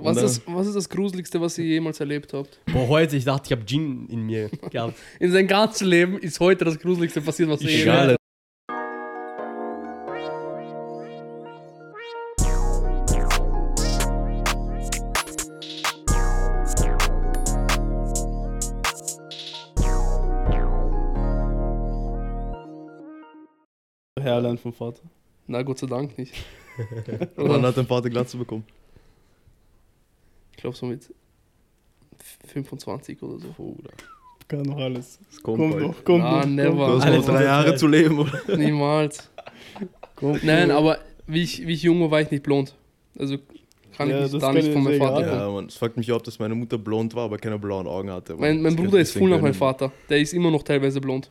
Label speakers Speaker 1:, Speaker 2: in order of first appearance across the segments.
Speaker 1: Was
Speaker 2: Oder?
Speaker 1: ist, was ist das Gruseligste, was ihr jemals erlebt habt?
Speaker 2: Boah, heute, ich dachte, ich habe Gin in mir gehabt.
Speaker 1: In seinem ganzen Leben ist heute das Gruseligste passiert, was ihr
Speaker 2: Ich
Speaker 1: jemals
Speaker 2: schwöre.
Speaker 3: Hairline vom Vater.
Speaker 1: Na, Gott sei Dank nicht.
Speaker 3: Wann
Speaker 1: Oder?
Speaker 3: hat dein Vater Glatze bekommen?
Speaker 1: Ich glaube so mit 25 oder so.
Speaker 3: Oh, Kann noch alles.
Speaker 2: Das kommt
Speaker 3: Kommt
Speaker 2: bald.
Speaker 3: noch, kommt
Speaker 1: Ah,
Speaker 3: noch.
Speaker 1: never.
Speaker 3: Du hast
Speaker 2: Alles
Speaker 3: noch
Speaker 2: unter
Speaker 3: drei Jahre
Speaker 2: drei.
Speaker 3: zu leben, oder?
Speaker 1: Niemals. Nein, aber wie ich, wie ich jung war, war ich nicht blond. Also kann
Speaker 3: Ja,
Speaker 1: ich
Speaker 3: das
Speaker 1: mich da
Speaker 3: kann
Speaker 1: nicht
Speaker 3: ich
Speaker 1: von meinem
Speaker 3: sehr
Speaker 1: Vater
Speaker 3: gerne.
Speaker 1: kommen.
Speaker 3: Ja, Mann. Es fragt mich auch, dass meine Mutter blond war, aber keine blauen Augen hatte.
Speaker 1: Mein, mein
Speaker 3: Das
Speaker 1: Bruder
Speaker 3: könnte
Speaker 1: ist
Speaker 3: ich
Speaker 1: full nach
Speaker 3: denken.
Speaker 1: meinem Vater. Der ist immer noch teilweise blond.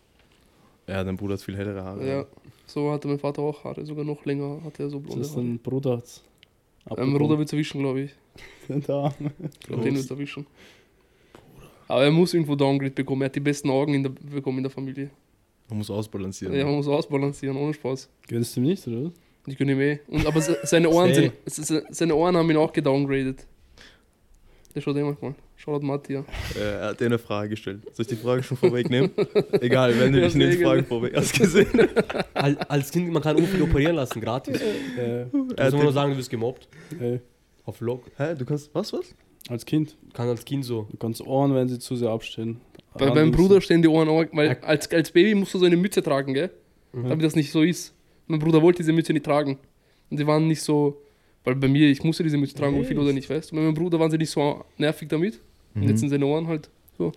Speaker 3: Ja, dein Bruder hat viel hellere Haare.
Speaker 1: Ja. So hatte mein Vater auch Haare. Sogar noch länger hatte er so blonde
Speaker 4: Das ist
Speaker 1: Haare.
Speaker 4: ein Bruder. hat's
Speaker 1: Mein Bruder wird erwischen, glaube ich.
Speaker 4: abbekommen. Der Arme.
Speaker 1: Ich glaube, den wird erwischen. Aber er muss irgendwo Downgrade bekommen. Er hat die besten Augen in der, bekommen in der Familie.
Speaker 3: Man muss ausbalancieren.
Speaker 1: Ja, man muss ausbalancieren, ohne Spaß.
Speaker 4: Gönnst du ihm nicht, oder? was?
Speaker 1: Ich kann ihm eh. Und, aber se- seine Ohren,
Speaker 2: Safe.
Speaker 1: sind, se- se- seine Ohren haben ihn auch gedowngraded. Der schaut eh manchmal. Schaut Matti an.
Speaker 3: Äh, Er hat dir eine Frage gestellt. Soll ich die Frage schon vorwegnehmen? Egal, wenn du
Speaker 1: Ja,
Speaker 3: dich nicht
Speaker 1: sehr
Speaker 3: Fragen vorweg hast gesehen.
Speaker 2: Al- Als Kind, man kann unviel operieren lassen, gratis. Muss
Speaker 4: Äh,
Speaker 3: Er hat
Speaker 2: man nur
Speaker 3: den,
Speaker 2: sagen, du wirst gemobbt.
Speaker 4: äh,
Speaker 2: Auf Lock.
Speaker 3: hä, du kannst. Was, was?
Speaker 4: als Kind.
Speaker 2: Kann als Kind so.
Speaker 4: Du kannst Ohren, wenn sie zu sehr abstehen.
Speaker 1: Bei meinem Bruder stehen die Ohren auch, weil
Speaker 4: Ja.
Speaker 1: als, als Baby musst du so eine Mütze tragen, gell? Damit das nicht so ist. Mein Bruder wollte diese Mütze nicht tragen. Und die waren nicht so, weil bei mir, ich musste diese Mütze tragen, ob viel oder nicht, weißt du? Bei meinem Bruder waren sie nicht so nervig damit.
Speaker 3: Mhm.
Speaker 1: Und jetzt sind seine Ohren halt so.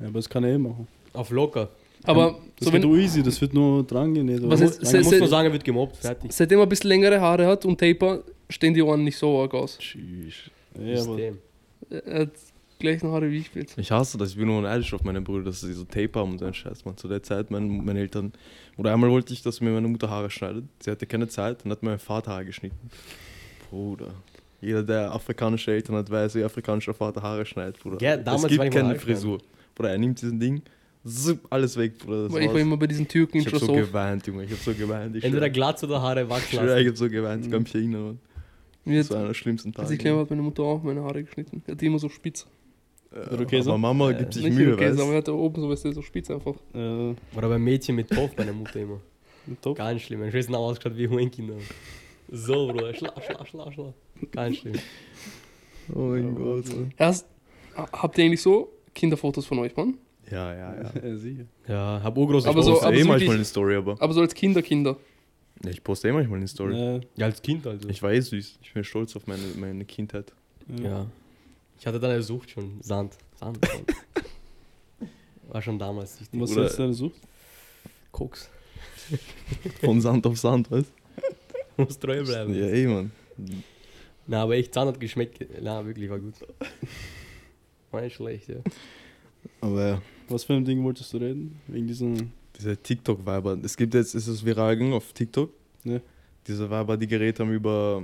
Speaker 4: Ja, aber das kann er eh machen.
Speaker 2: Auf locker.
Speaker 1: Aber
Speaker 4: Das
Speaker 1: so
Speaker 4: wird
Speaker 1: wenn,
Speaker 4: nur easy, das wird nur dran genäht.
Speaker 1: Was ist-
Speaker 4: oder? Lange
Speaker 1: se-
Speaker 2: Man
Speaker 4: muss-
Speaker 2: muss
Speaker 1: se-
Speaker 2: nur sagen, er wird gemobbt. Fertig.
Speaker 1: seitdem er ein bisschen längere Haare hat und Taper, stehen die Ohren nicht so arg aus.
Speaker 4: Ja, aber
Speaker 2: System.
Speaker 1: Er hat gleich noch Haare wie ich jetzt.
Speaker 3: Ich hasse das, ich bin nur neidisch auf meine Brüder, dass sie so Tape haben und so einen Scheiß, Mann. Zu der Zeit, mein, meine Eltern. Oder einmal wollte ich, dass mir meine Mutter Haare schneidet. Sie hatte keine Zeit und hat mir mein Vater Haare geschnitten. Bruder. Jeder, der afrikanische Eltern hat, weiß, wie afrikanischer Vater Haare schneidet, Bruder.
Speaker 2: Ja, damals
Speaker 3: es gibt
Speaker 2: war ich mal
Speaker 3: keine
Speaker 2: Haare schneiden.
Speaker 3: Frisur. Bruder, er nimmt diesen Ding, zup, alles weg, Bruder. Das
Speaker 1: Weil ich war
Speaker 3: war's.
Speaker 1: immer bei diesen Türken in
Speaker 3: ich hab so
Speaker 1: Schlosshof.
Speaker 3: geweint, Junge. Ich hab so geweint. Ich
Speaker 2: Entweder
Speaker 3: schwör.
Speaker 2: Glatz oder Haare
Speaker 3: Ich
Speaker 2: wachsen
Speaker 3: schwör,
Speaker 2: lassen.
Speaker 3: ich hab so geweint, ich kann mich erinnern. Mann.
Speaker 1: Mir
Speaker 3: Das war
Speaker 1: hat,
Speaker 3: einer der schlimmsten
Speaker 1: als
Speaker 3: Tage.
Speaker 1: Mhm. ich klein war, hat meine Mutter auch meine Haare geschnitten. Die hat die immer so spitz.
Speaker 3: äh,
Speaker 4: Irokesen?
Speaker 3: aber Mama gibt sich
Speaker 1: Äh, Nicht
Speaker 3: Mühe,
Speaker 1: okay,
Speaker 3: weißt
Speaker 1: aber er hatte oben so, weißt du, so spitz einfach.
Speaker 4: äh,
Speaker 2: Oder bei Mädchen mit Topf, meine Mutter immer.
Speaker 4: top.
Speaker 2: Ganz schlimm. Mein Schwester hat ausgeschaut wie Huenkinder. So, Bruder. Schla, schla, schla, schla. Ganz schlimm.
Speaker 3: Oh mein Gott.
Speaker 1: Erst, habt ihr eigentlich so Kinderfotos von euch, Mann?
Speaker 3: Ja, ja, ja.
Speaker 4: Äh, sicher.
Speaker 2: Ja, hab urgroß
Speaker 1: Aber so-
Speaker 3: Ich poste eh
Speaker 1: so
Speaker 3: manchmal
Speaker 1: wirklich-
Speaker 3: eine Story, aber.
Speaker 1: Aber so als Kinder, Kinder.
Speaker 3: Ja, ich poste eh manchmal eine Story.
Speaker 4: Äh,
Speaker 2: Ja, als Kind also.
Speaker 3: Ich war eh süß. Ich bin stolz auf meine, meine Kindheit.
Speaker 2: Ja. Ich hatte dann eine Sucht schon. Sand. Sand. Sand. War schon damals. Ich,
Speaker 4: Was
Speaker 3: Oder-
Speaker 4: hast du denn sucht?
Speaker 2: Koks.
Speaker 3: Von Sand auf Sand, weißt
Speaker 2: Muss treu
Speaker 3: du? Ja,
Speaker 2: bleiben.
Speaker 3: eh, Mann.
Speaker 2: Na, aber echt, Sand hat geschmeckt. Na, wirklich, war gut. War nicht schlecht, ja.
Speaker 3: Aber ja,
Speaker 4: Was für ein Ding wolltest du reden? Wegen diesem.
Speaker 3: diese TikTok-Weiber. Es gibt jetzt, ist es viral gegangen auf TikTok. ne?
Speaker 4: Ja.
Speaker 3: Diese Weiber, die geredet haben über.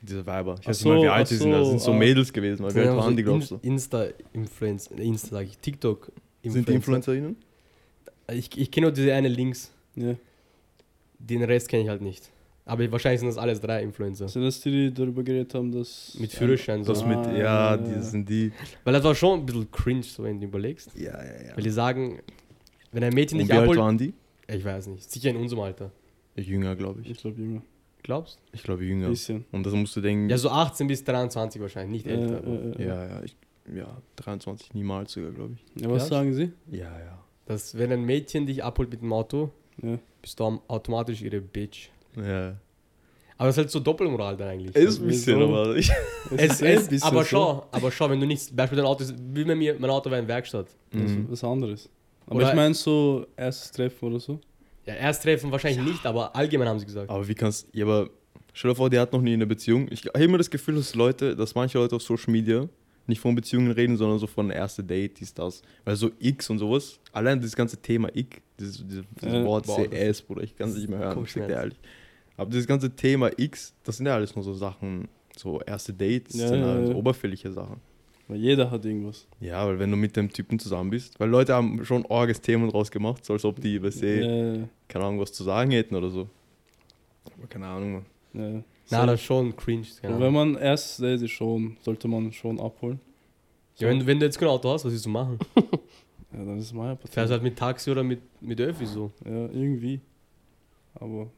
Speaker 3: Diese Weiber. Ich
Speaker 4: Ach
Speaker 3: weiß nicht mal, wie
Speaker 4: so,
Speaker 3: alt
Speaker 4: ach
Speaker 3: die sind. Das sind so
Speaker 4: so, ah.
Speaker 3: Mädels gewesen. Weil wie alt
Speaker 1: also
Speaker 3: waren die, glaubst du?
Speaker 2: Insta-Influencer. äh, Insta, sag ich. TikTok. Also
Speaker 3: Sind die InfluencerInnen?
Speaker 2: Ich, ich kenne nur diese eine links.
Speaker 4: Ja.
Speaker 2: Den Rest kenne ich halt nicht. Aber wahrscheinlich sind das alles drei Influencer.
Speaker 4: Sind das die, die darüber geredet haben, dass.
Speaker 2: Mit Führerschein so.
Speaker 3: Das mit,
Speaker 4: Ah,
Speaker 3: ja,
Speaker 4: ja,
Speaker 3: die
Speaker 4: ja.
Speaker 3: sind die.
Speaker 2: Weil das war schon ein bisschen cringe, so wenn du überlegst.
Speaker 3: Ja, ja, ja.
Speaker 2: Weil die sagen, wenn ein Mädchen
Speaker 3: Und
Speaker 2: dich
Speaker 3: wie alt
Speaker 2: abholt.
Speaker 3: waren die?
Speaker 2: Ich weiß nicht. Sicher in unserem Alter.
Speaker 3: Jünger, glaube ich.
Speaker 4: Ich glaube, Junge.
Speaker 2: Glaubst
Speaker 3: Ich glaube, jünger.
Speaker 4: Bisschen.
Speaker 3: Und das musst du denken.
Speaker 2: Ja, so 18 bis 23 wahrscheinlich, nicht
Speaker 4: Äh,
Speaker 2: älter. aber
Speaker 4: äh, äh.
Speaker 3: ja, ja, ich, ja 23 niemals sogar, glaube ich.
Speaker 4: ja. Was
Speaker 2: Ja.
Speaker 4: sagen sie?
Speaker 3: Ja, ja.
Speaker 2: Dass, wenn ein Mädchen dich abholt mit dem Auto,
Speaker 4: Ja.
Speaker 2: bist du am- automatisch ihre Bitch.
Speaker 3: Ja.
Speaker 2: Aber das ist halt so Doppelmoral dann eigentlich.
Speaker 3: Ist
Speaker 4: ein
Speaker 3: ein
Speaker 4: bisschen,
Speaker 3: bisschen, aber ich.
Speaker 2: es,
Speaker 4: eh ein
Speaker 2: es,
Speaker 4: bisschen
Speaker 2: aber
Speaker 4: so.
Speaker 2: schon, aber schon, wenn du nichts, beispielsweise dein Auto ist, wie bei mir, mein Auto wäre in Werkstatt.
Speaker 4: Das
Speaker 3: Mhm.
Speaker 4: ist was anderes. Aber
Speaker 2: Oder-
Speaker 4: ich meine so erstes Treffen oder so.
Speaker 2: Ja, erst treffen wahrscheinlich nicht, aber allgemein haben sie gesagt.
Speaker 3: Aber wie kannst Ja, aber stell dir vor, die hat noch nie eine Beziehung. Ich habe immer das Gefühl, dass Leute, dass manche Leute auf Social Media nicht von Beziehungen reden, sondern so von erste Date, dies, das. Weil so X und sowas, allein dieses ganze Thema X, dieses, dieses, dieses
Speaker 4: Äh,
Speaker 3: Wort
Speaker 2: boah,
Speaker 3: CS, Bruder, ich kann es nicht mehr hören, ich sag dir
Speaker 2: Kopfschmerzen.
Speaker 3: ehrlich. Aber dieses ganze Thema X, das sind ja alles nur so Sachen, so erste Dates,
Speaker 4: Ja,
Speaker 3: Szenarien,
Speaker 4: ja,
Speaker 3: so
Speaker 4: ja.
Speaker 3: oberflächliche Sachen.
Speaker 4: Weil jeder hat irgendwas.
Speaker 3: Ja, weil wenn du mit dem Typen zusammen bist, weil Leute haben schon orges Themen draus gemacht, so als ob die, weißt du,
Speaker 4: Äh,
Speaker 3: keine Ahnung, was zu sagen hätten oder so. Aber keine Ahnung, Mann.
Speaker 4: äh,
Speaker 2: Na, das ist schon cringe.
Speaker 4: Und
Speaker 2: Genau.
Speaker 4: Wenn man erst, nee, die schon, sollte man schon abholen. So.
Speaker 2: ja, wenn, wenn du jetzt kein Auto hast, was willst du machen?
Speaker 4: ja, dann ist es meine
Speaker 2: Fährst
Speaker 4: Partei.
Speaker 2: halt mit Taxi oder mit, mit Öffi so.
Speaker 4: Ja, irgendwie. Aber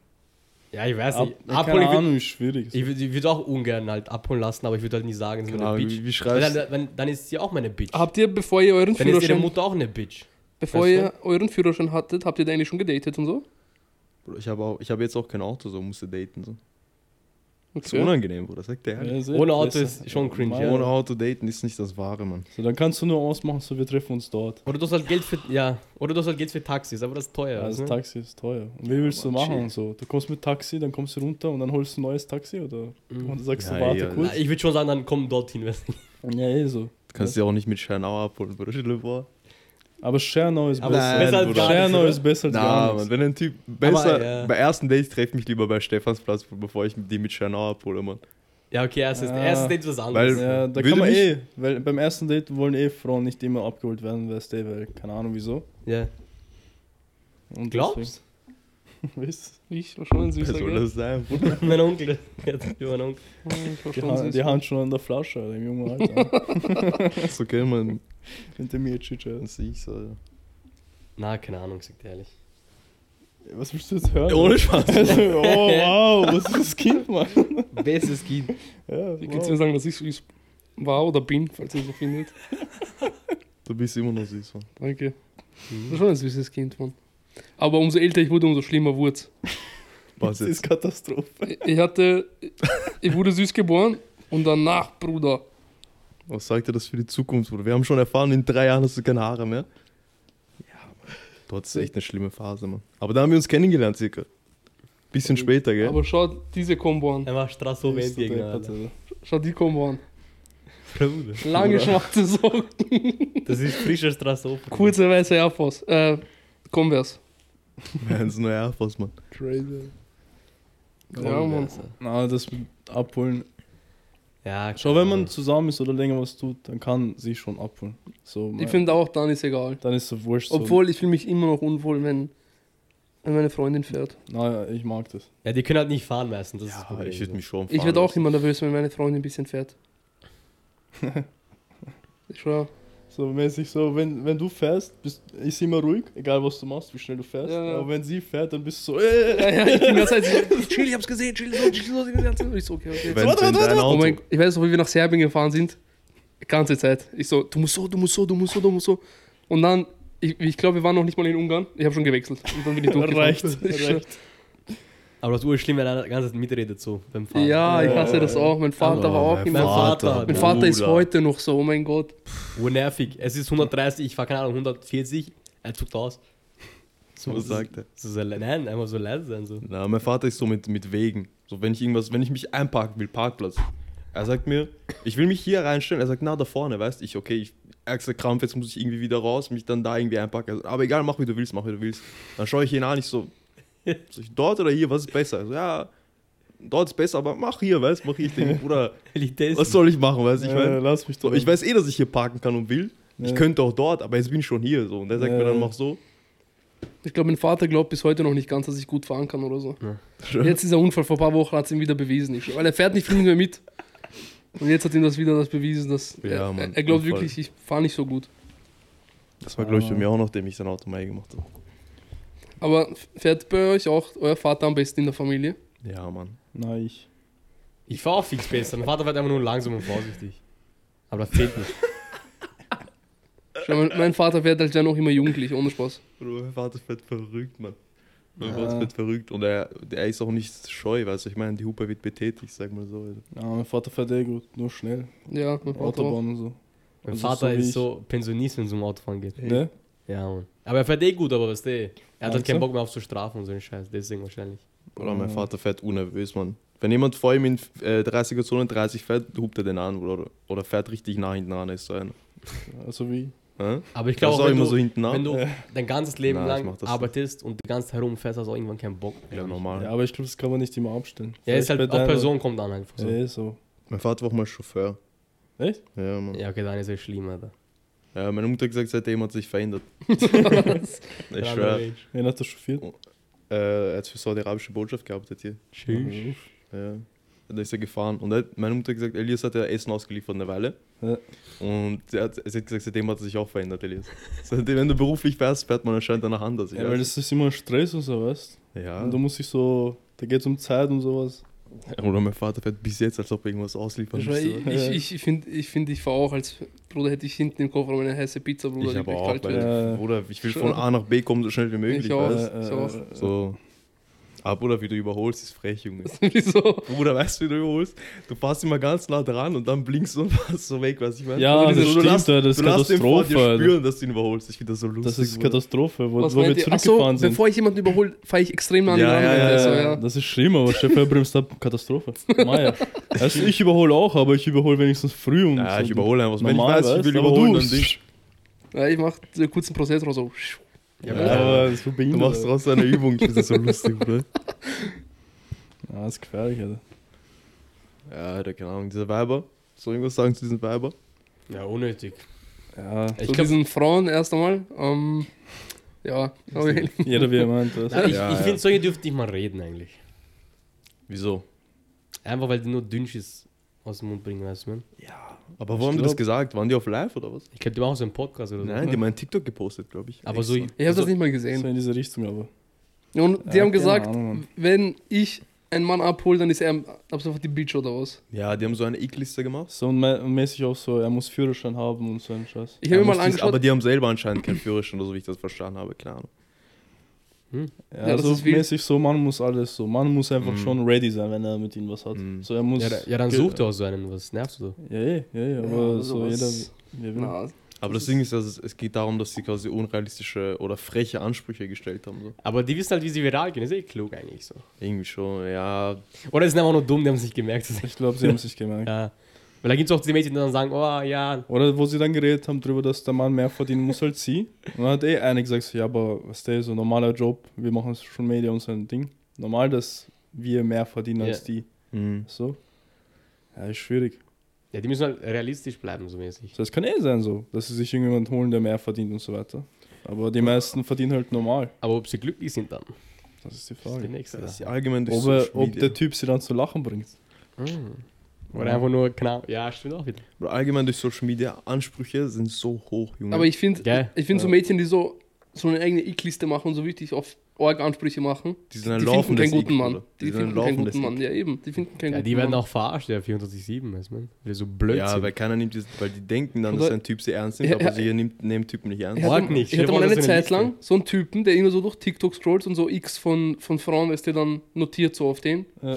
Speaker 2: Ja, ich weiß
Speaker 4: ab,
Speaker 2: nicht.
Speaker 4: ja,
Speaker 2: Abholen,
Speaker 4: keine
Speaker 2: ich würd-
Speaker 4: Ahnung, ist schwierig.
Speaker 2: Also, ah, ich würde würd auch ungern halt abholen lassen, aber ich würde halt nicht sagen, sie ist
Speaker 3: Genau,
Speaker 2: meine
Speaker 3: wie,
Speaker 2: Bitch.
Speaker 3: wie
Speaker 2: Weil
Speaker 3: schreibst du?
Speaker 2: dann, wenn, dann ist sie auch meine Bitch.
Speaker 1: Habt ihr, bevor ihr euren
Speaker 2: dann ist ihre
Speaker 1: Führerschein,
Speaker 2: Mutter auch eine Bitch.
Speaker 1: bevor
Speaker 2: weißt du?
Speaker 1: ihr euren Führerschein hattet, habt ihr da eigentlich schon gedatet und so?
Speaker 3: Bruder, Ich habe hab jetzt auch kein Auto, so musste daten. So. Ist
Speaker 1: Okay.
Speaker 3: unangenehm, Bruder, sagt der. ehrlich.
Speaker 4: Ja, ist eh
Speaker 2: Ohne Auto
Speaker 4: besser.
Speaker 2: ist schon cringe, ja.
Speaker 3: Ohne Auto daten ist nicht das Wahre, Mann.
Speaker 4: So, dann kannst du nur ausmachen, so wir treffen uns dort.
Speaker 2: Oder du hast halt Geld für, ja. Oder du hast halt Geld für Taxis, aber das ist teuer. also. weißt
Speaker 4: Ja, das
Speaker 2: du?
Speaker 4: Also, Taxi ist teuer. Und wie willst du
Speaker 3: aber
Speaker 4: machen
Speaker 3: chill.
Speaker 4: und so? Du kommst mit Taxi, dann kommst du runter und dann holst du ein neues Taxi oder?
Speaker 2: Mhm.
Speaker 4: Und du sagst
Speaker 3: Ja,
Speaker 4: du, warte
Speaker 3: ja.
Speaker 2: Na,
Speaker 4: kurz.
Speaker 2: ich würde schon sagen, dann komm dorthin. Weißt du?
Speaker 4: Ja, eh so.
Speaker 3: Du kannst ja auch nicht mit Schernau abholen, Bruder. Stell dir vor.
Speaker 4: Aber Schernau ist
Speaker 2: Aber
Speaker 4: besser.
Speaker 3: Nein,
Speaker 2: es ist besser als
Speaker 3: Bruder.
Speaker 2: gar nichts,
Speaker 4: Schernau
Speaker 2: oder?
Speaker 4: ist besser als
Speaker 3: Na,
Speaker 4: gar nichts.
Speaker 3: Mann, wenn ein Typ besser.
Speaker 2: ja.
Speaker 3: Bei ersten Dates treffe mich lieber bei Stephansplatz, bevor ich die mit Schernau abhole, Mann.
Speaker 2: Ja, okay, erstes,
Speaker 4: Ah.
Speaker 2: erstes Date ist was
Speaker 3: Weil-
Speaker 2: anderes.
Speaker 4: Ja, da
Speaker 3: Würde
Speaker 4: kann man
Speaker 3: mich-
Speaker 4: eh, weil beim ersten Date wollen eh Frauen nicht immer abgeholt werden, weißt du, weil keine Ahnung wieso.
Speaker 2: ja.
Speaker 4: Und
Speaker 2: Glaubst
Speaker 4: deswegen- weißt
Speaker 1: Ich war schon ein
Speaker 3: Wer
Speaker 1: süßer,
Speaker 3: soll
Speaker 1: gell?
Speaker 3: das sein, Bruder?
Speaker 2: mein Onkel. Jetzt bin mein Onkel.
Speaker 1: Ja, ich war
Speaker 4: du, die,
Speaker 1: schon
Speaker 4: ha
Speaker 1: süß.
Speaker 4: die Hand schon an der Flasche, Alter, im jungen Alter.
Speaker 3: Ist okay, Mann.
Speaker 4: Hinter mir jetzt schon.
Speaker 3: Das ich so, ja.
Speaker 2: Na, keine Ahnung, sagt er ehrlich.
Speaker 4: Was willst du jetzt hören?
Speaker 3: Ohne Spaß.
Speaker 4: Also, oh, wow, was ist das Kind, Mann?
Speaker 2: Bestes Kind.
Speaker 4: Ja,
Speaker 1: Wie kannst du mir sagen, dass ich süß war oder bin, falls ihr so findet?
Speaker 3: Du bist immer noch süß, Mann.
Speaker 1: Danke.
Speaker 4: Mhm.
Speaker 1: Ich war schon ein süßes Kind, Mann. Aber umso älter ich wurde, umso schlimmer wurde
Speaker 3: Was
Speaker 4: das ist
Speaker 3: jetzt?
Speaker 4: Katastrophe.
Speaker 1: Ich hatte, ich wurde süß geboren und danach, Bruder.
Speaker 3: Was sagt er das für die Zukunft, Bruder? Wir haben schon erfahren, in drei Jahren hast du keine Haare mehr. Ja, Mann. Du hattest echt eine schlimme Phase, Mann. Aber da haben wir uns kennengelernt, circa. Bisschen später, gell?
Speaker 1: Aber schau diese Kombo an.
Speaker 2: Er macht Straße
Speaker 4: Bist du
Speaker 2: Endgegner.
Speaker 4: deppert,
Speaker 2: Alter.
Speaker 4: Alter.
Speaker 1: Schau die Kombo an.
Speaker 2: Bruder,
Speaker 1: Lange
Speaker 4: Bruder.
Speaker 1: schwarze Socken,
Speaker 2: Das ist frischer Straße
Speaker 1: kurze weiße Air Force. Äh, Converse.
Speaker 3: Ganz neue Air Force, Mann.
Speaker 4: Crazy.
Speaker 1: Ja, Mann.
Speaker 4: Na, das mit abholen.
Speaker 2: also. Ja,
Speaker 4: Schau, wenn man zusammen ist oder länger was tut, dann kann sie schon abholen. So, mein-
Speaker 1: Ich finde auch, dann ist egal.
Speaker 4: dann ist so wurscht.
Speaker 1: Obwohl, ich fühle mich immer noch unwohl, wenn, wenn meine Freundin fährt.
Speaker 4: So. Naja, ich mag das.
Speaker 2: Ja, die können halt nicht fahren meistens. Das ist das
Speaker 3: Ja,
Speaker 2: Problem, also.
Speaker 3: ich würde
Speaker 2: so.
Speaker 3: mich schon
Speaker 1: Ich werde auch immer nervös, wenn meine Freundin ein bisschen fährt. ich schwör.
Speaker 4: So mäßig so, wenn, wenn du fährst, bist, ist sie immer ruhig, egal was du machst, wie schnell du fährst.
Speaker 1: Ja, ja.
Speaker 4: Aber wenn sie fährt, dann bist du so, äh,
Speaker 1: Ja, ja, ich bin die ganze Zeit so, chill, ich hab's gesehen, chill, so, chill, so, chill, so. Ich so, okay, okay.
Speaker 3: Wenn, wenn dein Auto,
Speaker 1: Oh mein, ich weiß noch, wie wir nach Serbien gefahren sind. Die ganze Zeit. Ich so, du musst so, du musst so, du musst so, du musst so. Und dann, ich, ich glaube, wir waren noch nicht mal in Ungarn. Ich habe schon gewechselt. Und dann bin ich durchgefahren.
Speaker 4: reicht,
Speaker 1: Ich-
Speaker 4: reicht.
Speaker 2: Aber das Urschlimm, wenn einer die ganze Zeit mitredet so beim Fahren.
Speaker 1: Ja, ich
Speaker 4: Ja,
Speaker 1: hasse
Speaker 4: ja,
Speaker 1: das
Speaker 4: ja.
Speaker 1: auch. Mein Vater war auch
Speaker 2: Mein
Speaker 1: immer.
Speaker 2: Vater,
Speaker 1: Mein Vater ist
Speaker 3: Oh, Bruder.
Speaker 1: heute noch so, oh mein Gott.
Speaker 2: Urnervig. Es ist 130, ich fahr keine Ahnung, 140. Er zuckt aus.
Speaker 3: So was sagt er.
Speaker 2: So, so, nein, einmal so leise sein. So.
Speaker 3: Na, mein Vater ist so mit, mit Wegen. So, wenn ich irgendwas, wenn ich mich einparken will, Parkplatz. Er sagt mir, ich will mich hier reinstellen. Er sagt, na, da vorne, weißt ich, okay, ich, ärgster Krampf, jetzt muss ich irgendwie wieder raus, mich dann da irgendwie einpacken. Er sagt, aber egal, mach wie du willst, mach wie du willst. Dann schaue ich ihn an, ich so, soll ich dort oder hier, was ist besser? Er so, ja, dort ist besser, aber mach hier, weißt mach hier. Ich denke, Bruder,
Speaker 2: Will ich testen?
Speaker 3: was soll ich machen, weißt ich
Speaker 4: Äh,
Speaker 3: mein,
Speaker 4: lass mich
Speaker 3: so, ich weiß eh, dass ich hier parken kann und will. Ich
Speaker 4: Ja.
Speaker 3: könnte auch dort, aber jetzt bin ich schon hier. So. Und er sagt
Speaker 4: Ja.
Speaker 3: mir dann, mach so.
Speaker 1: Ich glaube, mein Vater glaubt bis heute noch nicht ganz, dass ich gut fahren kann oder so.
Speaker 3: Schon.
Speaker 1: Jetzt dieser Unfall vor ein paar Wochen hat es ihm wieder bewiesen. Ich, schwör, weil er fährt nicht viel mit mir mit. Und jetzt hat ihm das wieder das bewiesen, dass
Speaker 3: Ja,
Speaker 1: er,
Speaker 3: Mann,
Speaker 1: er glaubt
Speaker 3: Unfall.
Speaker 1: wirklich, ich fahre nicht so gut.
Speaker 3: Das war,
Speaker 4: Ah.
Speaker 3: glaube ich, bei mir auch noch, dem ich sein Auto mal gemacht habe.
Speaker 1: Aber fährt bei euch auch euer Vater am besten in der Familie?
Speaker 3: Ja, Mann.
Speaker 4: Nein, ich.
Speaker 2: Ich fahr auch fix besser. Mein Vater fährt einfach nur langsam und vorsichtig. Aber das zählt nicht.
Speaker 1: Schau, mein, mein Vater fährt halt ja noch immer jugendlich, ohne Spaß.
Speaker 3: Bruder, mein Vater fährt verrückt, Mann. Mein
Speaker 4: Ja.
Speaker 3: Vater fährt verrückt und er, er ist auch nicht scheu, weißt du, ich meine, die Hupe wird betätigt, sag mal so. Alter.
Speaker 4: Ja, mein Vater fährt eh gut, nur schnell.
Speaker 1: Ja, mein Vater auch.
Speaker 4: Autobahn und so.
Speaker 2: Mein
Speaker 4: Also so
Speaker 2: Vater
Speaker 4: wie
Speaker 2: ist
Speaker 4: ich.
Speaker 2: so Pensionist, wenn es um Autofahren geht.
Speaker 4: Ne?
Speaker 2: Ja, Mann. Aber er fährt eh gut, aber weißt du, eh, er hat halt
Speaker 4: Meinst
Speaker 2: keinen
Speaker 4: du?
Speaker 2: Bock mehr auf so Strafen und so einen Scheiß. Deswegen wahrscheinlich.
Speaker 3: Bruder, mein
Speaker 4: Ja.
Speaker 3: Vater fährt unnervös, Mann. Wenn jemand vor ihm in äh, 30er Zone 30 fährt, hupt er den an, Bruder. Oder, oder fährt richtig nah hinten ran, ist so einer.
Speaker 4: Also wie?
Speaker 3: Hä?
Speaker 2: Aber ich
Speaker 3: Ich glaube
Speaker 2: glaube,
Speaker 3: auch
Speaker 2: wenn,
Speaker 3: immer
Speaker 2: du-
Speaker 3: so hinten
Speaker 2: wenn
Speaker 3: an.
Speaker 2: du dein ganzes Leben
Speaker 3: Nein, ich mach
Speaker 2: lang
Speaker 3: das nicht.
Speaker 2: arbeitest und die ganze Zeit herumfährst, hast du auch irgendwann keinen Bock.
Speaker 3: Ja,
Speaker 2: glaub ich.
Speaker 3: normal.
Speaker 4: Ja, aber ich glaube, das kann man nicht immer abstellen.
Speaker 2: Ja, ist
Speaker 4: Vielleicht
Speaker 2: halt,
Speaker 4: bei
Speaker 2: auch
Speaker 4: deiner-
Speaker 2: Person kommt an einfach so.
Speaker 4: Ja, so.
Speaker 3: Mein Vater war auch mal Chauffeur.
Speaker 4: Echt?
Speaker 3: Ja, Mann. Ja.
Speaker 2: Ja, okay, dann ist er schlimm, Alter.
Speaker 3: meine Mutter hat gesagt, seitdem hat sich verändert. ich
Speaker 2: Ja,
Speaker 3: schwör.
Speaker 2: Mensch.
Speaker 4: Wen hat er chauffiert?
Speaker 3: Äh, er hat für saudi-arabische Botschaft gearbeitet hier.
Speaker 2: Tschüss.
Speaker 3: Ja. Da ist er gefahren. Und er hat, meine Mutter hat gesagt, Elias hat ja Essen ausgeliefert eine Weile.
Speaker 4: Ja.
Speaker 3: Und sie hat, sie hat gesagt, seitdem hat er sich auch verändert, Elias. Seitdem, wenn du beruflich fährst, fährt man anscheinend danach anders. ich
Speaker 4: Ja,
Speaker 3: weiß
Speaker 4: weil das ist immer Stress und so, weißt
Speaker 3: nicht. ja.
Speaker 4: Und da muss ich so, da geht es um Zeit und sowas.
Speaker 3: Oder mein Vater fährt bis jetzt, als ob er irgendwas ausliefern
Speaker 1: Ich,
Speaker 4: eh-
Speaker 3: müsste.
Speaker 1: ich, ich finde, ich, find, ich war auch als Bruder, hätte ich hinten im Kofferraum eine heiße Pizza, Bruder, halt
Speaker 3: Ich aber
Speaker 1: gleich
Speaker 3: auch,
Speaker 1: kalt
Speaker 3: weil,
Speaker 1: wird.
Speaker 4: Ja.
Speaker 3: Bruder, ich will
Speaker 1: Schon.
Speaker 3: von A nach B kommen, so schnell wie möglich.
Speaker 1: auch.
Speaker 3: weißt?
Speaker 4: Äh,
Speaker 1: ist auch-
Speaker 3: So. Ab oder wie du überholst, ist frech, Junge.
Speaker 1: Wieso?
Speaker 3: Bruder, weißt du, wie du überholst? Du fährst immer ganz nah dran und dann blinkst du und fährst so weg, weißt du, ich meine?
Speaker 4: Ja,
Speaker 3: Oder
Speaker 4: das
Speaker 3: diese-
Speaker 4: stimmt, Alter, das
Speaker 3: du
Speaker 4: ist
Speaker 3: lässt den vor dir
Speaker 4: Katastrophe, Alter.
Speaker 3: spüren, dass du ihn überholst. Ich finde das so lustig.
Speaker 4: das ist
Speaker 3: Bruder.
Speaker 4: Katastrophe, wo,
Speaker 1: Was
Speaker 4: wo wir
Speaker 1: meint ihr? Ach so,
Speaker 4: zurückgefahren sind.
Speaker 1: Bevor ich jemanden überhole, fahre ich extrem nah an
Speaker 3: Ja,
Speaker 1: den
Speaker 3: ja,
Speaker 1: Rand.
Speaker 3: ja,
Speaker 1: so,
Speaker 3: ja.
Speaker 1: Also, ja.
Speaker 4: Das ist schlimm, aber Chef, er bremst ab, Katastrophe. Meier. Also ich überhole auch, aber ich überhole wenigstens früh und
Speaker 3: Ja,
Speaker 4: so.
Speaker 3: ich überhole einfach. Wenn ich
Speaker 4: Normal,
Speaker 3: weiß, ich will
Speaker 4: weißt, aber
Speaker 3: überholen,
Speaker 4: du-
Speaker 3: dann Ding.
Speaker 1: Ja, ich mache einen kurzen Prozess raus. So.
Speaker 4: Ja,
Speaker 3: Ja,
Speaker 4: aber so
Speaker 3: Du
Speaker 4: behindert.
Speaker 3: machst
Speaker 4: Alter.
Speaker 3: draus eine Übung. Ich finde das so lustig, Bruder.
Speaker 4: Ja, das ist gefährlich, Alter.
Speaker 3: Ja, Alter, keine Ahnung. Diese Weiber. Soll ich irgendwas sagen zu diesen Weiber?
Speaker 2: Ja, unnötig.
Speaker 4: Ja,
Speaker 1: So
Speaker 2: Ich glaub,
Speaker 1: diesen Frauen erst einmal. Ähm, ja, hab ich-
Speaker 4: jeder wie er meint. weißt du.
Speaker 2: na, ich,
Speaker 3: Ja,
Speaker 2: ich
Speaker 3: ja.
Speaker 2: finde, solche dürften nicht mal reden eigentlich.
Speaker 3: Wieso?
Speaker 2: Einfach weil die nur Dünnschiss aus dem Mund bringen, weißt du, man.
Speaker 3: Aber wo haben die das gesagt? Waren die auf live oder was?
Speaker 2: Ich glaube, die machen so einen Podcast oder so.
Speaker 3: Nein, die haben einen TikTok gepostet, glaube ich.
Speaker 2: Aber so,
Speaker 3: Extra.
Speaker 1: ich habe
Speaker 2: so
Speaker 1: das nicht mal
Speaker 4: Also, So
Speaker 1: gesehen.
Speaker 4: in diese Richtung, aber.
Speaker 1: Und die
Speaker 4: Ja,
Speaker 1: haben gesagt,
Speaker 4: keine Ahnung, Mann.
Speaker 1: wenn ich einen Mann abhole, dann ist er am- ab sofort die Beach oder was.
Speaker 3: Ja, die haben so eine Eckliste gemacht.
Speaker 4: So und mä- und mäßig auch so, er muss Führerschein haben und so ein Scheiß.
Speaker 1: Ich habe
Speaker 3: Ja,
Speaker 1: mir mal
Speaker 3: muss dies-
Speaker 1: angeschaut,
Speaker 3: Aber die haben selber anscheinend keinen Führerschein, oder so wie ich das verstanden habe, keine Ahnung.
Speaker 4: Ja,
Speaker 1: Ja, das
Speaker 4: also
Speaker 1: ist wild.
Speaker 4: mäßig so, man muss alles so. Man muss einfach
Speaker 3: Mhm.
Speaker 4: schon ready sein, wenn er mit ihm was hat.
Speaker 3: Mhm.
Speaker 4: So, er muss.
Speaker 2: ja, da- ja, dann
Speaker 4: ge-
Speaker 2: sucht er auch so einen, was nervst du?
Speaker 4: Ja, eh, ja, ja, aber
Speaker 1: Ja,
Speaker 4: so jeder.
Speaker 1: sowas-
Speaker 4: wie er will.
Speaker 1: na,
Speaker 3: Aber das Ding ist, dass es, es geht darum, dass sie quasi unrealistische oder freche Ansprüche gestellt haben. So.
Speaker 2: Aber die wissen halt, wie sie viral gehen, ist eh klug eigentlich so.
Speaker 3: Irgendwie schon, ja.
Speaker 2: Oder die sind einfach nur dumm, die haben es nicht gemerkt. Das ist echt,
Speaker 4: Ich glaube, sie haben sich gemerkt.
Speaker 2: ja. Weil da gibt es auch die Mädchen, die dann sagen, oh ja,
Speaker 4: Oder wo sie dann geredet haben darüber, dass der Mann mehr verdienen muss als sie. Und dann hat eh einer gesagt, so, ja, aber was der so ein normaler Job, wir machen Social Media und so ein Ding. Normal, dass wir mehr verdienen als
Speaker 2: Ja.
Speaker 4: die.
Speaker 3: Mhm.
Speaker 4: So. Ja, ist schwierig.
Speaker 2: ja, die müssen halt realistisch bleiben, so mäßig.
Speaker 4: So, es kann eh sein so, dass sie sich irgendjemand holen, der mehr verdient und so weiter. Aber die meisten verdienen halt normal.
Speaker 2: Aber ob sie glücklich sind dann,
Speaker 4: Das ist die
Speaker 2: das ist die
Speaker 4: Frage.
Speaker 2: nächste.
Speaker 3: Das ist
Speaker 2: Sache.
Speaker 3: ja allgemein durch
Speaker 4: Ob, er,
Speaker 3: Social
Speaker 4: ob
Speaker 3: Media.
Speaker 4: der Typ sie dann zu lachen bringt.
Speaker 2: Mhm. Oder einfach nur, genau, ja, stimmt auch wieder.
Speaker 3: Oder allgemein durch Social Media Ansprüche sind so hoch, Junge.
Speaker 1: Aber ich finde,
Speaker 2: Gell?
Speaker 1: ich finde so Mädchen, die so, so eine eigene Ickliste machen und so richtig auf Org-Ansprüche machen,
Speaker 3: die sind ein
Speaker 1: die finden
Speaker 3: laufendes
Speaker 1: keinen guten
Speaker 3: Ick,
Speaker 1: Mann.
Speaker 3: Bruder.
Speaker 1: Die,
Speaker 3: sind ein
Speaker 1: finden keinen
Speaker 3: laufendes
Speaker 1: guten Mann.
Speaker 3: Ick.
Speaker 1: Ja, eben. Die finden keinen
Speaker 2: Ja,
Speaker 1: guten
Speaker 2: die werden
Speaker 1: Mann.
Speaker 2: auch verarscht, ja, 24-7, weißt du, man. Wieder so blöd.
Speaker 3: Ja, weil keiner nimmt das, weil die denken dann,
Speaker 1: Und
Speaker 3: dass
Speaker 1: da-
Speaker 3: ein Typ sie ernst nimmt,
Speaker 1: Ja,
Speaker 3: aber
Speaker 1: ja.
Speaker 3: sie nimmt, nehmen Typen nicht ernst.
Speaker 1: Ich
Speaker 2: Mag
Speaker 1: hatte,
Speaker 2: nicht.
Speaker 1: ich
Speaker 2: Stell
Speaker 1: hatte
Speaker 2: dir vor,
Speaker 1: mal eine
Speaker 2: das wäre eine
Speaker 1: Zeit lang so einen Typen, der immer so durch TikTok scrollt und so X von, von Frauen, was der dann notiert so auf den.
Speaker 4: Ja.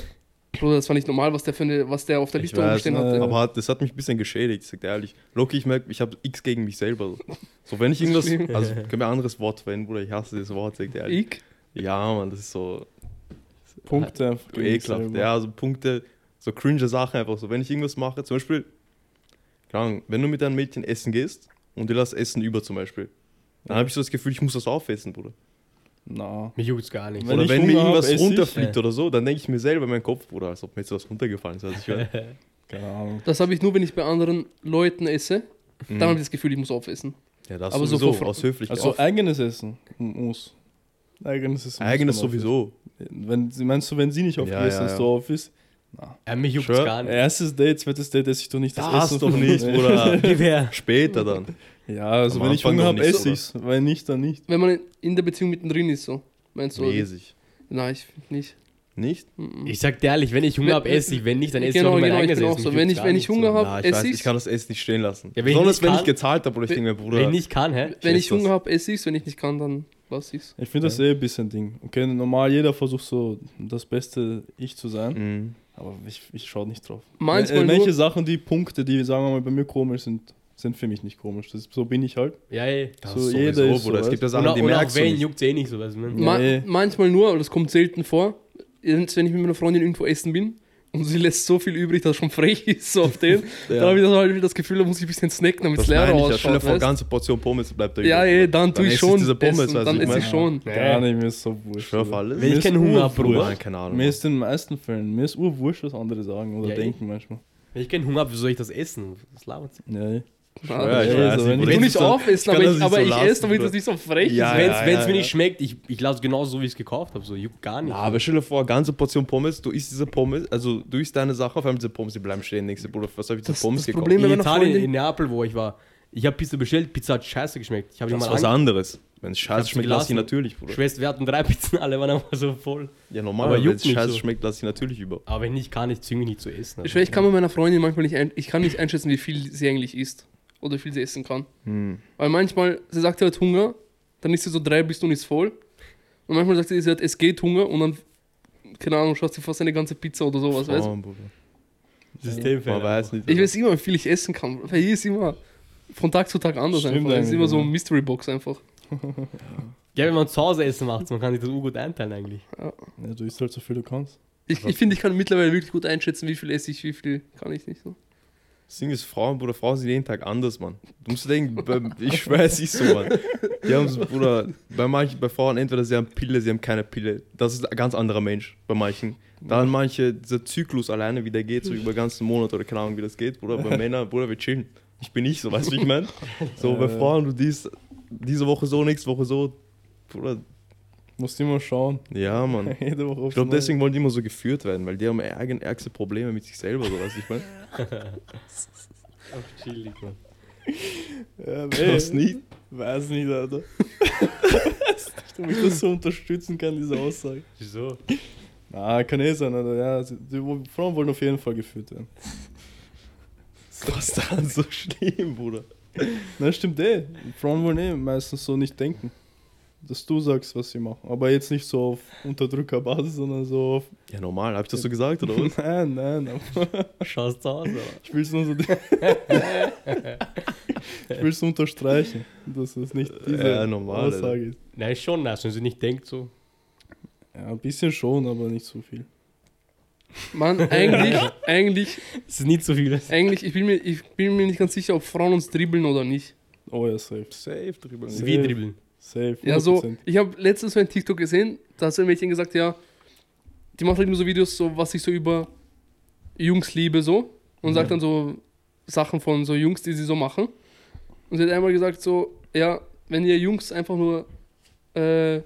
Speaker 1: Bruder, das war nicht normal, was der, für eine, was der auf der
Speaker 3: Ich
Speaker 1: Liste oben
Speaker 3: weiß,
Speaker 1: stehen
Speaker 4: ne.
Speaker 1: hatte.
Speaker 3: Aber hat, das hat mich ein bisschen geschädigt, ich sag dir ehrlich. Loki, ich merke, ich habe X gegen mich selber. So, so wenn ich
Speaker 1: Das ist
Speaker 3: irgendwas, also können wir ein anderes Wort verwenden, Bruder, ich hasse das Wort, sag dir ehrlich.
Speaker 1: Ich?
Speaker 3: Ja, Mann, das ist so
Speaker 4: Punkte einfach.
Speaker 3: du
Speaker 4: gegen sich
Speaker 3: ekelhaft.
Speaker 4: selber.
Speaker 3: eh Ja, so Punkte, so cringe Sachen einfach so. Wenn ich irgendwas mache, zum Beispiel, keine Ahnung, wenn du mit deinem Mädchen essen gehst und dir lässt Essen über zum Beispiel, dann habe ich so das Gefühl, ich muss das auffessen, Bruder.
Speaker 4: Na.
Speaker 2: Mir juckt's gar nicht.
Speaker 4: Wenn
Speaker 3: oder
Speaker 4: ich
Speaker 3: wenn mir
Speaker 4: Hunger hab,
Speaker 3: irgendwas
Speaker 4: ess ich.
Speaker 3: runterfliegt oder so, dann denke ich mir selber in meinen Kopf, Bruder, als ob mir jetzt was runtergefallen ist. Also ich höre,
Speaker 4: Keine Ahnung.
Speaker 1: Das habe ich nur, wenn ich bei anderen Leuten esse. Dann habe ich das Gefühl, ich muss aufessen.
Speaker 3: Mhm. ja, das
Speaker 1: Aber so
Speaker 3: sowieso,
Speaker 1: vor-
Speaker 3: aus Höflichkeit.
Speaker 4: Also eigenes Essen muss. Eigenes Essen. muss
Speaker 3: Eigenes
Speaker 4: man aufessen.
Speaker 3: sowieso.
Speaker 4: Wenn, sie- meinst du, wenn sie nicht aufgegessen
Speaker 3: ja,
Speaker 4: ist,
Speaker 3: ja.
Speaker 4: du auf ist?
Speaker 2: Ja, mich juckt's
Speaker 3: Sure.
Speaker 2: gar nicht.
Speaker 4: Erstes Date, zweites Date esse ich doch nicht
Speaker 3: Das
Speaker 4: Essen
Speaker 3: doch
Speaker 4: von-
Speaker 3: nicht, Bruder.
Speaker 2: Gib her.
Speaker 3: Später dann.
Speaker 4: Ja, also
Speaker 3: Am
Speaker 4: wenn ich
Speaker 3: Anfang
Speaker 4: Hunger
Speaker 3: noch
Speaker 4: habe,
Speaker 3: nicht,
Speaker 4: esse ich's. Wenn nicht, dann nicht.
Speaker 1: Wenn man in- in der Beziehung mittendrin ist, so. Meinst du? oder?
Speaker 3: Mäßig.
Speaker 1: Nein, ich finde nicht.
Speaker 3: Nicht?
Speaker 2: Ich sag dir ehrlich, wenn ich Hunger habe, esse ich. Wenn nicht, dann esse
Speaker 1: Genau,
Speaker 2: ich auch mein
Speaker 1: genau, ich
Speaker 2: eigenes
Speaker 1: bin auch
Speaker 2: Essen.
Speaker 1: so.
Speaker 2: Mich
Speaker 1: Wenn
Speaker 2: juckt's
Speaker 1: ich-
Speaker 2: gar
Speaker 1: wenn
Speaker 2: nicht
Speaker 1: ich Hunger
Speaker 2: so.
Speaker 1: hab,
Speaker 3: Na, ich,
Speaker 1: ess
Speaker 3: weiß, ich
Speaker 1: ich's?
Speaker 3: kann das Essen nicht stehen lassen.
Speaker 2: Ja, wenn ich
Speaker 3: Besonders
Speaker 2: nicht
Speaker 3: wenn ich
Speaker 2: kann-
Speaker 3: gezahlt habe, oder ich denke mir, Bruder.
Speaker 2: Wenn ich kann, hä?
Speaker 1: Wenn
Speaker 3: Scheiß
Speaker 1: ich
Speaker 3: das.
Speaker 1: Hunger habe, esse ich es. Wenn ich nicht kann, dann lasse ich es.
Speaker 4: Ich finde das eh ein bisschen Ding. Okay, normal jeder versucht so das beste Ich zu sein,
Speaker 3: Mhm.
Speaker 4: aber ich, ich schaue nicht drauf.
Speaker 1: Manchmal
Speaker 4: Äh, manche
Speaker 1: nur-
Speaker 4: Sachen, die Punkte, die sagen wir mal bei mir komisch sind, sind für mich nicht komisch. Das, so bin ich halt.
Speaker 2: Ja, ey.
Speaker 3: Das
Speaker 4: So,
Speaker 3: sowieso,
Speaker 4: jeder ist so,
Speaker 3: Bruder. es
Speaker 4: weißt
Speaker 3: gibt ja Sachen,
Speaker 2: Und, auch-
Speaker 3: die
Speaker 2: und auch
Speaker 3: merkst du
Speaker 2: wenn,
Speaker 3: nicht.
Speaker 2: juckt's eh nicht so, weißt du, man.
Speaker 1: Ma
Speaker 4: eh.
Speaker 1: Manchmal nur, aber das kommt selten vor, jetzt, wenn ich mit meiner Freundin irgendwo essen bin und sie lässt so viel übrig, dass es schon frech ist, so auf den.
Speaker 3: Ja.
Speaker 1: Da habe ich dann halt wieder das Gefühl, da muss ich ein bisschen snacken, damit es
Speaker 3: Das meine
Speaker 1: leer
Speaker 3: ich ja. Stell dir
Speaker 1: ausschaut.
Speaker 3: vor,
Speaker 1: weißt?
Speaker 3: ganze Portion Pommes bleibt da
Speaker 1: Ja,
Speaker 3: übrig,
Speaker 1: ey,
Speaker 3: Bruder.
Speaker 1: dann tue ich
Speaker 3: esse
Speaker 1: schon.
Speaker 3: diese Pommes,
Speaker 1: essen,
Speaker 3: weißt du,
Speaker 1: dann
Speaker 3: ich
Speaker 1: esse ich
Speaker 3: meine?
Speaker 1: schon.
Speaker 4: Gar
Speaker 2: Nee.
Speaker 4: nicht, mir ist so wurscht.
Speaker 3: Ich schwör auf
Speaker 4: Alter.
Speaker 3: alles.
Speaker 2: Wenn
Speaker 4: Mir
Speaker 2: ich
Speaker 4: ist
Speaker 2: keinen Hunger hab,
Speaker 4: urwurscht.
Speaker 2: Bruder.
Speaker 3: Nein, keine Ahnung.
Speaker 4: Mir ist in den meisten Fällen, mir ist urwurscht, was andere sagen oder
Speaker 2: Ja, eh.
Speaker 4: denken manchmal.
Speaker 2: Wenn ich keinen Hunger habe, wie soll ich das essen? Was labert
Speaker 4: Ja, eh.
Speaker 1: Na,
Speaker 4: ich weiß, aber wenn
Speaker 1: ich tu nicht aufessen,
Speaker 3: kann
Speaker 1: aber
Speaker 3: das
Speaker 1: ich,
Speaker 3: nicht
Speaker 1: aber
Speaker 3: so
Speaker 1: ich
Speaker 3: lassen,
Speaker 1: esse, damit
Speaker 3: Bro.
Speaker 1: das nicht so frech
Speaker 3: Ja,
Speaker 1: ist.
Speaker 2: Wenn es
Speaker 3: ja, ja,
Speaker 2: mir
Speaker 3: ja.
Speaker 2: nicht schmeckt, ich, ich lasse genauso, so wie ich es gekauft habe. So, juckt gar nicht.
Speaker 3: Na, aber stell dir vor, eine ganze Portion Pommes, du isst diese Pommes, also du isst deine Sache, auf einmal diese Pommes, die bleiben stehen. Denkst du, Bruder, was habe ich zu
Speaker 1: Das-
Speaker 3: Pommes
Speaker 1: das
Speaker 3: gekauft?
Speaker 1: Problem-
Speaker 2: in
Speaker 1: Wenn wir noch
Speaker 2: Italien,
Speaker 1: Freunde-
Speaker 2: in Neapel, wo ich war, ich habe Pizza bestellt, Pizza hat scheiße geschmeckt. Ich habe
Speaker 3: Das ist
Speaker 2: mal
Speaker 3: was
Speaker 2: ange-
Speaker 3: anderes. Wenn es
Speaker 2: Ich
Speaker 3: scheiße
Speaker 2: hab's
Speaker 3: schmeckt, lass ich
Speaker 2: gelassen.
Speaker 3: natürlich, Bruder.
Speaker 2: Schwester, wir hatten drei Pizzen, alle waren aber so voll.
Speaker 3: Ja, normal,
Speaker 2: Aber
Speaker 3: aber wenn
Speaker 2: juckt
Speaker 3: es
Speaker 2: nicht
Speaker 3: scheiße
Speaker 2: so.
Speaker 3: schmeckt, lass ich natürlich über.
Speaker 2: Aber wenn nicht, kann ich zwinge mich nicht zu essen.
Speaker 1: Ich, schwör, ich kann mit meiner Freundin manchmal nicht ein, ich kann nicht einschätzen, wie viel sie eigentlich isst oder wie viel sie essen kann. Weil manchmal, sie sagt, sie hat Hunger, dann isst sie so drei bis und ist voll. Und manchmal sagt sie, sie hat, es geht Hunger und dann, keine Ahnung, schaut sie fast eine ganze Pizza oder sowas, weißt du?
Speaker 3: Frauen, Bruder.
Speaker 2: Systemfehler.
Speaker 3: Man weiß nicht. also
Speaker 1: Ich
Speaker 3: Alter.
Speaker 1: weiß immer, wie viel ich essen kann. Weil hier ist immer von Tag zu Tag anders
Speaker 4: Stimmt
Speaker 1: einfach. Es ist
Speaker 4: eigentlich,
Speaker 1: immer so
Speaker 4: ja.
Speaker 1: eine Mystery Box einfach.
Speaker 2: Ja, wenn man zu Hause Essen macht, man kann sich das gut einteilen eigentlich.
Speaker 4: Ja, du isst halt so viel du kannst.
Speaker 1: Ich, ich finde, ich kann mittlerweile wirklich gut einschätzen, wie viel esse ich, wie viel kann ich nicht. So.
Speaker 3: Das Ding ist, Frauen, Bruder, Frauen sind jeden Tag anders, Mann. Du musst denken, bei, ich schwöre, es ist so, Mann. Die haben, so, Bruder, bei manchen, bei Frauen entweder sie haben Pille, sie haben keine Pille. Das ist ein ganz anderer Mensch bei manchen. Dann manche, dieser Zyklus alleine, wie der geht, so über den ganzen Monat oder keine Ahnung, wie das geht, Bruder. Bei Männern, Bruder, wir chillen. Ich bin nicht so, weißt du, wie ich meine? So, bei
Speaker 4: Äh.
Speaker 3: Frauen, du dies, diese Woche so, nächste Woche so. Bruder,
Speaker 4: Musst immer schauen.
Speaker 3: ja, Mann.
Speaker 4: Jede Woche aufs
Speaker 3: Ich glaube,
Speaker 4: Neue.
Speaker 3: deswegen wollen die immer so geführt werden, weil die haben ärg- ärgste Probleme mit sich selber, so, weißt du, ich meine?
Speaker 2: Ach, chillig, Mann.
Speaker 4: Ja,
Speaker 3: Glaubst
Speaker 4: ey,
Speaker 3: nicht?
Speaker 4: Weiß nicht, Alter. weiß nicht, ob ich das so unterstützen kann, diese Aussage.
Speaker 2: Wieso?
Speaker 4: Na, kann eh sein, Alter. Ja, sie- die wo- Frauen wollen auf jeden Fall geführt werden.
Speaker 3: Was da so schlimm, Bruder?
Speaker 4: Na, stimmt eh. Frauen wollen eh meistens so nicht denken. Dass du sagst, was sie machen. Aber jetzt nicht so auf Unterdrückerbasis, sondern so auf.
Speaker 3: Ja, normal. Hab ich das so gesagt, oder was?
Speaker 4: Nein, nein, aber
Speaker 2: Schaust zu Hause. aber-
Speaker 4: ich will es nur so. ich will es unterstreichen, dass es nicht diese
Speaker 3: Ja, normal, Alter.
Speaker 4: Aussage ist.
Speaker 2: Nein, ist schon nice, wenn sie nicht denkt so.
Speaker 4: Ja, ein bisschen schon, aber nicht so viel.
Speaker 1: Mann, eigentlich, eigentlich,
Speaker 2: Es ist nicht so viel.
Speaker 1: eigentlich, ich bin, mir, ich bin mir nicht ganz sicher, ob Frauen uns dribbeln oder nicht.
Speaker 4: Oh ja, safe.
Speaker 3: Safe drüber.
Speaker 2: Wie dribbeln.
Speaker 4: Safe.
Speaker 1: Ja, so,
Speaker 4: 100%.
Speaker 1: ich habe letztens so ein TikTok gesehen, da hat so ein Mädchen gesagt, ja, die macht halt immer so Videos, so was ich so über Jungs liebe, so. Und sagt dann so Sachen von so Jungs, die sie so machen. Und sie hat einmal gesagt, so, ja, wenn ihr Jungs einfach nur äh,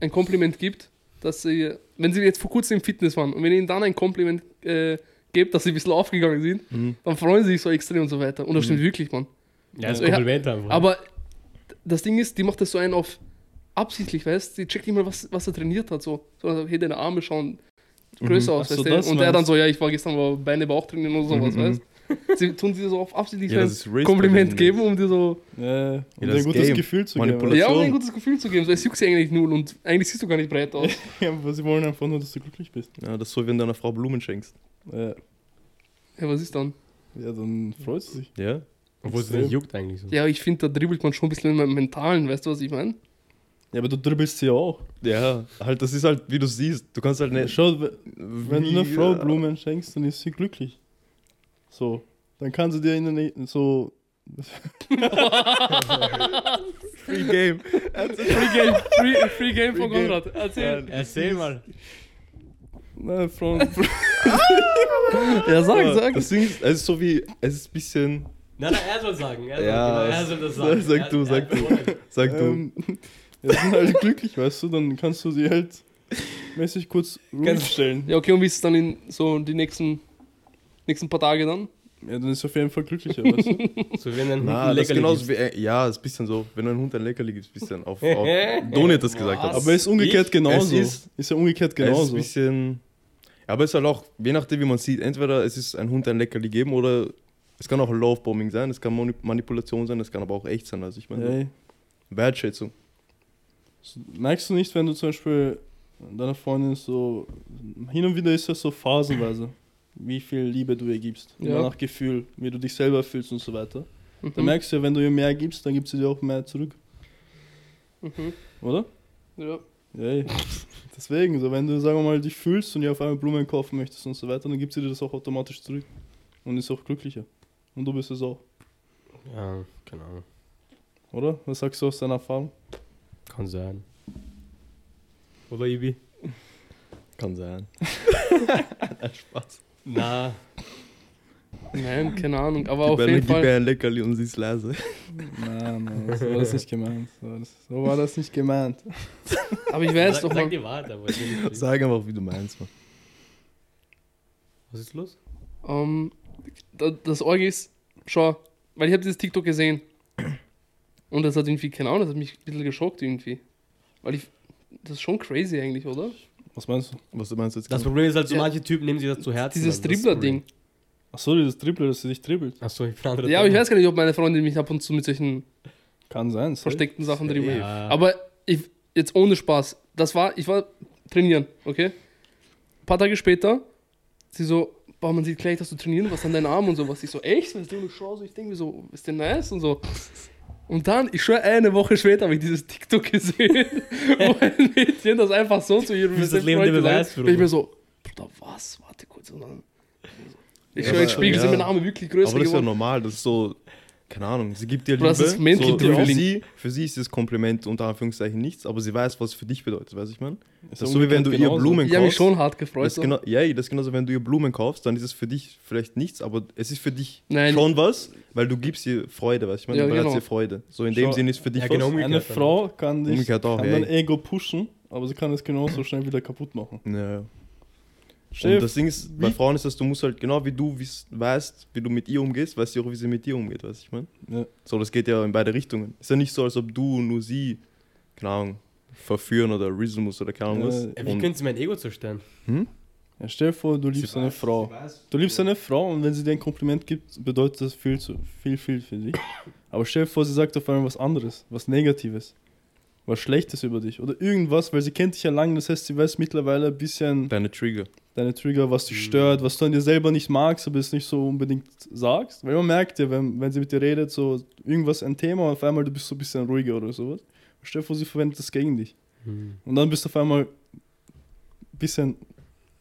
Speaker 1: ein Kompliment gibt, dass sie, wenn sie jetzt vor kurzem im Fitness waren und wenn ihr ihnen dann ein Kompliment äh, gebt, dass sie ein bisschen aufgegangen sind,
Speaker 3: Mhm.
Speaker 1: dann freuen sie sich so extrem und so weiter. Und das stimmt wirklich, Mann.
Speaker 2: Ja, das
Speaker 1: Ja.
Speaker 2: Kompliment einfach.
Speaker 1: Aber das Ding ist, die macht das so einen auf absichtlich, weißt du? Die checkt nicht mal, was, was er trainiert hat. So, so also, hey, deine Arme schauen größer
Speaker 4: Mhm.
Speaker 1: aus,
Speaker 4: Ach so,
Speaker 1: weißt du?
Speaker 4: das
Speaker 1: Und er dann
Speaker 4: meinst
Speaker 1: so, ja, ich war gestern mal Beine, Bauch trainieren oder sowas,
Speaker 3: Mhm,
Speaker 1: weißt du? Sie tun sie so auf absichtlich
Speaker 3: Ja,
Speaker 1: ein
Speaker 3: das ist Race
Speaker 1: Kompliment
Speaker 3: bei denen,
Speaker 1: geben, um dir so,
Speaker 4: Ja, um
Speaker 3: Ja,
Speaker 4: dir ein
Speaker 3: das
Speaker 4: gutes
Speaker 3: Game.
Speaker 4: Gefühl zu
Speaker 3: Manipula-
Speaker 4: geben.
Speaker 1: ja, um
Speaker 3: Relation.
Speaker 1: dir ein gutes Gefühl zu geben. So, es juckt sie eigentlich null und eigentlich siehst du gar nicht breit aus.
Speaker 4: Ja, aber sie wollen einfach nur, dass du glücklich bist.
Speaker 3: Ja, das ist so, wenn du einer Frau Blumen schenkst.
Speaker 4: Ja,
Speaker 1: ja, was ist dann?
Speaker 4: ja dann freut sie sich.
Speaker 3: Ja?
Speaker 2: Obwohl es nicht juckt eigentlich so.
Speaker 1: Ja, ich finde, da dribbelt man schon ein bisschen in meinem Mentalen, weißt du, was ich meine?
Speaker 4: Ja, aber du dribbelst sie ja auch.
Speaker 3: Ja, halt, das ist halt, wie du siehst. Du kannst halt nicht.
Speaker 4: Schau, we- wenn du einer
Speaker 3: Wie- äh,
Speaker 4: Frau Blumen schenkst, dann ist sie glücklich. So, dann kann sie dir in der Nä- so.
Speaker 3: Free Game.
Speaker 1: Free Game, Free, free Game von
Speaker 3: Game.
Speaker 1: Konrad. Erzähl.
Speaker 2: Erzähl mal.
Speaker 4: Na, Frauen.
Speaker 1: Ja, sag, sag.
Speaker 3: Das Ding ist, es ist so wie, es ist ein bisschen.
Speaker 2: Nein, nein, er soll sagen. Er soll,
Speaker 3: Ja,
Speaker 2: genau, er soll das sagen.
Speaker 3: sag
Speaker 2: Er-
Speaker 3: du,
Speaker 2: er-
Speaker 3: sag du.
Speaker 2: er-
Speaker 3: Sag du.
Speaker 4: ähm, ja, sind halt glücklich, weißt du, dann kannst du sie halt mäßig kurz ruhig
Speaker 2: Ganz-
Speaker 4: stellen.
Speaker 1: Ja, okay, und wie ist es dann in so die nächsten, nächsten paar Tage dann?
Speaker 4: Ja, dann ist sie auf jeden Fall glücklicher, weißt du.
Speaker 2: So wenn ein
Speaker 3: Na, das ist
Speaker 2: Leckerli
Speaker 3: genauso
Speaker 2: gibt.
Speaker 3: wie, äh, ja, ist ein bisschen so, wenn du einem Hund ein Leckerli gibst, ein bisschen auf, auf Doni hat das gesagt. Hat.
Speaker 2: Was?
Speaker 4: Aber ist umgekehrt
Speaker 2: Ich-
Speaker 4: genauso.
Speaker 3: es ist-
Speaker 4: Ist, ja umgekehrt
Speaker 3: Es ist ein
Speaker 4: genauso.
Speaker 3: bisschen. Ja, aber es ist halt auch, je nachdem, wie man sieht, entweder es ist ein Hund ein Leckerli geben oder es kann auch Lovebombing sein, es kann Moni- Manipulation sein, es kann aber auch echt sein. Also ich meine, so
Speaker 4: Ey.
Speaker 3: Wertschätzung.
Speaker 4: Merkst du nicht, wenn du zum Beispiel deiner Freundin so, hin und wieder ist das so phasenweise, wie viel Liebe du ihr gibst,
Speaker 1: Ja.
Speaker 4: immer nach Gefühl, wie du dich selber fühlst und so weiter. Dann
Speaker 1: Mhm.
Speaker 4: merkst du ja, wenn du ihr mehr gibst, dann gibt sie dir auch mehr zurück,
Speaker 1: Mhm.
Speaker 4: oder?
Speaker 1: Ja.
Speaker 4: Ja, ja. Deswegen, so wenn du, sagen wir mal, dich fühlst und ihr auf einmal Blumen kaufen möchtest und so weiter, dann gibt sie dir das auch automatisch zurück und ist auch glücklicher. Und du bist es auch,
Speaker 2: Ja, keine Ahnung.
Speaker 4: oder? Was sagst du aus deiner Erfahrung?
Speaker 2: Kann sein. Oder Ibi?
Speaker 3: Kann sein.
Speaker 2: Na.
Speaker 1: Nein, keine Ahnung. Aber
Speaker 3: Gib
Speaker 1: auf
Speaker 3: einer-
Speaker 1: jeden
Speaker 3: Gib mir
Speaker 1: Fall.
Speaker 3: ein Leckerli und sie ist leise.
Speaker 4: Nein, Mann, so war das nicht gemeint. So, war das, so war das nicht gemeint.
Speaker 1: Aber ich weiß
Speaker 2: Sag-
Speaker 1: doch
Speaker 2: Sag
Speaker 1: mal.
Speaker 2: die Wahrheit, aber ich will nicht.
Speaker 3: Sag einfach, wie du meinst, Mann.
Speaker 2: Was ist los?
Speaker 1: Ähm, da- das Orge ist, schau, weil ich habe dieses TikTok gesehen. Und das hat irgendwie, keine Ahnung, das hat mich ein bisschen geschockt irgendwie. Weil ich. Das ist schon crazy eigentlich, oder?
Speaker 4: Was meinst du?
Speaker 3: Was meinst du jetzt?
Speaker 2: Das
Speaker 3: genau?
Speaker 2: Problem ist halt, so
Speaker 1: Ja.
Speaker 2: manche Typen nehmen sich das zu Herzen.
Speaker 1: Dieses
Speaker 2: also das
Speaker 1: Dribbler-Ding.
Speaker 4: Achso, dieses Dribbler, dass sie dich dribbelt.
Speaker 2: Achso, ich bin andere
Speaker 1: Ja, aber ich
Speaker 2: Thema.
Speaker 1: weiß gar nicht, ob meine Freundin mich ab und zu mit solchen
Speaker 4: Kann sein. safe.
Speaker 1: versteckten Sachen drüber.
Speaker 2: Ja.
Speaker 1: Aber ich, jetzt ohne Spaß. Das war, ich war trainieren, okay? Ein paar Tage später, sie so, boah, man sieht gleich, dass du trainieren warst an deinen Armen und sowas. Ich so, echt? Weißt du, und ich schau so, ich denke mir so, ist denn nice und so. Und dann, ich schwöre, eine Woche später habe ich dieses TikTok gesehen, wo ein Mädchen das einfach so zu ihrem
Speaker 2: Das ist das lebende Beweis,
Speaker 1: Bin ich
Speaker 2: Bruder.
Speaker 1: mir so, Bruder, was? Warte kurz. Und dann, ich
Speaker 3: Ja,
Speaker 1: schwöre, im
Speaker 3: aber-
Speaker 1: Spiegel sind
Speaker 3: ja.
Speaker 1: meine Arme wirklich größer
Speaker 3: Aber das ist ja
Speaker 1: geworden.
Speaker 3: normal, das ist so, keine Ahnung, sie gibt dir Liebe.
Speaker 1: Aber das ist mental
Speaker 3: so, für,
Speaker 1: Drilling.
Speaker 3: sie, für sie ist das Kompliment unter Anführungszeichen nichts, aber sie weiß, was es für dich bedeutet, weiß ich, man. Das ist so, wie wenn du ihr
Speaker 4: Umgekehrt genauso.
Speaker 3: Blumen
Speaker 1: Ich habe mich
Speaker 3: kaufst.
Speaker 1: schon hart gefreut.
Speaker 3: das
Speaker 1: so.
Speaker 3: ist genau, ja, das ist genauso, wenn du ihr Blumen kaufst, dann ist es für dich vielleicht nichts, aber es ist für dich
Speaker 1: Nein.
Speaker 3: schon was, weil du gibst ihr Freude, weißt ich meine,
Speaker 1: Ja,
Speaker 3: du bereitest
Speaker 1: genau.
Speaker 3: ihr Freude. So in dem
Speaker 4: Schau,
Speaker 3: Sinne ist für dich
Speaker 2: ja,
Speaker 3: was.
Speaker 2: genau
Speaker 4: Eine
Speaker 2: Umgekehrt dann.
Speaker 4: Frau kann dich
Speaker 3: Umgekehrt auch,
Speaker 4: kann
Speaker 3: ja,
Speaker 4: dein
Speaker 3: ey.
Speaker 4: Ego pushen, aber sie kann es genauso schnell wieder kaputt machen.
Speaker 3: Ja, ja. Und
Speaker 4: Chef,
Speaker 3: das Ding ist, bei
Speaker 4: wie-
Speaker 3: Frauen ist das, du musst halt genau wie du wies- weißt, wie du mit ihr umgehst, weißt du auch, wie sie mit dir umgeht, weißt du, ich meine.
Speaker 4: Ja.
Speaker 3: So, das geht ja in beide Richtungen. Ist ja nicht so, als ob du nur sie, keine Ahnung, verführen oder risen musst oder keine Ahnung was.
Speaker 4: Ja,
Speaker 2: Ey, Wie
Speaker 3: Und
Speaker 2: können sie mein Ego zerstören?
Speaker 4: ja, stell dir vor, du liebst eine Frau. Du liebst eine Frau und wenn sie dir ein Kompliment gibt, bedeutet das viel, zu, viel, viel für dich. Aber stell dir vor, sie sagt auf einmal was anderes, was Negatives, was Schlechtes über dich oder irgendwas, weil sie kennt dich ja lange, das heißt, sie weiß mittlerweile ein bisschen
Speaker 3: deine Trigger.
Speaker 4: deine Trigger, was dich stört, was du an dir selber nicht magst, aber es nicht so unbedingt sagst. Weil man merkt ja, wenn, wenn sie mit dir redet, so irgendwas ein Thema und auf einmal du bist so ein bisschen ruhiger oder sowas. Stell dir vor, sie verwendet das gegen dich.
Speaker 2: Hm.
Speaker 4: Und dann bist du auf einmal ein bisschen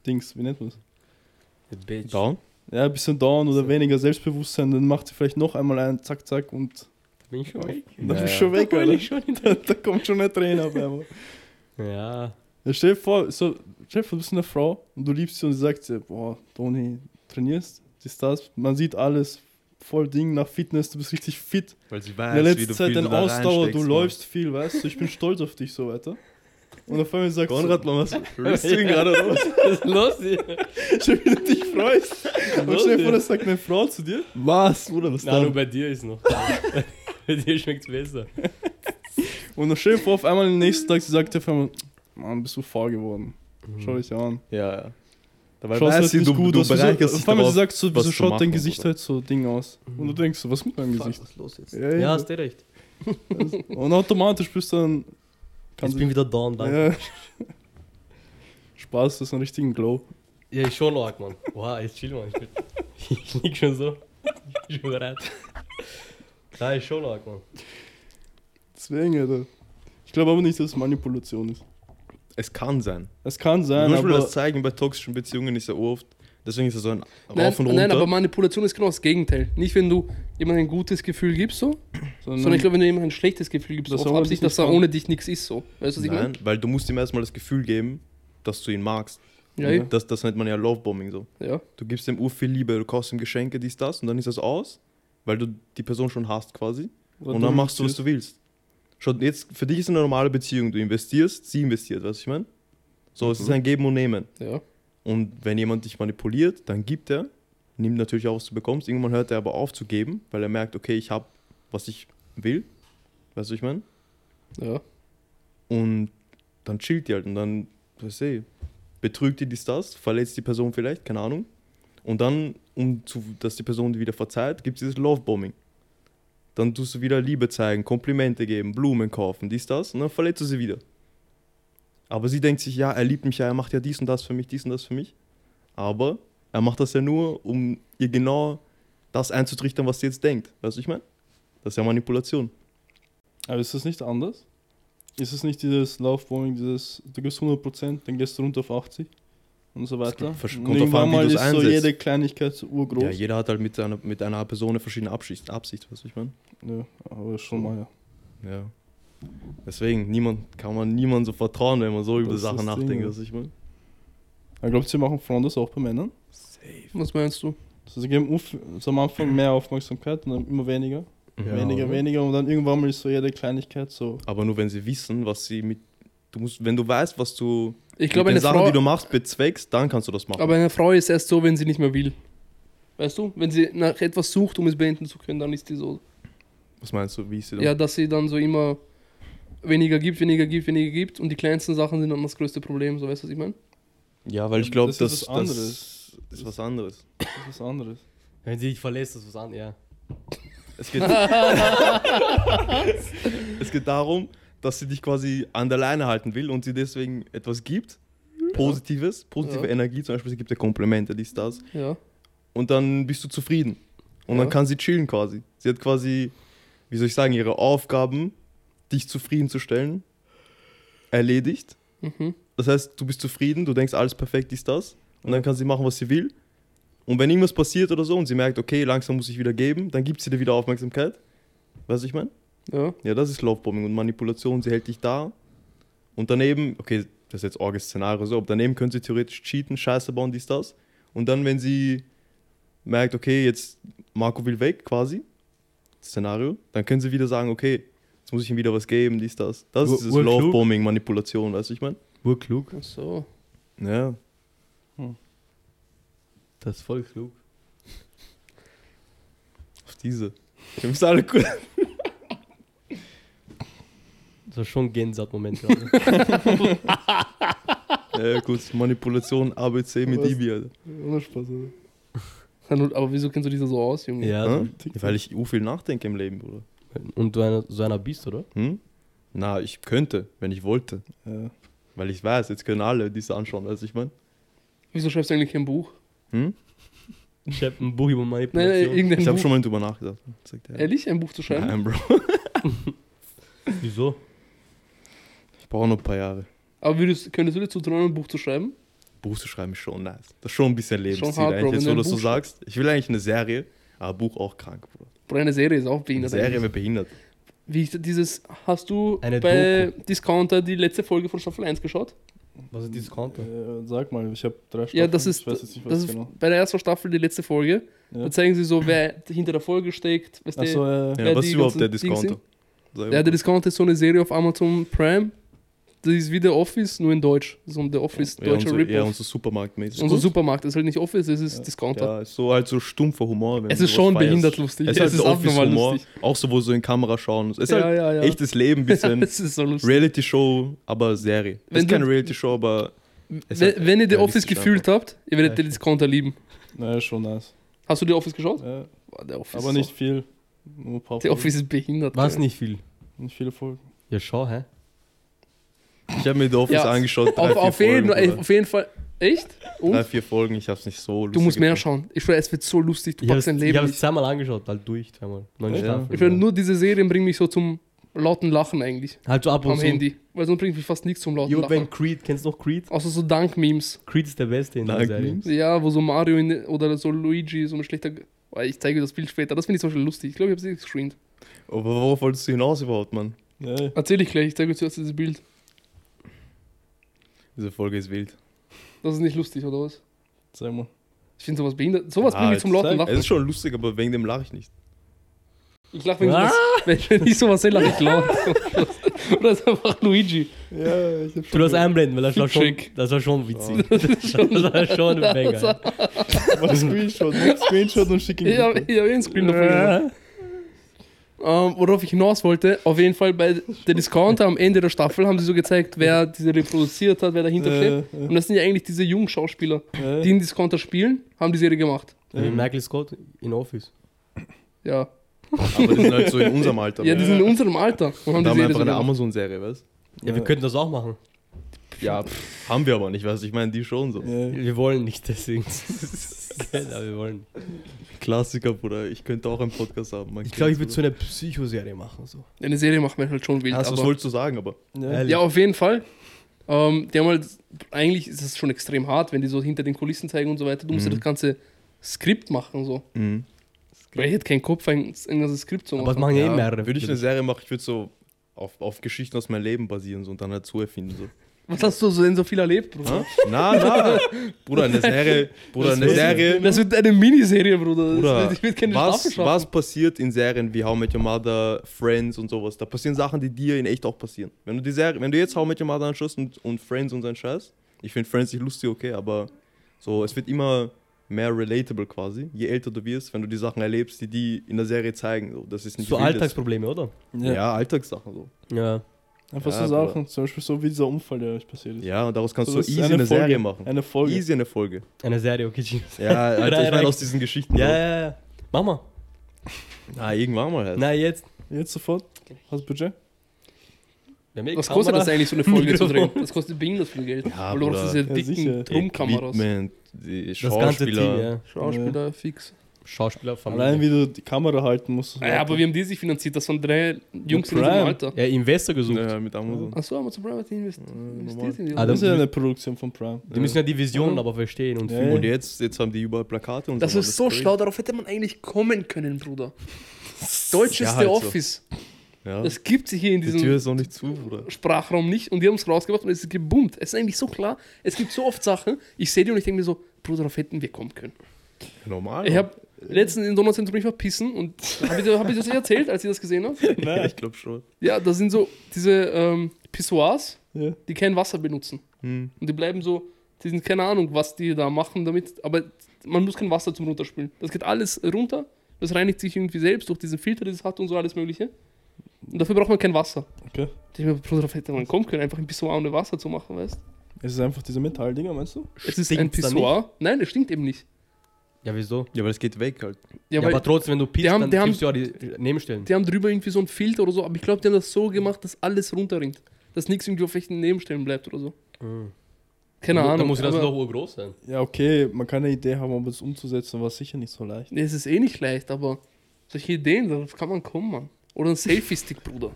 Speaker 4: Dings, wie nennt man das?
Speaker 2: Bitch.
Speaker 3: Down?
Speaker 4: Ja, ein bisschen down oder
Speaker 2: So.
Speaker 4: weniger Selbstbewusstsein, dann macht sie vielleicht noch einmal einen, zack, zack und
Speaker 2: Bin ich schon weg?
Speaker 4: dann
Speaker 3: Ja,
Speaker 4: bist
Speaker 3: ja.
Speaker 4: du schon weg,
Speaker 2: Da heul
Speaker 4: oder?
Speaker 2: ich schon
Speaker 4: Da, da kommt schon eine Träne auf einmal.
Speaker 2: Ja.
Speaker 4: Ja, stell dir vor, so, stell dir vor, du bist eine Frau und du liebst sie und sie sagt dir, boah, Toni, trainierst, ist das, man sieht alles, voll Ding nach Fitness, du bist richtig fit.
Speaker 3: Weil sie
Speaker 4: In
Speaker 3: weiß,
Speaker 4: der letzten Zeit dein Ausdauer, du läufst viel, weißt du, ich bin stolz auf dich, so weiter. Und auf einmal sagst
Speaker 3: Konrad,
Speaker 4: du,
Speaker 3: man, was rüst du ihn gerade raus?
Speaker 2: Was ist los hier?
Speaker 4: schon wieder dich freust. Und
Speaker 2: los
Speaker 4: stell dir vor,
Speaker 2: hier?
Speaker 4: das sagt eine Frau zu dir.
Speaker 3: Genau Was, Bruder, was
Speaker 2: Na, nur
Speaker 3: dann?
Speaker 2: bei dir ist noch. bei dir schmeckt's besser.
Speaker 4: Und dann stell dir vor, auf einmal am nächsten Tag, sie sagt dir auf einmal, Mann, bist du faul geworden.
Speaker 2: Hm.
Speaker 4: Schau dich an.
Speaker 3: Ja, ja. Dabei
Speaker 4: Schaust halt
Speaker 3: weiß sie,
Speaker 4: nicht
Speaker 3: du,
Speaker 4: gut
Speaker 3: du
Speaker 4: aus. Wieso-
Speaker 3: bereicherst dich
Speaker 4: Auf einmal sie
Speaker 3: darauf.
Speaker 4: sagt so,
Speaker 3: was
Speaker 4: wieso
Speaker 3: zu
Speaker 4: schaut dein
Speaker 3: machen,
Speaker 4: Gesicht
Speaker 3: oder? Mhm.
Speaker 4: halt so Ding aus? Und du denkst so, was ist mit meinem Gesicht?
Speaker 2: Was ist los jetzt?
Speaker 4: Ja,
Speaker 2: Ja,
Speaker 4: ja.
Speaker 2: hast du recht.
Speaker 4: Und automatisch bist du dann. Kann
Speaker 2: Jetzt bin ich wieder down, danke.
Speaker 4: ja. Spaß, das ist ein richtigen Glow.
Speaker 2: Ja, ich schon arg, Mann. Wow, jetzt chill, Mann. Ich, bin, ich lieg schon so. Ich bin schon bereit. Klar, ich schon arg, Mann.
Speaker 4: Deswegen, Alter. Ich glaube aber nicht, dass es Manipulation ist.
Speaker 3: Es kann sein.
Speaker 4: Es kann sein,
Speaker 3: Zum Beispiel
Speaker 4: aber
Speaker 3: das Zeigen bei toxischen Beziehungen ist ja oft, deswegen ist das so ein
Speaker 1: Nein,
Speaker 3: Rauf und Runter.
Speaker 1: nein, aber Manipulation ist genau das Gegenteil. Nicht, wenn du jemandem ein gutes Gefühl gibst, so, sondern ich glaube, wenn du jemandem ein schlechtes Gefühl gibst,
Speaker 4: Dass
Speaker 1: auf
Speaker 4: er ohne
Speaker 1: Absicht,
Speaker 4: dich
Speaker 1: dass er
Speaker 4: nicht
Speaker 1: ohne dich nichts ist, so. Weißt du, was ich meine?
Speaker 3: Nein, weil du musst ihm erstmal das Gefühl geben, dass du ihn magst.
Speaker 1: Ja, eh.
Speaker 3: Das, das nennt man ja Lovebombing so.
Speaker 1: ja.
Speaker 3: Du gibst ihm ur viel Liebe, du kaufst ihm Geschenke, dies, das und dann ist das aus, weil du die Person schon hast quasi.
Speaker 4: Oder
Speaker 3: und
Speaker 4: du
Speaker 3: dann machst du, was
Speaker 4: investierst.
Speaker 3: du willst. Schon jetzt, für dich ist eine normale Beziehung. Du investierst, sie investiert, weißt du, ich meine? So, es
Speaker 4: Mhm.
Speaker 3: ist ein Geben und Nehmen.
Speaker 1: ja.
Speaker 3: Und wenn jemand dich manipuliert, dann gibt er, nimmt natürlich auch, was du bekommst. Irgendwann hört er aber auf zu geben, weil er merkt, okay, ich habe, was ich will. Weißt du, was ich meine?
Speaker 1: ja.
Speaker 3: Und dann chillt die halt und dann, was eh, betrügt die dies, das, verletzt die Person vielleicht, keine Ahnung. Und dann, um zu, dass die Person die wieder verzeiht, gibt es dieses Lovebombing. Dann tust du wieder Liebe zeigen, Komplimente geben, Blumen kaufen, dies, das und dann verletzt du sie wieder. Aber sie denkt sich, ja, er liebt mich ja, er macht ja dies und das für mich, dies und das für mich. Aber er macht das ja nur, um ihr genau das einzutrichtern, was sie jetzt denkt. Weißt du, ich meine? Das ist ja Manipulation.
Speaker 4: Aber ist das nicht anders? Ist es nicht dieses Laufbombing, dieses, du gibst 100%, dann gehst du runter auf 80 und so weiter?
Speaker 3: Versch-
Speaker 4: Und
Speaker 3: kommt drauf an, wie
Speaker 4: mal
Speaker 3: du's
Speaker 4: ist so
Speaker 3: einsetzt.
Speaker 4: jede Kleinigkeit so urgroß.
Speaker 3: Ja,
Speaker 4: Ja,
Speaker 3: jeder hat halt mit einer, mit einer Person eine verschiedene Absicht, Absicht weißt du, ich meine?
Speaker 4: aber schon mal, ja.
Speaker 3: Ja. Deswegen, niemand, kann man niemandem so vertrauen, wenn man so über
Speaker 4: Das ist
Speaker 3: Sachen
Speaker 4: das Ding,
Speaker 3: nachdenkt,
Speaker 4: ja.
Speaker 3: was ich meine.
Speaker 4: Aber glaubt ihr, machen Frauen das auch bei Männern?
Speaker 3: Safe.
Speaker 1: Was meinst du?
Speaker 4: Also sie geben uff- so am Anfang mehr Aufmerksamkeit und dann immer weniger, Mhm. weniger, weniger und dann irgendwann mal ist so jede Kleinigkeit so.
Speaker 3: Aber nur wenn sie wissen, was sie mit. Du musst, wenn du weißt, was du
Speaker 1: Ich glaube,
Speaker 3: mit
Speaker 1: eine
Speaker 3: den Sachen,
Speaker 1: Frau,
Speaker 3: die du machst, bezweckst, dann kannst du das machen.
Speaker 1: aber eine Frau ist erst so, wenn sie nicht mehr will. Weißt du? Wenn sie nach etwas sucht, um es beenden zu können, dann ist die so.
Speaker 3: was meinst du, wie ist sie dann?
Speaker 1: Ja, dass sie dann so immer weniger gibt, weniger gibt, weniger gibt und die kleinsten Sachen sind dann das größte Problem, so weißt du, was ich meine?
Speaker 3: Ja, weil ich glaube,
Speaker 4: Das ist
Speaker 3: dass
Speaker 4: was
Speaker 3: das,
Speaker 4: anderes.
Speaker 3: ist was anderes.
Speaker 4: Das ist was anderes.
Speaker 2: Wenn sie dich verlässt, ist was an, ja.
Speaker 3: Es geht, es geht darum, dass sie dich quasi an der Leine halten will und sie deswegen etwas gibt. Positives, positive
Speaker 1: Ja.
Speaker 3: Energie, zum Beispiel, sie gibt dir Komplimente, dies, das.
Speaker 1: Ja.
Speaker 3: Und dann bist du zufrieden. Und
Speaker 1: Ja.
Speaker 3: dann kann sie chillen quasi. Sie hat quasi, wie soll ich sagen, ihre Aufgaben, dich zufriedenzustellen, erledigt.
Speaker 1: Mhm.
Speaker 3: Das heißt, du bist zufrieden, du denkst, alles perfekt ist das. Und dann kann sie machen, was sie will. Und wenn irgendwas passiert oder so und sie merkt, okay, langsam muss ich wieder geben, dann gibt sie dir wieder Aufmerksamkeit. Weißt du, was ich meine?
Speaker 1: Ja.
Speaker 3: Ja, das ist Lovebombing und Manipulation. Sie hält dich da. Und daneben, okay, das ist jetzt orges Szenario so, aber daneben können sie theoretisch cheaten, Scheiße bauen, dies, das. Und dann, wenn sie merkt, okay, jetzt Marco will weg, quasi, Szenario, dann können sie wieder sagen, okay, jetzt muss ich ihm wieder was geben, dies, das. Das
Speaker 2: Ur-
Speaker 3: ist dieses
Speaker 2: urklug.
Speaker 3: Lovebombing, Manipulation, weißt du, ich meine?
Speaker 2: Urklug.
Speaker 1: Ach so.
Speaker 3: Ja,
Speaker 2: Das ist voll klug.
Speaker 3: auf diese. Wir müssen alle cool.
Speaker 2: Das war schon ein Gänsehaut-Moment gerade.
Speaker 3: Ja, Äh, kurz Manipulation ABC mit
Speaker 1: Was?
Speaker 3: Ibi, Alter.
Speaker 1: Ohne Spaß, oder? Aber wieso kennst du diese so aus, Junge?
Speaker 2: ja, also,
Speaker 3: Hä? Weil ich u viel nachdenke im Leben, Bruder.
Speaker 2: Und du einer, so einer bist, oder?
Speaker 3: Hm? Na, ich könnte, wenn ich wollte.
Speaker 4: Ja.
Speaker 3: Weil ich weiß, jetzt können alle diese anschauen, weißt du, ich meine?
Speaker 1: Wieso schreibst du eigentlich kein Buch?
Speaker 3: Hm?
Speaker 2: Ich hab ein Buch über
Speaker 1: Nein, nein,
Speaker 2: Manipulation.
Speaker 1: irgendein
Speaker 3: Ich habe
Speaker 1: Buch.
Speaker 3: schon mal drüber nachgedacht. Sagt er.
Speaker 1: Ehrlich, ein Buch zu schreiben?
Speaker 3: Nein, Bro.
Speaker 2: Wieso?
Speaker 3: Ich brauche noch ein paar Jahre.
Speaker 1: Aber würdest, könntest du dir zutrauen, ein Buch zu schreiben?
Speaker 3: Buch zu schreiben ist schon nice. Das ist schon ein bisschen Lebensziel
Speaker 1: hart, Bro,
Speaker 3: eigentlich,
Speaker 1: wenn
Speaker 3: jetzt
Speaker 1: du
Speaker 3: wo
Speaker 1: ein
Speaker 3: du das so
Speaker 1: Buch
Speaker 3: sagst. Ich will eigentlich eine Serie, aber Buch auch krank, Bruder.
Speaker 1: Oder eine Serie ist auch
Speaker 3: Eine
Speaker 1: behindert.
Speaker 3: Serie
Speaker 1: eigentlich.
Speaker 3: wäre behindert.
Speaker 1: Wie ist dieses, hast du
Speaker 2: Eine
Speaker 1: bei Discounter die letzte Folge von Staffel 1 geschaut?
Speaker 2: Was ist dieses Konto?
Speaker 4: Äh, sag mal, ich habe drei Staffeln.
Speaker 1: Ja, das ist,
Speaker 4: Ich weiß jetzt nicht, was
Speaker 1: das ist
Speaker 4: genau.
Speaker 1: bei der ersten Staffel die letzte Folge.
Speaker 4: Ja.
Speaker 1: Da zeigen sie so, wer hinter der Folge steckt. Weißt
Speaker 4: Achso,
Speaker 1: du?
Speaker 4: äh,
Speaker 3: Ja,
Speaker 1: Ja,
Speaker 3: was
Speaker 1: die
Speaker 3: ist überhaupt der
Speaker 1: ganzen Dings
Speaker 3: Discounter? Sag
Speaker 1: Ja,
Speaker 3: mal.
Speaker 1: der Discounter ist so eine Serie auf Amazon Prime. Das ist wie The Office, nur in Deutsch. So ein The Office,
Speaker 3: ja,
Speaker 1: deutscher
Speaker 3: unser, ja,
Speaker 1: Rip-Off.
Speaker 3: unser Supermarktmäßig.
Speaker 1: Unser Supermarkt ist halt nicht Office, es ist
Speaker 4: Ja.
Speaker 1: Discounter.
Speaker 3: Ja, ist so halt so stumpfer Humor. Wenn
Speaker 1: Es
Speaker 3: du
Speaker 1: ist
Speaker 3: sowas
Speaker 1: schon
Speaker 3: feierst.
Speaker 1: behindert lustig.
Speaker 3: Es ist,
Speaker 1: Ja,
Speaker 3: halt
Speaker 1: es ist
Speaker 3: so
Speaker 1: abnormal
Speaker 3: abnormal Humor,
Speaker 1: lustig.
Speaker 3: Auch so, wo so in Kamera schauen. Es ist
Speaker 1: Ja,
Speaker 3: halt
Speaker 1: ja, ja.
Speaker 3: echtes Leben, bisschen
Speaker 1: das ist so lustig.
Speaker 3: Reality-Show, aber Serie.
Speaker 1: Wenn
Speaker 3: Das ist
Speaker 1: du-
Speaker 3: keine Reality-Show, aber es ist
Speaker 1: Wenn,
Speaker 3: halt
Speaker 1: wenn ihr The
Speaker 3: realistisch
Speaker 1: Office gefühlt habt, ihr werdet
Speaker 2: Ja,
Speaker 1: den Discounter lieben.
Speaker 4: naja, schon nice.
Speaker 1: Hast du The Office geschaut?
Speaker 4: Ja,
Speaker 1: Boah, The Office
Speaker 4: aber
Speaker 1: ist
Speaker 4: nicht viel. Nur ein paar
Speaker 1: Auch, The
Speaker 4: Folgen.
Speaker 1: Office ist behindert.
Speaker 2: Was
Speaker 1: Alter.
Speaker 2: nicht viel.
Speaker 4: Nicht viele Folgen.
Speaker 2: Ja, schau, hä?
Speaker 3: Ich habe mir The Office
Speaker 1: Ja.
Speaker 3: angeschaut. Drei,
Speaker 1: Auf,
Speaker 3: vier
Speaker 1: auf,
Speaker 3: Folgen,
Speaker 1: jeden,
Speaker 3: Bruder.
Speaker 1: auf jeden Fall. Echt? Und?
Speaker 3: Drei, vier Folgen, ich hab's nicht so
Speaker 1: du musst mehr schauen. Ich schwöre, es wird so lustig. Du
Speaker 2: Ich habe es
Speaker 1: packst dein Leben nicht.
Speaker 2: zweimal angeschaut, halt durch, zweimal. Neun
Speaker 3: Ja.
Speaker 1: Ich schwöre,
Speaker 2: Staffeln.
Speaker 1: nur diese Serien bringen mich so zum lauten Lachen eigentlich.
Speaker 2: Halt so ab und
Speaker 1: Am
Speaker 2: zu.
Speaker 1: Handy. Weil sonst bringt mich fast nichts zum lauten
Speaker 2: Jo,
Speaker 1: Lachen.
Speaker 2: wenn Creed, kennst du noch Creed?
Speaker 1: Außer so Dank-Memes.
Speaker 2: Creed ist der Beste in der
Speaker 3: Dank
Speaker 2: Serie.
Speaker 3: Memes.
Speaker 1: Ja, wo so Mario in, oder so Luigi so ein schlechter. Boah, Ich zeige dir das Bild später. Das finde ich zum Beispiel lustig. Ich glaube, ich habe sie gescreent.
Speaker 3: Aber worauf wolltest du hinaus überhaupt, Mann?
Speaker 4: Ja,
Speaker 1: Erzähl ich gleich. Ich zeige dir zuerst dieses Bild.
Speaker 3: Diese Folge ist wild.
Speaker 1: Das ist nicht lustig, oder was?
Speaker 4: sag mal.
Speaker 1: Ich finde sowas behindert. Sowas
Speaker 3: Ja,
Speaker 1: bringt mich zum
Speaker 3: jetzt
Speaker 1: lauten
Speaker 4: zeig-
Speaker 1: Lachen.
Speaker 3: Es ist schon lustig, aber wegen dem lache ich nicht.
Speaker 1: Ich lache, wenn, ich sowas- wenn, wenn ich sowas sehe, lache ich laut. Oder ist einfach Luigi.
Speaker 4: Ja, ich hab
Speaker 2: Du das einblenden, weil das war schon,
Speaker 1: Schick.
Speaker 2: das war schon witzig. Das war schon ein Banger.
Speaker 4: Mach Screenshot, mach Screenshot und schick ihn.
Speaker 1: Ich habe
Speaker 4: Gruppe.
Speaker 1: hab eh einen Screen davon gemacht. Ähm, worauf ich hinaus wollte, auf jeden Fall bei der Discounter am Ende der Staffel haben sie so gezeigt, wer diese reproduziert hat, wer dahinter steht.
Speaker 4: Äh, äh,
Speaker 1: Und das sind ja eigentlich diese jungen Schauspieler,
Speaker 4: äh,
Speaker 1: die in Discounter spielen, haben die Serie gemacht.
Speaker 2: Wie Äh, Michael Scott in Office.
Speaker 1: Ja,
Speaker 3: Aber die sind halt so in unserem Alter.
Speaker 1: ja die
Speaker 3: Mann.
Speaker 1: sind in unserem Alter und haben eh
Speaker 3: da
Speaker 1: die
Speaker 3: haben wir
Speaker 1: Serie
Speaker 3: einfach
Speaker 1: so
Speaker 3: eine
Speaker 1: gemacht.
Speaker 3: Amazon-Serie, weißt
Speaker 2: Ja, wir könnten das auch machen.
Speaker 3: du? Ja, pff, haben wir aber nicht, weißt du? Ich meine, die schon so.
Speaker 4: äh,
Speaker 2: Wir wollen nicht, deswegen. Geil, aber wir wollen.
Speaker 3: Klassiker, Bruder. Ich könnte auch einen Podcast haben. man
Speaker 2: Ich glaube, ich würde
Speaker 3: kennt's,
Speaker 2: so eine Psychoserie machen. So.
Speaker 1: Eine Serie macht man halt schon wild.
Speaker 3: oder? Hast du was
Speaker 1: aber-
Speaker 3: wolltest du sagen, aber.
Speaker 4: ja.
Speaker 1: Ja, auf jeden Fall. Ähm, die haben halt, eigentlich ist es schon extrem hart, wenn die so hinter den Kulissen zeigen und so weiter. Du musst ja
Speaker 3: Mhm.
Speaker 1: das ganze Skript machen. So.
Speaker 3: Mhm.
Speaker 1: Weil ich hätte keinen Kopf, ein, ein ganzes Skript zu
Speaker 2: Aber es
Speaker 1: machen.
Speaker 2: machen ja eh
Speaker 3: Ja,
Speaker 2: mehrere.
Speaker 3: Würde ich eine Serie machen, ich würde so auf, auf Geschichten aus meinem Leben basieren so, und dann halt so erfinden. So.
Speaker 1: Was hast du so denn so viel erlebt, Bruder?
Speaker 3: Na, na. Bruder, eine Serie. Bruder, eine Serie.
Speaker 1: Das wird eine Miniserie, Bruder. Das
Speaker 3: Bruder,
Speaker 1: wird- ich will keine Staffel
Speaker 3: was,
Speaker 1: schaffen.
Speaker 3: was passiert in Serien wie How I Met Your Mother, Friends und sowas? Da passieren Sachen, die dir in echt auch passieren. Wenn du, die Serie, wenn du jetzt How I Met Your Mother anschaust und, und Friends und seinen Scheiß, ich finde Friends nicht lustig, okay, aber so, es wird immer mehr relatable quasi, je älter du wirst, wenn du die Sachen erlebst, die die in der Serie zeigen. So, das ist nicht
Speaker 2: So
Speaker 3: wildes.
Speaker 2: Alltagsprobleme, oder?
Speaker 3: Ja. Alltagssachen so.
Speaker 2: Ja.
Speaker 4: äh, Einfach
Speaker 3: Ja,
Speaker 4: so
Speaker 3: Bruder.
Speaker 4: Sachen, zum Beispiel so wie dieser Unfall, der euch passiert ist.
Speaker 3: Ja, und daraus kannst
Speaker 4: So,
Speaker 3: du
Speaker 4: das ist
Speaker 3: easy eine,
Speaker 4: eine Folge.
Speaker 3: Serie machen.
Speaker 4: Eine Folge.
Speaker 3: Easy eine Folge.
Speaker 2: Eine Serie, okay, Jesus.
Speaker 3: Ja, Alter, ich
Speaker 2: Rein, rein.
Speaker 3: meine aus diesen Geschichten.
Speaker 2: Ja, ja, ja. Mach mal.
Speaker 3: So. Ah, irgendwann mal halt.
Speaker 2: Nein, jetzt.
Speaker 4: Jetzt sofort. Hast du Budget?
Speaker 2: Wir haben eh
Speaker 1: Was kostet
Speaker 2: Kamera.
Speaker 1: das eigentlich, so eine Folge zu drehen?
Speaker 2: Mikrofon.
Speaker 1: Das kostet behindert viel Geld.
Speaker 3: Ja,
Speaker 1: Weil du brauchst
Speaker 3: Bruder.
Speaker 1: diese
Speaker 4: Ja,
Speaker 1: dicken
Speaker 4: sicher.
Speaker 1: Drumkameras.
Speaker 3: Equipment, die
Speaker 2: Das ganze Team,
Speaker 3: Schauspieler.
Speaker 2: ja.
Speaker 1: Schauspieler, fix.
Speaker 2: Schauspieler,
Speaker 4: Allein
Speaker 2: Familie.
Speaker 4: wie du die Kamera halten musst.
Speaker 1: Ja, aber wie haben die sich finanziert? Das waren drei Jungs in
Speaker 4: Prime.
Speaker 1: diesem Alter.
Speaker 2: Ja, Investor gesucht.
Speaker 3: Ja, mit Amazon.
Speaker 1: Achso, Amazon Prime hat investiert,
Speaker 3: Hm,
Speaker 1: investiert in die.
Speaker 2: Ah,
Speaker 4: Das ist
Speaker 2: dann-
Speaker 4: ja eine Produktion von Prime.
Speaker 2: Die müssen ja die Vision aber verstehen und
Speaker 4: Ja,
Speaker 2: fühlen.
Speaker 3: Und jetzt, jetzt haben die überall Plakate und
Speaker 1: Das
Speaker 3: so.
Speaker 1: ist so
Speaker 3: crazy.
Speaker 1: schlau, darauf hätte man eigentlich kommen können, Bruder. Deutsch
Speaker 3: Ja,
Speaker 1: ist
Speaker 3: halt
Speaker 1: der
Speaker 3: so.
Speaker 1: Office.
Speaker 3: Ja.
Speaker 1: Das gibt es hier in
Speaker 3: die Tür
Speaker 1: diesem
Speaker 3: ist auch nicht zu, Bruder.
Speaker 1: Sprachraum nicht und die haben es rausgebracht und es ist geboomt. Es ist eigentlich so klar, es gibt so oft Sachen, ich sehe die und ich denke mir so, Bruder, darauf hätten wir kommen können.
Speaker 3: Normal.
Speaker 1: Ich habe letztens im Donauzentrum mich verpissen und habe ich, hab ich das eh erzählt, als ich das gesehen habe?
Speaker 3: ja,
Speaker 4: Äh,
Speaker 3: ich glaube schon.
Speaker 1: Ja, da sind so diese ähm, Pissoirs,
Speaker 4: Ja.
Speaker 1: die kein Wasser benutzen.
Speaker 3: Hm.
Speaker 1: Und die bleiben so, die sind keine Ahnung, was die da machen damit, aber man muss kein Wasser zum Runterspülen. Das geht alles runter, das reinigt sich irgendwie selbst durch diesen Filter, den es hat und so alles Mögliche. Und dafür braucht man kein Wasser.
Speaker 4: Okay.
Speaker 1: Ich mir, Bruder, darauf hätte man kommen können, einfach ein Pissoir ohne Wasser zu machen, weißt du?
Speaker 4: Es ist einfach diese Metalldinger, meinst du?
Speaker 1: Es ist ein
Speaker 2: Stinkt's dann
Speaker 1: Pissoir. Nein, es stinkt eben nicht.
Speaker 2: Ja, wieso?
Speaker 3: Ja, aber das geht weg halt.
Speaker 1: Ja,
Speaker 2: Ja,
Speaker 1: weil
Speaker 2: aber trotzdem, wenn du piepst,
Speaker 1: die haben-
Speaker 2: dann
Speaker 1: die haben-
Speaker 2: gibst du ja die Nebenstellen.
Speaker 1: die haben drüber irgendwie so einen Filter oder so, aber ich glaube, die haben das so gemacht, dass alles runterringt. Dass nichts irgendwie auf welchen Nebenstellen bleibt oder so.
Speaker 2: Mhm.
Speaker 1: Keine Ahnung.
Speaker 2: Dann muss das
Speaker 1: aber-
Speaker 2: doch urgroß sein.
Speaker 4: Ja, okay, man kann eine Idee haben, aber es umzusetzen war sicher nicht so leicht.
Speaker 1: Nee, es ist eh nicht leicht, aber solche Ideen, darauf kann man kommen, Mann. Oder ein Selfie-Stick, Bruder.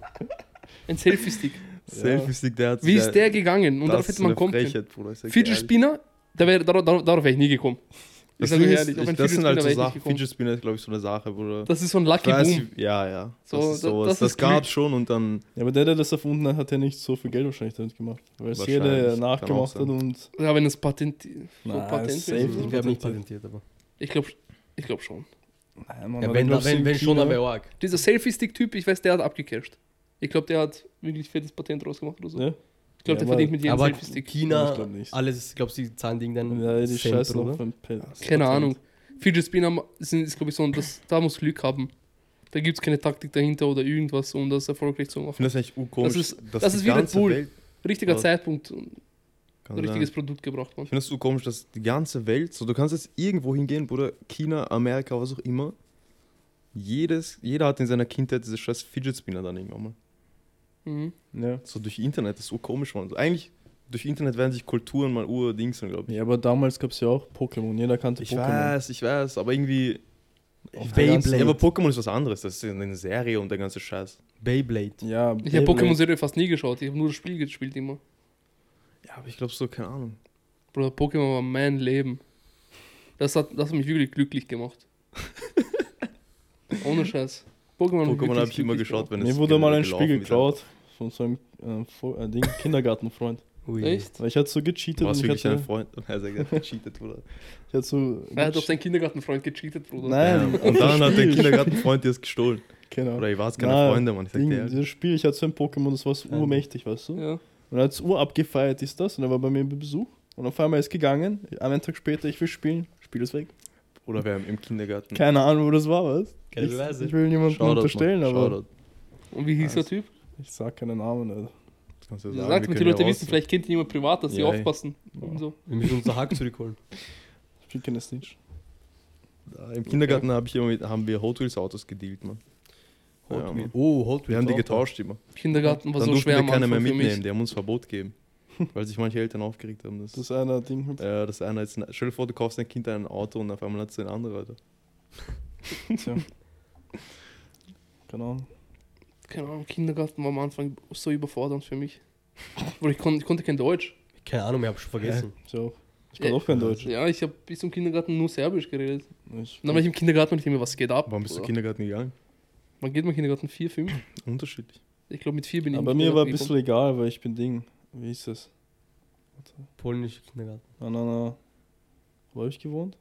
Speaker 1: Ein Selfie-Stick.
Speaker 3: Selfie-Stick, der hat
Speaker 1: Wie ist der gegangen? Und darauf hätte man kommen können. Fidget Spinner, da wär, darauf, darauf, darauf wäre ich nie gekommen.
Speaker 3: Das,
Speaker 1: sag
Speaker 3: Ding
Speaker 1: euch
Speaker 3: ist,
Speaker 1: ehrlich, auf
Speaker 3: ich,
Speaker 1: einen
Speaker 3: das sind halt so
Speaker 1: Fidget-Spinner wär ich
Speaker 3: Sachen.
Speaker 1: nicht gekommen.
Speaker 3: Fidget Spinner ist, glaube ich, so eine Sache, Bruder.
Speaker 1: Das ist so ein Lucky
Speaker 3: Ich weiß,
Speaker 1: Boom.
Speaker 3: ja, ja. Das
Speaker 1: So,
Speaker 3: ist
Speaker 1: da-
Speaker 3: sowas.
Speaker 1: das
Speaker 3: Das,
Speaker 1: ist
Speaker 3: gab's
Speaker 1: Glück.
Speaker 3: schon und dann.
Speaker 4: Ja, aber der, der das erfunden hat, hat ja nicht so viel Geld wahrscheinlich damit gemacht. Weil es
Speaker 3: Wahrscheinlich,
Speaker 4: jeder
Speaker 3: kann auch
Speaker 4: nachgemacht
Speaker 3: sein.
Speaker 4: hat und.
Speaker 1: Ja, wenn es Patent. so
Speaker 4: Nein,
Speaker 1: Patent
Speaker 4: safe.
Speaker 1: ist.
Speaker 2: Ich habe Hm. nicht patentiert, aber.
Speaker 1: Ich glaube ich glaub schon.
Speaker 4: Nein, Mann,
Speaker 2: Ja, wenn,
Speaker 4: du
Speaker 2: dann,
Speaker 4: auf
Speaker 2: wenn,
Speaker 4: Steam
Speaker 2: wenn schon,
Speaker 4: China-
Speaker 2: dann wäre arg.
Speaker 1: Dieser Selfie-Stick-Typ, ich weiß, der hat abgecasht. Ich glaube, der hat wirklich fettes Patent rausgemacht oder so.
Speaker 4: Ja?
Speaker 1: Ich glaube,
Speaker 4: Ja,
Speaker 1: der verdient
Speaker 4: aber-
Speaker 1: mit jedem
Speaker 2: Aber
Speaker 1: Selfie-Stick.
Speaker 2: China,
Speaker 4: Ich glaub nicht.
Speaker 2: alles, ich glaube, sie zahlen Ding dann.
Speaker 4: Ja, die
Speaker 2: Cent,
Speaker 4: Scheiße
Speaker 2: oder?
Speaker 4: noch beim Pen.
Speaker 1: Keine Ahnung. Fidget Spinner sind, ist, glaube ich, so, und das, da muss Glück haben. Da gibt es keine Taktik dahinter oder irgendwas, um das erfolgreich zu
Speaker 3: Ich
Speaker 1: machen.
Speaker 3: finde das eigentlich urkomisch.
Speaker 1: Das ist-
Speaker 3: dass
Speaker 1: das
Speaker 3: die
Speaker 1: ist wie Red
Speaker 3: ganze
Speaker 1: Bull.
Speaker 3: Welt-
Speaker 1: Richtiger
Speaker 3: Ja.
Speaker 1: Zeitpunkt, und ein
Speaker 3: Kann sein.
Speaker 1: richtiges Produkt gebracht, Mann.
Speaker 3: Ich finde es so komisch, dass die ganze Welt, so du kannst jetzt irgendwo hingehen, Bruder, China, Amerika, was auch immer. Jedes, jeder hat in seiner Kindheit diese scheiß Fidget Spinner dann irgendwann mal.
Speaker 1: Mhm.
Speaker 4: Ja.
Speaker 3: So durch Internet, das ist so komisch, man. eigentlich, durch Internet werden sich Kulturen mal urdingsen, glaube ich.
Speaker 4: ja, aber damals gab es ja auch Pokémon. Jeder kannte
Speaker 3: Ich
Speaker 4: Pokémon.
Speaker 3: weiß, ich weiß, aber irgendwie.
Speaker 4: Auf der ganzen
Speaker 3: Beyblade. Ja, aber
Speaker 4: Welt.
Speaker 3: Pokémon ist was anderes, das ist eine Serie und der ganze Scheiß.
Speaker 2: Beyblade.
Speaker 4: Ja,
Speaker 1: Ich habe
Speaker 4: Beyblade.
Speaker 1: Pokémon-Serie fast nie geschaut, ich habe nur das Spiel gespielt immer.
Speaker 3: Ja, aber ich glaube so, keine Ahnung.
Speaker 1: Bruder, Pokémon war mein Leben. Das hat, das hat mich wirklich glücklich gemacht. Ohne Scheiß. Pokémon, hat mich
Speaker 3: Pokémon
Speaker 1: wirklich
Speaker 3: habe ich immer
Speaker 1: glücklich
Speaker 3: geschaut, wenn
Speaker 4: Mir
Speaker 3: es.
Speaker 4: wurde mal ein
Speaker 3: gelaufen
Speaker 4: Spiel
Speaker 3: ist.
Speaker 4: geklaut von so einem äh, Vor- äh, Ding, Kindergartenfreund.
Speaker 2: Ui.
Speaker 1: gemacht. Echt?
Speaker 4: Weil ich hatte so
Speaker 3: Du
Speaker 4: gecheatet
Speaker 3: warst
Speaker 4: und ich
Speaker 3: wirklich ein
Speaker 4: hatte,
Speaker 3: Freund. Er hat gesagt, gecheatet, Bruder.
Speaker 4: ich hatte so.
Speaker 1: Er hat auf
Speaker 4: geche-
Speaker 1: seinen Kindergartenfreund gecheatet, Bruder.
Speaker 4: Nein,
Speaker 3: Ja, und dann hat der
Speaker 4: Spiel.
Speaker 3: Kindergartenfreund dir das gestohlen.
Speaker 4: Genau.
Speaker 3: Oder ich war es keine
Speaker 4: Na,
Speaker 3: Freunde, Mann. Ich sag
Speaker 4: Ding,
Speaker 3: dir.
Speaker 4: dieses Spiel, ich hatte so ein Pokémon, das war so
Speaker 2: Ja.
Speaker 4: urmächtig, weißt du?
Speaker 1: Ja.
Speaker 4: Und als Uhr abgefeiert ist das und er war bei mir bei Besuch. Und auf einmal ist gegangen, einen Tag später, ich will spielen, Spiel ist weg.
Speaker 3: Oder wir haben im Kindergarten.
Speaker 4: Keine Ahnung, wo das war, was?
Speaker 2: Keine
Speaker 4: ich,
Speaker 2: Weise.
Speaker 4: ich will niemandem
Speaker 3: Hm. Shoutout, Mann.
Speaker 4: unterstellen, aber
Speaker 3: Shoutout.
Speaker 1: Und wie hieß der Typ?
Speaker 4: ich sag keinen Namen, Alter.
Speaker 3: Das kannst du
Speaker 1: Ja,
Speaker 3: sagen.
Speaker 1: Sagt
Speaker 3: Also, wir
Speaker 1: mir, die
Speaker 3: können ja
Speaker 1: Leute
Speaker 3: raus-
Speaker 1: wissen, vielleicht kennt ihn jemand privat, dass sie
Speaker 3: Ja, ey.
Speaker 1: aufpassen. Und so.
Speaker 2: Wir müssen unser Hack zurückholen.
Speaker 4: Ich bin keine Snitch.
Speaker 3: Da, Im Kindergarten hab ich immer mit, haben wir Hot Wheels Autos gedealt, Mann. Ja,
Speaker 2: Hot Wheels.
Speaker 3: Mann.
Speaker 2: oh, Hot Wheels.
Speaker 3: Wir haben die
Speaker 2: auch.
Speaker 3: getauscht immer.
Speaker 1: Kindergarten war
Speaker 3: Dann
Speaker 1: so
Speaker 3: durften
Speaker 1: schwer,
Speaker 3: wir
Speaker 1: am
Speaker 3: keiner mehr
Speaker 1: Anfang für mich.
Speaker 3: mitnehmen. Die haben uns Verbot gegeben. weil sich manche Eltern aufgeregt haben. Das,
Speaker 4: Das ist einer Ding.
Speaker 3: äh, das einer jetzt, stell dir vor, du kaufst dein Kind ein Auto und auf einmal hat es ein anderer, Alter.
Speaker 4: Tja. Keine Ahnung.
Speaker 1: Keine Ahnung, Kindergarten war am Anfang so überfordernd für mich. Weil ich, kon ich konnte kein Deutsch.
Speaker 2: Keine Ahnung, ich habe schon vergessen.
Speaker 4: Ich auch. Ich kann
Speaker 1: Äh,
Speaker 4: auch kein Deutsch.
Speaker 1: Ja, ich habe bis zum Kindergarten nur Serbisch geredet. Und
Speaker 4: Ich,
Speaker 1: dann war ich im Kindergarten und ich dachte mir, was geht ab?
Speaker 3: Warum bist du
Speaker 1: Bruder?
Speaker 3: Kindergarten gegangen?
Speaker 1: Wann geht man Kindergarten? Vier, fünf?
Speaker 3: Unterschiedlich.
Speaker 1: Ich glaube, mit vier bin ich
Speaker 4: aber
Speaker 1: im
Speaker 4: mir war ein
Speaker 1: Kindergarten
Speaker 4: bisschen egal, weil ich bin Ding. Wie ist das?
Speaker 2: Polnische Kindergarten.
Speaker 4: Na, na, na. Wo hab ich gewohnt?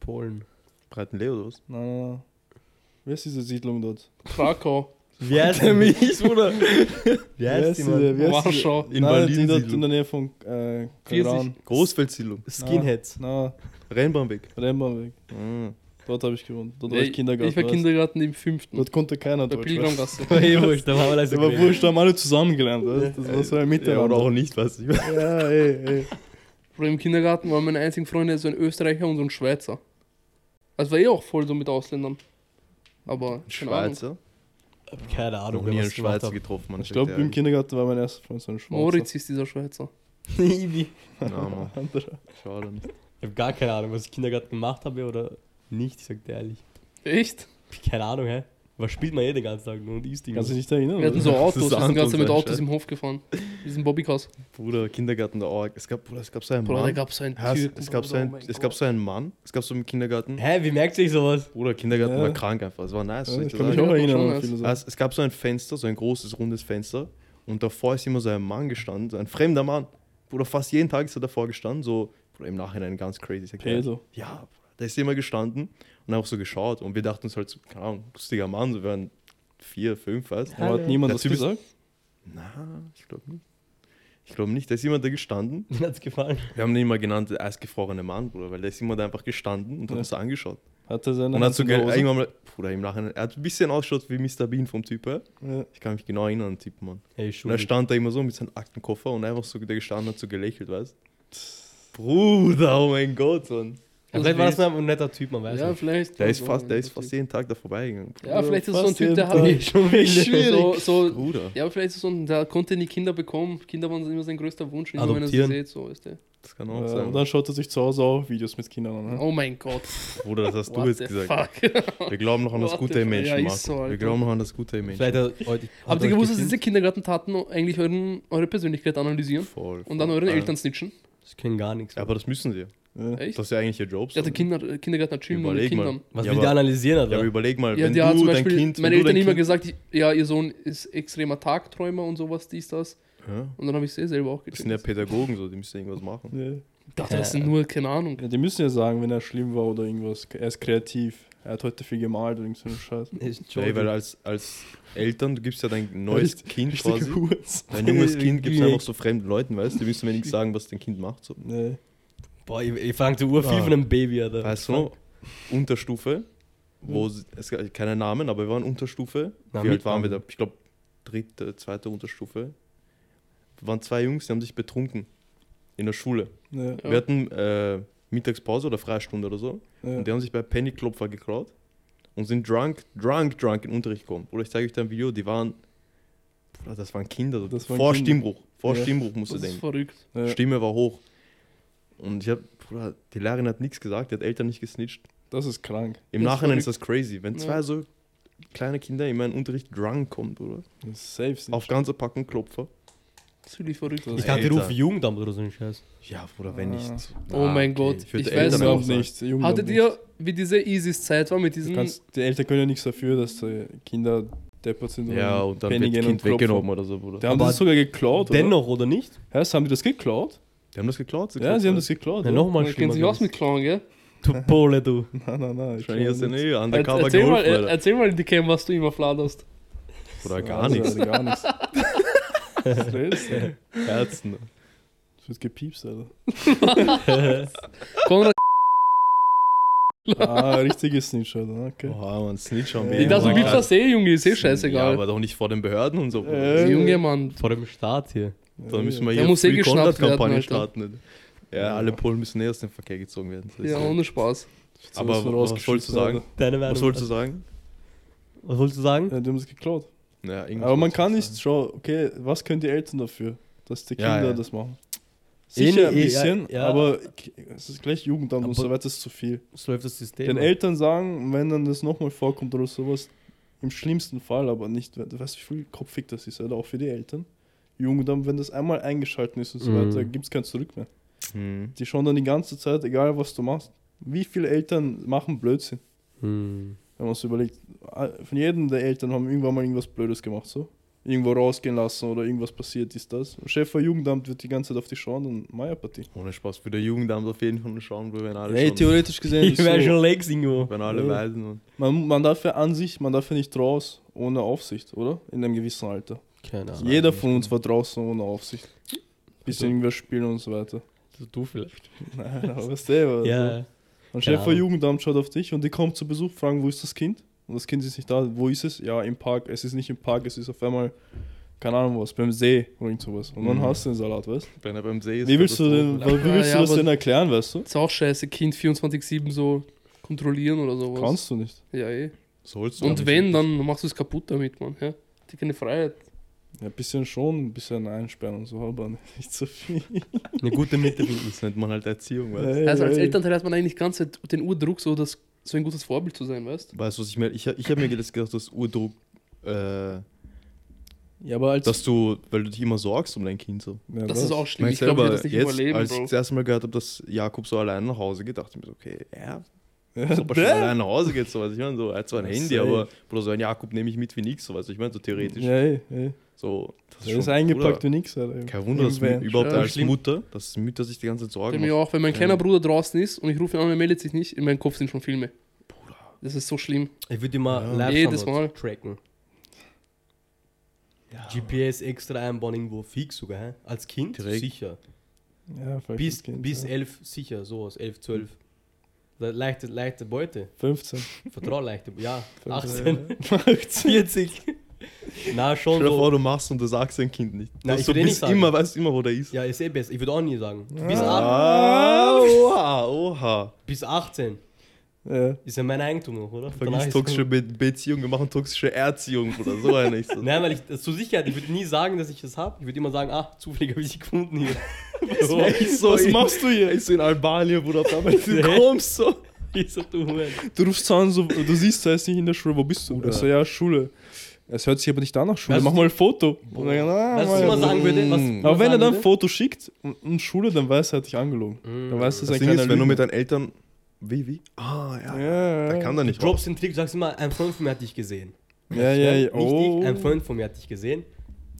Speaker 2: Polen.
Speaker 3: Breiten Leo oder was?
Speaker 4: Na, na, na. Wer ist diese Siedlung dort?
Speaker 1: Krakau,
Speaker 2: Wie heißt der Mies, Bruder? Wie heißt die, Mann?
Speaker 4: Wer ist diese?
Speaker 1: Warschau.
Speaker 4: In Nein, die dort
Speaker 3: Invalidensiedlung.
Speaker 4: in der Nähe von äh, Kran.
Speaker 1: Pfirsich.
Speaker 3: Großfeldsiedlung.
Speaker 2: Skinheads.
Speaker 4: Na,
Speaker 3: Rennbahnweg.
Speaker 4: Rennbahnweg.
Speaker 3: Mhm.
Speaker 4: Dort habe ich gewohnt. Dort war
Speaker 1: Ja,
Speaker 4: ich Kindergarten.
Speaker 1: Ich war
Speaker 4: weißt du.
Speaker 1: Kindergarten im fünften.
Speaker 4: Dort konnte keiner
Speaker 1: Der
Speaker 4: Deutsch. weißt du.
Speaker 1: Pilgrimgasse.
Speaker 2: War eh wurscht, da waren wir alle so
Speaker 4: Der war
Speaker 2: gewesen.
Speaker 4: wurscht, da haben alle zusammen gelernt. weißt du. Das war so
Speaker 3: Äh, Ja,
Speaker 4: ein
Speaker 3: oder
Speaker 4: Miteinander.
Speaker 3: auch nicht, weiß ich.
Speaker 4: Ja, ey, ey.
Speaker 1: Oder im Kindergarten waren meine einzigen Freunde so ein Österreicher und so ein Schweizer. Also war eh auch voll so mit Ausländern. Aber keine Ahnung.
Speaker 3: Schweizer.
Speaker 2: Keine Ahnung,
Speaker 3: Noch nie
Speaker 2: wer
Speaker 3: einen
Speaker 2: was gemacht
Speaker 3: Schweizer
Speaker 2: hat.
Speaker 3: getroffen, Mann.
Speaker 4: Ich glaube, im Kindergarten war mein erster Freund so ein Schwarzer.
Speaker 1: Moritz ist dieser Schweizer.
Speaker 2: Ibi.
Speaker 3: Na, Mann.
Speaker 4: Anderer.
Speaker 3: Schade. nicht.
Speaker 2: Ich habe gar keine Ahnung, was ich Kindergarten gemacht habe oder nicht, ich sag dir ehrlich.
Speaker 1: Echt?
Speaker 2: Keine Ahnung, hä? Was spielt man eh den ganzen Tag nur und isst die
Speaker 4: Kannst du
Speaker 2: ganze
Speaker 4: dich nicht erinnern?
Speaker 1: Wir hatten so
Speaker 3: Das ist
Speaker 1: Autos, wir sind
Speaker 3: Anton
Speaker 1: die ganze Zeit mit
Speaker 3: sein
Speaker 1: Autos
Speaker 3: Scheiß.
Speaker 1: im Hof gefahren. Diesen Bobbycars.
Speaker 3: Bruder, Kindergarten der Org. Es gab, Bruder, es gab so einen
Speaker 1: Bruder, da
Speaker 3: Mann.
Speaker 1: gab es einen
Speaker 3: Ja, es,
Speaker 1: Typen.
Speaker 3: es, gab so
Speaker 1: Bruder,
Speaker 3: einen,
Speaker 1: oh mein
Speaker 3: es gab
Speaker 1: Gott.
Speaker 3: so einen Mann. Es gab so einen Kindergarten.
Speaker 2: Hä, wie merkt sich sowas?
Speaker 3: Bruder, Kindergarten
Speaker 4: Ja.
Speaker 3: war krank einfach. Es war nice.
Speaker 4: Ja,
Speaker 3: soll ich
Speaker 4: ich
Speaker 3: dir
Speaker 4: kann mich
Speaker 3: sagen.
Speaker 4: auch
Speaker 1: Ja,
Speaker 4: erinnern
Speaker 1: schon
Speaker 4: an viele Sachen.
Speaker 3: Es, es gab so ein Fenster, so ein großes, rundes Fenster. Und davor ist immer so ein Mann gestanden, so ein fremder Mann. Bruder, fast jeden Tag ist er davor gestanden. So, Bruder, im Nachhinein ganz crazy. Ist ja klar.
Speaker 4: Pedo.
Speaker 3: Ja, Bruder, da ist immer gestanden und auch so geschaut. Und wir dachten uns halt, so, keine Ahnung, lustiger Mann, so wir waren vier, fünf, weißt du?
Speaker 4: Aber hat niemand
Speaker 3: Der
Speaker 4: was
Speaker 3: Typ ist-
Speaker 4: gesagt?
Speaker 3: Na, ich glaube nicht. Ich glaube nicht, da ist jemand da gestanden.
Speaker 2: Mir hat's gefallen.
Speaker 3: Wir haben ihn immer genannt, der eisgefrorene Mann, Bruder, weil der ist immer da einfach gestanden und hat
Speaker 4: Ja.
Speaker 3: uns angeschaut.
Speaker 4: Hat er
Speaker 3: Und
Speaker 4: seine
Speaker 3: hat
Speaker 4: Hand
Speaker 3: so
Speaker 4: in der
Speaker 3: ge-
Speaker 4: Hose?
Speaker 3: irgendwann mal, Bruder, im Nachhinein, er hat ein bisschen ausgeschaut wie Mr. Bean vom Typ her.
Speaker 4: Ja.
Speaker 3: Ich kann mich genau erinnern an den Typen, Mann.
Speaker 2: Hey,
Speaker 3: Und er
Speaker 2: Schule.
Speaker 3: stand da immer so mit seinem Aktenkoffer und einfach so, der gestanden hat, so gelächelt, weißt Bruder, oh mein Gott, Mann.
Speaker 2: Ja, Vielleicht war das mal ein netter Typ, man weiß
Speaker 1: Also Ja,
Speaker 2: nicht.
Speaker 1: vielleicht.
Speaker 3: Der
Speaker 1: Ja,
Speaker 3: ist
Speaker 1: so
Speaker 3: fast, der
Speaker 1: ein
Speaker 3: ist fast
Speaker 1: Typ.
Speaker 3: jeden Tag da vorbeigegangen.
Speaker 1: Ja, vielleicht ist es so ein
Speaker 4: Fast
Speaker 1: Typ, der
Speaker 4: jeden
Speaker 1: hat.
Speaker 2: Schon wieder.
Speaker 1: So, so,
Speaker 3: Bruder,
Speaker 1: ja, aber vielleicht ist es so ein, der konnte nie Kinder bekommen. Kinder waren immer sein größter Wunsch, immer wenn er sie
Speaker 2: Adoptieren.
Speaker 1: sieht, so ist der.
Speaker 3: das kann auch
Speaker 4: Ja,
Speaker 3: sein.
Speaker 4: und dann schaut er sich zu Hause auch Videos mit Kindern an. ne?
Speaker 1: Oh mein Gott.
Speaker 3: Bruder, das hast du
Speaker 1: what
Speaker 3: jetzt
Speaker 1: the
Speaker 3: gesagt.
Speaker 1: Fuck.
Speaker 3: Wir glauben noch an das
Speaker 1: What
Speaker 3: Gute
Speaker 1: the
Speaker 3: im
Speaker 1: fuck?
Speaker 3: Menschen,
Speaker 1: Ja, ist
Speaker 3: Marco.
Speaker 1: so, Alter.
Speaker 3: Wir glauben noch an das Gute im Menschen.
Speaker 2: Vielleicht hat heute.
Speaker 1: Habt ihr gewusst, dass diese Kindergartentaten euch euren, eure Persönlichkeit analysieren
Speaker 3: Voll,
Speaker 1: und dann
Speaker 3: voll.
Speaker 1: euren
Speaker 3: Ja.
Speaker 1: Eltern snitchen?
Speaker 2: Ich kenne gar nichts.
Speaker 3: Aber das müssen sie.
Speaker 4: Ja.
Speaker 1: Echt?
Speaker 3: Das ist ja eigentlich ihr Job.
Speaker 1: Ja,
Speaker 3: so.
Speaker 1: der Kinder, Kindergärtner chillen nur mit
Speaker 3: Überleg mal.
Speaker 1: Kindern.
Speaker 2: Was
Speaker 3: Ja,
Speaker 2: will der
Speaker 3: aber-
Speaker 2: analysieren,
Speaker 3: Ja, aber
Speaker 2: Alter?
Speaker 3: überleg mal,
Speaker 1: Ja,
Speaker 3: wenn
Speaker 1: die hat
Speaker 3: du
Speaker 1: zum
Speaker 3: dein
Speaker 1: Beispiel,
Speaker 3: Kind, wenn
Speaker 1: meine
Speaker 3: du
Speaker 1: Eltern
Speaker 3: dein
Speaker 1: immer
Speaker 3: Kind,
Speaker 1: gesagt, ich- ja, ihr Sohn ist extremer Tagträumer und sowas, dies, das.
Speaker 3: ja,
Speaker 1: Und dann habe ich es eh selber auch
Speaker 3: das sind ja
Speaker 1: gecheckt.
Speaker 3: Pädagogen so, die müssen irgendwas machen.
Speaker 4: Ja.
Speaker 1: Das, das sind nur, keine Ahnung.
Speaker 4: Ja, die müssen ja sagen, wenn er schlimm war oder irgendwas. Er ist kreativ. Er hat heute viel gemalt oder irgend so einen Scheiß.
Speaker 2: Ist schon-
Speaker 3: Ey, weil als, als Eltern, du gibst ja dein neues
Speaker 4: Richtig-
Speaker 3: Kind
Speaker 4: Richtige
Speaker 3: quasi,
Speaker 4: Hurz.
Speaker 3: dein junges Kind gibst du
Speaker 2: Nee.
Speaker 3: einfach so fremden Leuten, weißt du, die müssen wenigstens sagen, was dein Kind macht. So.
Speaker 4: Nee.
Speaker 2: Boah, ich, ich fang zu Uhr viel
Speaker 3: Ah.
Speaker 2: von einem Baby, Alter.
Speaker 3: Weißt du noch,
Speaker 1: Hm.
Speaker 3: Unterstufe, wo, sie- es gab keine Namen, aber wir waren Unterstufe.
Speaker 2: Na,
Speaker 3: Wie
Speaker 2: mit
Speaker 3: alt waren wir da?
Speaker 2: Namen.
Speaker 3: Ich glaube, dritte, zweite Unterstufe. Waren zwei Jungs, die haben sich betrunken in der Schule.
Speaker 4: Ja.
Speaker 1: Ja.
Speaker 3: Wir hatten äh, Mittagspause oder Freistunde oder so.
Speaker 4: Ja.
Speaker 3: Und die haben sich bei Pennyklopfer geklaut und sind drunk, drunk, drunk in den Unterricht gekommen. Oder ich zeige euch da ein Video, die waren, Bruder, das waren Kinder.
Speaker 4: Das waren
Speaker 3: vor
Speaker 4: Kinder.
Speaker 3: Stimmbruch. Vor
Speaker 4: Ja.
Speaker 3: Stimmbruch musst
Speaker 1: Das
Speaker 3: du
Speaker 1: ist
Speaker 3: denken.
Speaker 1: verrückt.
Speaker 4: Ja.
Speaker 3: Stimme war hoch. Und ich habe, Bruder, die Lehrerin hat nichts gesagt, die hat Eltern nicht gesnitcht.
Speaker 4: Das ist krank.
Speaker 3: Im
Speaker 1: Das ist
Speaker 3: Nachhinein ist das crazy, wenn
Speaker 1: Ja.
Speaker 3: zwei so kleine Kinder in meinen Unterricht drunk kommen, oder?
Speaker 4: Das ist safe. Nicht.
Speaker 3: Auf ganze Packung Klopfer.
Speaker 1: Das ist wirklich verrückt.
Speaker 4: Das-
Speaker 2: Ich dachte, die
Speaker 3: Alter.
Speaker 2: rufen Jugendamt oder so einen Scheiß.
Speaker 3: Ja, Bruder, wenn
Speaker 4: Ah.
Speaker 3: nicht.
Speaker 1: Oh
Speaker 2: Ah,
Speaker 1: mein
Speaker 2: okay.
Speaker 1: Gott.
Speaker 3: Ich würd
Speaker 1: Ich
Speaker 3: die
Speaker 1: weiß
Speaker 3: Eltern auch
Speaker 1: noch.
Speaker 4: Jugendamt
Speaker 3: sagen.
Speaker 4: nicht. Jugendamt
Speaker 1: Hattet
Speaker 4: nicht.
Speaker 1: ihr, wie diese Isis-Zeit war mit
Speaker 4: Du
Speaker 1: diesen.
Speaker 4: kannst, die Eltern können ja nichts dafür, dass die Kinder deppert sind.
Speaker 3: Ja, und dann wird
Speaker 4: Penny
Speaker 3: das
Speaker 4: gehen
Speaker 3: Kind
Speaker 4: klopfen.
Speaker 3: weggenommen oder so, Bruder.
Speaker 4: Die haben
Speaker 2: Aber
Speaker 4: das sogar geklaut, oder?
Speaker 2: Dennoch, oder nicht?
Speaker 4: Hä, haben die das geklaut?
Speaker 3: Die haben das geklaut?
Speaker 4: Ja, sie haben das geklaut.
Speaker 2: Ja,
Speaker 4: oder?
Speaker 2: nochmal
Speaker 1: Man kennt sich aus mit Clown, gell?
Speaker 2: Du Pole, du.
Speaker 4: Nein, nein, nein. ich
Speaker 3: Wahrscheinlich
Speaker 4: glaub
Speaker 3: hast du
Speaker 4: nicht.
Speaker 3: eh
Speaker 1: Er-
Speaker 3: undercover
Speaker 1: Erzähl mal, äh,
Speaker 3: geholfen,
Speaker 1: er-
Speaker 3: Alter.
Speaker 1: erzähl mal in die Cam, was du immer fladerst.
Speaker 3: Oder gar
Speaker 4: Also,
Speaker 3: nichts.
Speaker 4: also Gar nichts. Was redest du?
Speaker 3: Herzen.
Speaker 4: Es wird gepiepst, Alter.
Speaker 1: Konrad,
Speaker 4: Ah, richtiges Snitch, Alter. Okay.
Speaker 3: Boah, man, Snitch am
Speaker 4: Ja,
Speaker 1: ich dachte, du
Speaker 4: Mann.
Speaker 1: gibst das eh, Junge, ist eh scheißegal.
Speaker 3: Ja, aber doch nicht vor den Behörden und so. Bruder.
Speaker 4: Äh,
Speaker 1: Junge Mann,
Speaker 2: Vor dem Start hier.
Speaker 3: Dann müssen wir
Speaker 1: Der
Speaker 3: hier
Speaker 1: muss eh
Speaker 3: Free
Speaker 1: geschnappt
Speaker 3: Conrad Kampagne
Speaker 1: werden, Alter.
Speaker 3: starten. Ja, alle Polen müssen eh aus dem Verkehr gezogen werden. Das ist
Speaker 1: ja,
Speaker 3: so.
Speaker 1: ohne Spaß.
Speaker 3: aber was, was sollst du sagen?
Speaker 2: Deine Meinung.
Speaker 3: Was sollst du sagen?
Speaker 2: Was sollst du sagen?
Speaker 4: Ja, die haben es geklaut.
Speaker 3: Ja, irgendwas
Speaker 4: Aber man
Speaker 3: sollst du
Speaker 4: kann
Speaker 3: sagen.
Speaker 4: nicht, schau, okay, was können die Eltern dafür, dass die
Speaker 3: Ja,
Speaker 4: Kinder
Speaker 3: ja.
Speaker 4: das machen?
Speaker 2: Eh,
Speaker 4: Sicher ein
Speaker 2: eh, ja,
Speaker 4: bisschen,
Speaker 2: ja.
Speaker 4: aber k- es ist gleich Jugendamt und
Speaker 2: Aber-
Speaker 4: so weiter, ist zu viel.
Speaker 2: So läuft das System.
Speaker 4: Den
Speaker 2: Mann.
Speaker 4: Eltern sagen, wenn dann das nochmal vorkommt oder sowas, im schlimmsten Fall, aber nicht, du weißt, wie viel kopfig das ist, oder auch für die Eltern. Jugendamt, wenn das einmal eingeschalten ist und so
Speaker 2: Mhm.
Speaker 4: weiter, gibt es kein Zurück mehr.
Speaker 3: Hm.
Speaker 4: Die schauen dann die ganze Zeit, egal was du machst. Wie viele Eltern machen Blödsinn?
Speaker 2: Hm.
Speaker 4: ah, Wenn man es überlegt, von jedem der Eltern haben irgendwann mal irgendwas Blödes gemacht, so. irgendwo rausgehen lassen oder irgendwas passiert ist das. Und Chef vom Jugendamt wird die ganze Zeit auf dich schauen und Maya-Partie.
Speaker 3: Ohne Spaß, für der Jugendamt auf jeden Fall schauen, wo wir alle
Speaker 4: Ey,
Speaker 3: schon-
Speaker 4: theoretisch gesehen,
Speaker 2: Ich
Speaker 4: ist
Speaker 2: wäre
Speaker 4: so,
Speaker 2: schon längst irgendwo.
Speaker 3: wenn alle
Speaker 4: Ja.
Speaker 3: weisen. Und
Speaker 4: man, man darf ja an sich, man darf ja nicht raus ohne Aufsicht, oder? In einem gewissen Alter.
Speaker 2: Keine Ahnung.
Speaker 4: Jeder von uns war draußen ohne Aufsicht. Bis
Speaker 2: Also-
Speaker 4: irgendwer spielen und so weiter.
Speaker 2: Also Du vielleicht.
Speaker 4: Nein, aber selber.
Speaker 2: Ja. Keine
Speaker 4: Und Chef vom
Speaker 2: Ahnung.
Speaker 4: Jugendamt schaut auf dich und die kommen zu Besuch, fragen, wo ist das Kind? Und das Kind ist nicht da. Wo ist es? Ja, im Park. Es ist nicht im Park, es ist auf einmal, keine Ahnung was, beim See oder irgend sowas. Und dann
Speaker 3: Mhm.
Speaker 4: hast du den Salat, weißt du?
Speaker 3: wenn er beim See ist,
Speaker 4: Wie willst du,
Speaker 3: Katastrophe.
Speaker 4: denn, wie willst
Speaker 1: Ja,
Speaker 4: du das
Speaker 1: aber-
Speaker 4: denn erklären, weißt du?
Speaker 1: Ist auch scheiße, Kind 24-7 so kontrollieren oder sowas.
Speaker 4: Kannst du nicht.
Speaker 1: Ja, eh.
Speaker 3: Sollst du
Speaker 1: Und
Speaker 3: nicht.
Speaker 1: wenn, dann machst du es kaputt damit, Mann. Ja? Die keine Freiheit.
Speaker 4: Ja, ein bisschen schon, ein bisschen einsperren und so, aber nicht so viel.
Speaker 2: Eine gute Mitte finden.
Speaker 3: Das nennt man halt Erziehung, weißt du?
Speaker 4: Ey,
Speaker 1: Also als
Speaker 4: ey.
Speaker 1: Elternteil hat man eigentlich ganz halt den Urdruck, so, das, so ein gutes Vorbild zu sein, weißt du?
Speaker 3: Weißt du, was ich meine? Ich, ich habe mir jetzt gedacht, dass Urdruck, äh,
Speaker 4: Ja, aber als.
Speaker 3: dass du, weil du dich immer sorgst um dein Kind so.
Speaker 4: ja,
Speaker 1: Das
Speaker 4: was?
Speaker 1: ist auch
Speaker 3: Ich
Speaker 1: schlimm.
Speaker 3: meine,
Speaker 1: Ich glaube, ich
Speaker 3: selber
Speaker 1: werde das nicht
Speaker 3: jetzt,
Speaker 1: überleben,
Speaker 3: als ich
Speaker 1: Bro.
Speaker 3: das erste Mal gehört habe, dass Jakob so allein nach Hause geht, dachte ich mir so, okay, ja,
Speaker 4: Ja,
Speaker 3: ob er schon
Speaker 4: der?
Speaker 3: allein nach Hause geht, so, was ich meine, so, er hat zwar ein
Speaker 4: Ja,
Speaker 3: Handy,
Speaker 4: safe.
Speaker 3: aber, Bruder, so ein Jakob nehme ich mit wie nix, so, weißt du, ich meine, so theoretisch,
Speaker 4: Ja, ey, ey.
Speaker 3: so. Das
Speaker 4: Der ist
Speaker 3: schon-
Speaker 4: eingepackt
Speaker 3: Bruder,
Speaker 4: wie nix, Alter.
Speaker 3: Kein Wunder, dass
Speaker 4: Irgendwer.
Speaker 3: man überhaupt
Speaker 1: Ja,
Speaker 3: als
Speaker 2: schlimm.
Speaker 3: Mutter, dass Mütter sich die ganze Zeit Sorgen
Speaker 1: Bei mir
Speaker 3: machen.
Speaker 1: auch, wenn mein
Speaker 3: Ja.
Speaker 1: kleiner Bruder draußen ist und ich rufe ihn an, er meldet sich nicht, in meinem Kopf sind schon Filme. Das ist so schlimm.
Speaker 2: Ich würde immer
Speaker 3: Ja.
Speaker 2: live
Speaker 1: Jedes
Speaker 2: Standards tracken. GPS extra einbauen irgendwo fix sogar, hä? Als Kind
Speaker 3: Direkt.
Speaker 2: sicher.
Speaker 4: Ja, vielleicht
Speaker 2: Bis,
Speaker 4: das Kind,
Speaker 2: bis
Speaker 4: ja.
Speaker 2: elf sicher, sowas, elf, zwölf. Le- Leichte, leichte Beute.
Speaker 4: 15.
Speaker 2: Vertrau leichte Beute. Ja, 18,
Speaker 4: 18.
Speaker 2: 40. Na, schon
Speaker 3: Stell dir
Speaker 2: so.
Speaker 3: vor, du machst und du sagst dein Kind nicht.
Speaker 2: Nein,
Speaker 3: Dass
Speaker 2: ich
Speaker 3: du
Speaker 2: will eh nicht
Speaker 3: bist
Speaker 2: sagen.
Speaker 3: immer, weißt immer, wo der ist.
Speaker 2: Ja, ist eh besser. Ich würde auch nie sagen. Bis, acht-
Speaker 3: Ah, oha, oha.
Speaker 2: bis 18
Speaker 4: ja.
Speaker 2: ist ja mein Eigentum noch, oder? Danach
Speaker 3: Vergiss
Speaker 2: ist-
Speaker 3: toxische Be Beziehung, wir machen toxische Erziehung oder so ein nächstes.
Speaker 2: Nein, weil ich das zur Sicherheit, ich würde nie sagen, dass ich das habe. Ich würde immer sagen, ah, zufällig habe ich sie gefunden hier. so,
Speaker 3: so, was machst du hier? Ich so in Albanien, Bruder, auf einmal du
Speaker 2: Nee.
Speaker 3: kommst so.
Speaker 2: ich so, du Huren.
Speaker 4: Du rufst an, so, du siehst, er ist nicht in der Schule, wo bist du? Er so, ja, Schule. Es hört sich aber nicht an nach Schule,
Speaker 2: Weißt
Speaker 4: mach
Speaker 2: du-
Speaker 4: mal ein Foto. Und dann, ah,
Speaker 2: Weißt du, was Mhm.
Speaker 4: mal-
Speaker 2: ich immer sagen würde? Was,
Speaker 3: Mm.
Speaker 4: aber wenn er dann ein
Speaker 2: sagen würde?
Speaker 4: Foto schickt und, und Schule, dann weiß er, er hat dich angelogen. Dann weiß er,
Speaker 3: Das
Speaker 4: sein
Speaker 3: Ding ist, wenn du mit
Speaker 4: der
Speaker 3: deinen Eltern. Wie, wie? Ah, ja.
Speaker 4: ja,
Speaker 3: Da
Speaker 4: ja,
Speaker 3: kann er
Speaker 2: Du
Speaker 3: nicht.
Speaker 2: droppst den Trick, du sagst immer, ein Freund von mir hat dich gesehen.
Speaker 4: ja, ja, ja.
Speaker 2: Nicht
Speaker 4: Oh.
Speaker 2: ich, ein Freund von mir hat dich gesehen.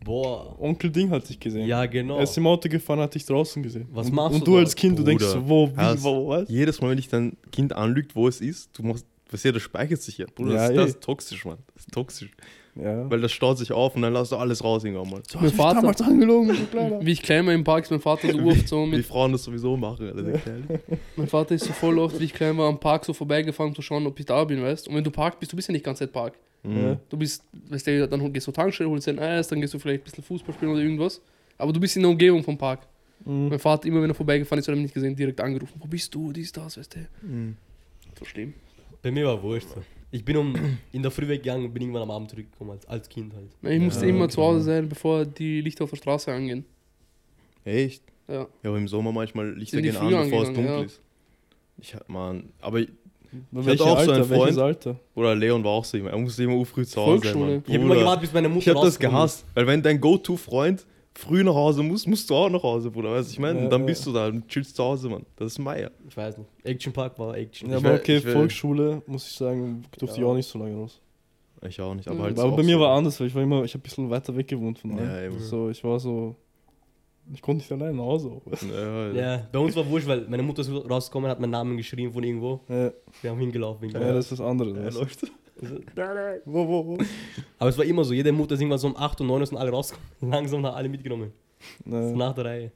Speaker 2: Boah.
Speaker 4: Onkel Ding hat dich gesehen.
Speaker 2: Ja, genau.
Speaker 4: Er ist im Auto gefahren, hat dich draußen gesehen.
Speaker 2: Was
Speaker 4: und,
Speaker 2: machst
Speaker 4: Und
Speaker 2: du
Speaker 4: du
Speaker 2: dort?
Speaker 4: als Kind, du denkst
Speaker 3: Bruder,
Speaker 4: so, wo, wie,
Speaker 3: hast-
Speaker 4: wo, was?
Speaker 3: Jedes Mal, wenn dich dein Kind anlügt, wo es ist, du machst. Was ja, das speichert sich ja. Bruder,
Speaker 4: Ja,
Speaker 3: das,
Speaker 4: eh.
Speaker 3: ist, das ist toxisch, Mann. Das ist toxisch.
Speaker 4: Ja.
Speaker 3: Weil das staut sich auf und dann lässt du alles raus irgendwann mal.
Speaker 4: Du
Speaker 1: Mein Vater-
Speaker 4: angelogen, du Kleiner.
Speaker 1: Wie ich klein war im Park, ist mein Vater so oft so
Speaker 3: Wie
Speaker 1: mit.
Speaker 3: Frauen das sowieso machen, Alter. die Kerle.
Speaker 1: Mein Vater ist so voll oft, wie ich klein war, am Park so vorbeigefahren, um zu schauen, ob ich da bin, weißt Und wenn du parkt bist, du bist ja nicht die ganze Zeit Park.
Speaker 3: Mhm.
Speaker 4: Ja.
Speaker 1: Du bist, weißt du, dann hol- gehst du Tankstelle, holst dir ein Eis, dann gehst du vielleicht ein bisschen Fußball spielen oder irgendwas. Aber du bist in der Umgebung vom Park.
Speaker 4: Mhm.
Speaker 1: Mein Vater, immer wenn er vorbeigefahren ist, hat er mich nicht gesehen, direkt angerufen. Wo bist du? Dies, das, weißt du.
Speaker 3: Mhm.
Speaker 1: So schlimm.
Speaker 2: Bei mir war wurscht. So. Ich bin um, in der Früh weggegangen und bin irgendwann am Abend zurückgekommen, als, als Kind halt.
Speaker 1: Ich musste immer zu Hause sein, bevor die Lichter auf der Straße angehen.
Speaker 3: Echt?
Speaker 1: Ja.
Speaker 3: Ja, aber im Sommer manchmal Lichter
Speaker 1: Sind die
Speaker 3: gehen an,
Speaker 1: früher
Speaker 3: bevor es
Speaker 1: angegangen,
Speaker 3: dunkel
Speaker 1: ja.
Speaker 3: ist. Ich hab, Mann, aber
Speaker 4: Welches
Speaker 3: auch so
Speaker 4: Alter?
Speaker 3: einen
Speaker 4: welches
Speaker 3: Freund.
Speaker 4: Alter?
Speaker 3: Oder Leon war auch so immer. Er musste immer früh zu Hause sein.
Speaker 1: Volksschule.
Speaker 3: Mann.
Speaker 2: Ich habe immer
Speaker 3: Bruder,
Speaker 2: gewartet, bis meine Mutter
Speaker 3: Ich hab das
Speaker 2: rausgekommen ist.
Speaker 3: gehasst. Weil wenn dein Go-To-Freund früh nach Hause muss, musst du auch nach Hause, Bruder. Weißt du, ich meine?
Speaker 4: Ja,
Speaker 3: Und dann
Speaker 4: ja.
Speaker 3: bist du da und chillst zu Hause, Mann. Das ist Meier.
Speaker 2: Ich weiß nicht. Action Park war Action.
Speaker 4: Ja,
Speaker 3: Ich
Speaker 4: aber
Speaker 3: will-
Speaker 4: okay,
Speaker 3: ich will-
Speaker 4: Volksschule, muss ich sagen, durfte ich
Speaker 2: Ja.
Speaker 4: auch nicht so lange raus.
Speaker 3: Ich auch nicht,
Speaker 1: Mhm.
Speaker 3: aber halt.
Speaker 4: aber
Speaker 3: auch
Speaker 4: bei mir
Speaker 3: so.
Speaker 4: war anders, weil ich war immer, ich habe ein bisschen weiter weg gewohnt von
Speaker 3: Ja,
Speaker 4: allen. Also
Speaker 3: eben.
Speaker 4: so, ich war so, ich konnte nicht allein nach Hause. auch, weißt
Speaker 3: Ja, ja.
Speaker 2: Ja, bei uns war wurscht, weil meine Mutter ist rausgekommen, hat meinen Namen geschrien von irgendwo.
Speaker 4: du. Ja,
Speaker 2: Wir haben hingelaufen.
Speaker 4: ja.
Speaker 2: hingelaufen.
Speaker 4: das ist was anderes.
Speaker 3: Ja,
Speaker 4: weißt du.
Speaker 3: läuft.
Speaker 4: Wo, wo, wo?
Speaker 2: Aber es war immer so, jede Mutter ist irgendwann so um 8 und 9 Uhr sind alle rausgekommen. Langsam haben alle mitgenommen. Das ist
Speaker 4: Ja.
Speaker 2: nach der Reihe.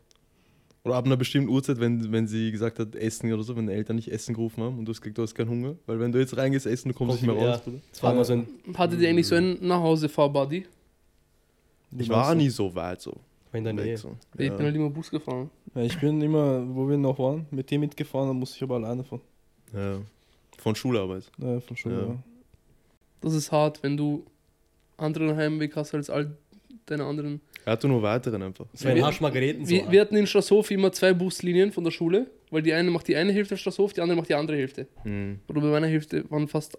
Speaker 3: Oder ab einer bestimmten Uhrzeit, wenn, wenn sie gesagt hat, essen oder so, wenn die Eltern nicht essen gerufen haben und du hast gesagt, du hast keinen Hunger. Weil wenn du jetzt reingehst, essen, du kommst nicht mehr raus.
Speaker 2: Ja, Das war immer so ein,
Speaker 1: Hattet ihr eigentlich so einen Nachhause-Fahr-Buddy?
Speaker 3: Ich war nie so weit so.
Speaker 2: war in der
Speaker 3: Weg,
Speaker 2: Nähe.
Speaker 3: so.
Speaker 1: Ich bin
Speaker 3: Ja.
Speaker 1: halt immer Bus gefahren.
Speaker 4: Ja, ich bin immer, wo wir noch waren, mit dem mitgefahren, dann musste ich aber alleine von.
Speaker 3: Ja. Von Schularbeit.
Speaker 4: Ja, von Schule.
Speaker 3: Ja.
Speaker 4: Ja.
Speaker 1: Das ist hart, wenn du anderen Heimweg hast als all deine anderen.
Speaker 3: Er hatte nur weiteren einfach.
Speaker 2: So ein
Speaker 1: Wir-
Speaker 2: Arschmargareten. So.
Speaker 1: Wir, wir hatten in Strasshof immer zwei Buslinien von der Schule, weil die eine macht die eine Hälfte in Strasshof, die andere macht die andere Hälfte.
Speaker 3: Mhm.
Speaker 1: Oder bei meiner Hälfte waren fast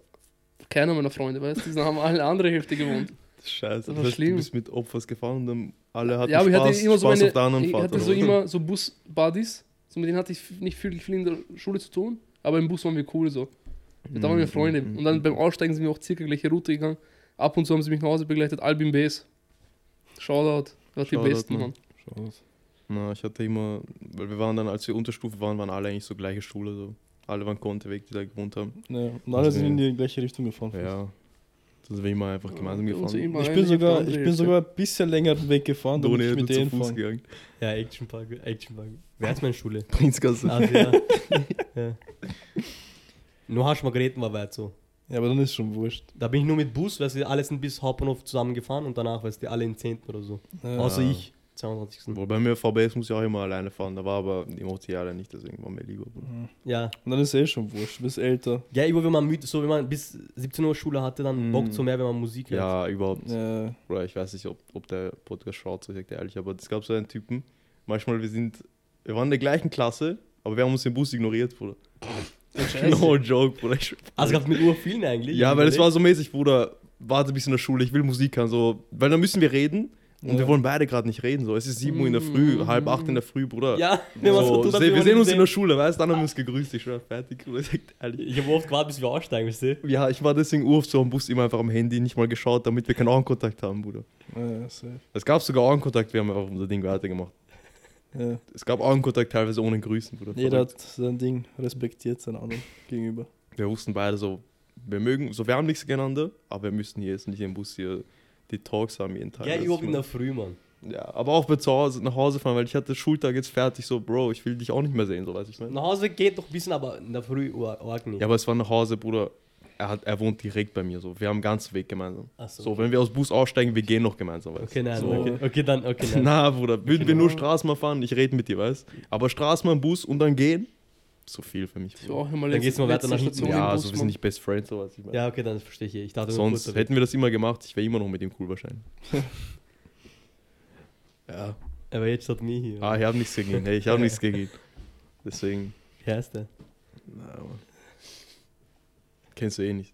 Speaker 1: keiner meiner Freunde, weißt du? Die haben alle andere Hälfte gewohnt.
Speaker 3: Scheiße,
Speaker 1: war
Speaker 3: das heißt, du
Speaker 1: schlimm.
Speaker 3: bist mit Opfers gefahren und dann alle hatten
Speaker 1: ja, aber
Speaker 3: Spaß,
Speaker 1: ich hatte immer so
Speaker 3: Spaß
Speaker 1: meine,
Speaker 3: auf der anderen
Speaker 1: ich
Speaker 3: Fahrt.
Speaker 1: hatte
Speaker 3: oder
Speaker 1: so
Speaker 3: was?
Speaker 1: immer so Bus-Buddies, so mit denen hatte ich f- nicht viel, viel in der Schule zu tun, aber im Bus waren wir cool so. Und da waren
Speaker 3: Mm, Hm,
Speaker 1: wir Freunde. Und dann beim Aussteigen sind wir auch circa gleiche Route gegangen. Ab und zu haben sie mich nach Hause begleitet, Albin Base. Shoutout. Ihr wart die
Speaker 3: Shoutout,
Speaker 1: Besten,
Speaker 3: Mann.
Speaker 1: Mann.
Speaker 3: Schau's. Na, ich hatte immer, weil wir waren dann, als wir Unterstufe waren, waren alle eigentlich so gleiche Schule, so. Alle waren Konteweg, die da gewohnt haben.
Speaker 4: Ja, und alle sind in die gleiche Richtung gefahren.
Speaker 3: Also Ja. Das sind wir immer einfach gemeinsam
Speaker 1: Ja, und so
Speaker 3: gefahren.
Speaker 1: immer
Speaker 4: Ich
Speaker 1: eine
Speaker 4: bin sogar,
Speaker 1: Hälfte,
Speaker 4: ich bin
Speaker 1: andere
Speaker 4: sogar ein bisschen länger weggefahren,
Speaker 3: Und
Speaker 4: damit
Speaker 3: ohne
Speaker 4: ich mit
Speaker 3: mit zu
Speaker 4: denen
Speaker 3: Fuß
Speaker 4: fahren.
Speaker 3: gegangen.
Speaker 2: Ja, Action Park, Action Park. Wer hat's meine Schule?
Speaker 3: Prinzgasse.
Speaker 2: Also, ja. ja. Nur hast Margareten war weit so.
Speaker 4: Ja, aber dann ist schon wurscht.
Speaker 2: Da bin ich nur mit Bus, weißt du, alle sind bis Hauptbahnhof zusammengefahren und danach, weißt du, alle in 10. oder so.
Speaker 4: Ja.
Speaker 2: Außer ich, 22.
Speaker 3: Wobei mir VBS muss ich auch immer alleine fahren, da war aber die mochte ich alle nicht, deswegen war mir lieber.
Speaker 2: Ja.
Speaker 4: Mhm. Und dann ist eh schon wurscht, du bist älter.
Speaker 2: Ja, immer wenn man müde, so wenn man bis 17 Uhr Schule hatte, dann
Speaker 3: Mm.
Speaker 2: bockt so mehr, wenn man Musik hört.
Speaker 3: Ja, überhaupt.
Speaker 4: Ja.
Speaker 3: Oder ich weiß nicht, ob, ob der Podcast schaut, so sagt er ehrlich, aber es gab so einen Typen. Manchmal, wir sind, wir waren in der gleichen Klasse, aber wir haben uns im Bus ignoriert, Bruder. No joke, Bruder. Ich,
Speaker 2: Also gab mit Uhr vielen eigentlich.
Speaker 3: ja, weil es war so mäßig, Bruder, warte bis in der Schule, ich will Musik hören, so, weil dann müssen wir reden und
Speaker 4: Ja.
Speaker 3: wir wollen beide gerade nicht reden, so. Es ist 7 Uhr in der Früh,
Speaker 1: Mm.
Speaker 3: halb 8 in der Früh, Bruder.
Speaker 2: Ja, wenn man
Speaker 3: So,
Speaker 2: so tut, als
Speaker 3: se-
Speaker 2: hätte
Speaker 3: wir
Speaker 2: man
Speaker 3: sehen
Speaker 2: ihn
Speaker 3: uns in der
Speaker 2: gesehen.
Speaker 3: Schule, weißt du, dann haben wir uns gegrüßt, ich war fertig, Bruder, sagt er ehrlich.
Speaker 2: Ich habe oft gewartet, bis wir aussteigen, weißt du?
Speaker 3: Ja, ich war deswegen urft so am Bus immer einfach am Handy, nicht mal geschaut, damit wir keinen Augenkontakt haben, Bruder.
Speaker 4: Ja, safe.
Speaker 3: Es gab sogar Augenkontakt, wir haben einfach unser Ding weitergemacht.
Speaker 4: Ja.
Speaker 3: Es gab Augenkontakt teilweise ohne Grüßen, Bruder.
Speaker 4: Jeder
Speaker 3: Verrückt.
Speaker 4: hat sein Ding respektiert, seinen anderen gegenüber.
Speaker 3: Wir wussten beide so, wir mögen, so wir haben nichts gegeneinander, aber wir müssen hier jetzt nicht im Bus hier die Talks haben jeden Tag.
Speaker 2: Ja,
Speaker 3: Weißt
Speaker 2: überhaupt
Speaker 3: du,
Speaker 2: in
Speaker 3: man-
Speaker 2: der Früh, Mann.
Speaker 3: ja, aber auch mit zu Hause, nach Hause fahren, weil ich hatte Schultag jetzt fertig, so, Bro, ich will dich auch nicht mehr sehen, so weiß ich meine.
Speaker 2: Nach Hause geht doch ein bisschen, aber in der Früh arg arg nicht.
Speaker 3: Ja, aber es war nach Hause, Bruder. Er, hat, er wohnt direkt bei mir, so. Wir haben den ganzen Weg gemeinsam.
Speaker 2: Ach
Speaker 3: So,
Speaker 2: so.
Speaker 3: wenn wir aus Bus aussteigen, wir gehen noch gemeinsam, weißt du.
Speaker 2: Okay, nein,
Speaker 4: So.
Speaker 2: okay. okay, dann, okay, nein.
Speaker 3: Na, Bruder, würden wir nur Straßenbahn fahren, ich rede mit dir, weißt Aber Straßenbahn, Bus und dann gehen, so viel für mich.
Speaker 1: Ich war
Speaker 3: Bruder.
Speaker 1: auch immer
Speaker 2: Dann
Speaker 1: letzte-
Speaker 2: geht's mal weiter
Speaker 1: letzte
Speaker 2: nach hinten.
Speaker 1: Station im
Speaker 3: ja,
Speaker 1: Bus,
Speaker 3: also wir
Speaker 1: Mann.
Speaker 3: sind nicht Best Friends, so was ich meine.
Speaker 2: Ja, okay, dann verstehe ich. Ich dachte, nur
Speaker 3: Sonst
Speaker 2: kurz, aber-
Speaker 3: hätten wir das immer gemacht, ich wäre immer noch mit ihm cool wahrscheinlich. ja.
Speaker 2: Aber jetzt hat mir hier.
Speaker 3: Ah, ich habe nichts gegen ihn. Hey, ich habe nichts gegen ihn. Deswegen,
Speaker 2: Wie heißt der?
Speaker 3: na, Mann. Kennst du eh nicht.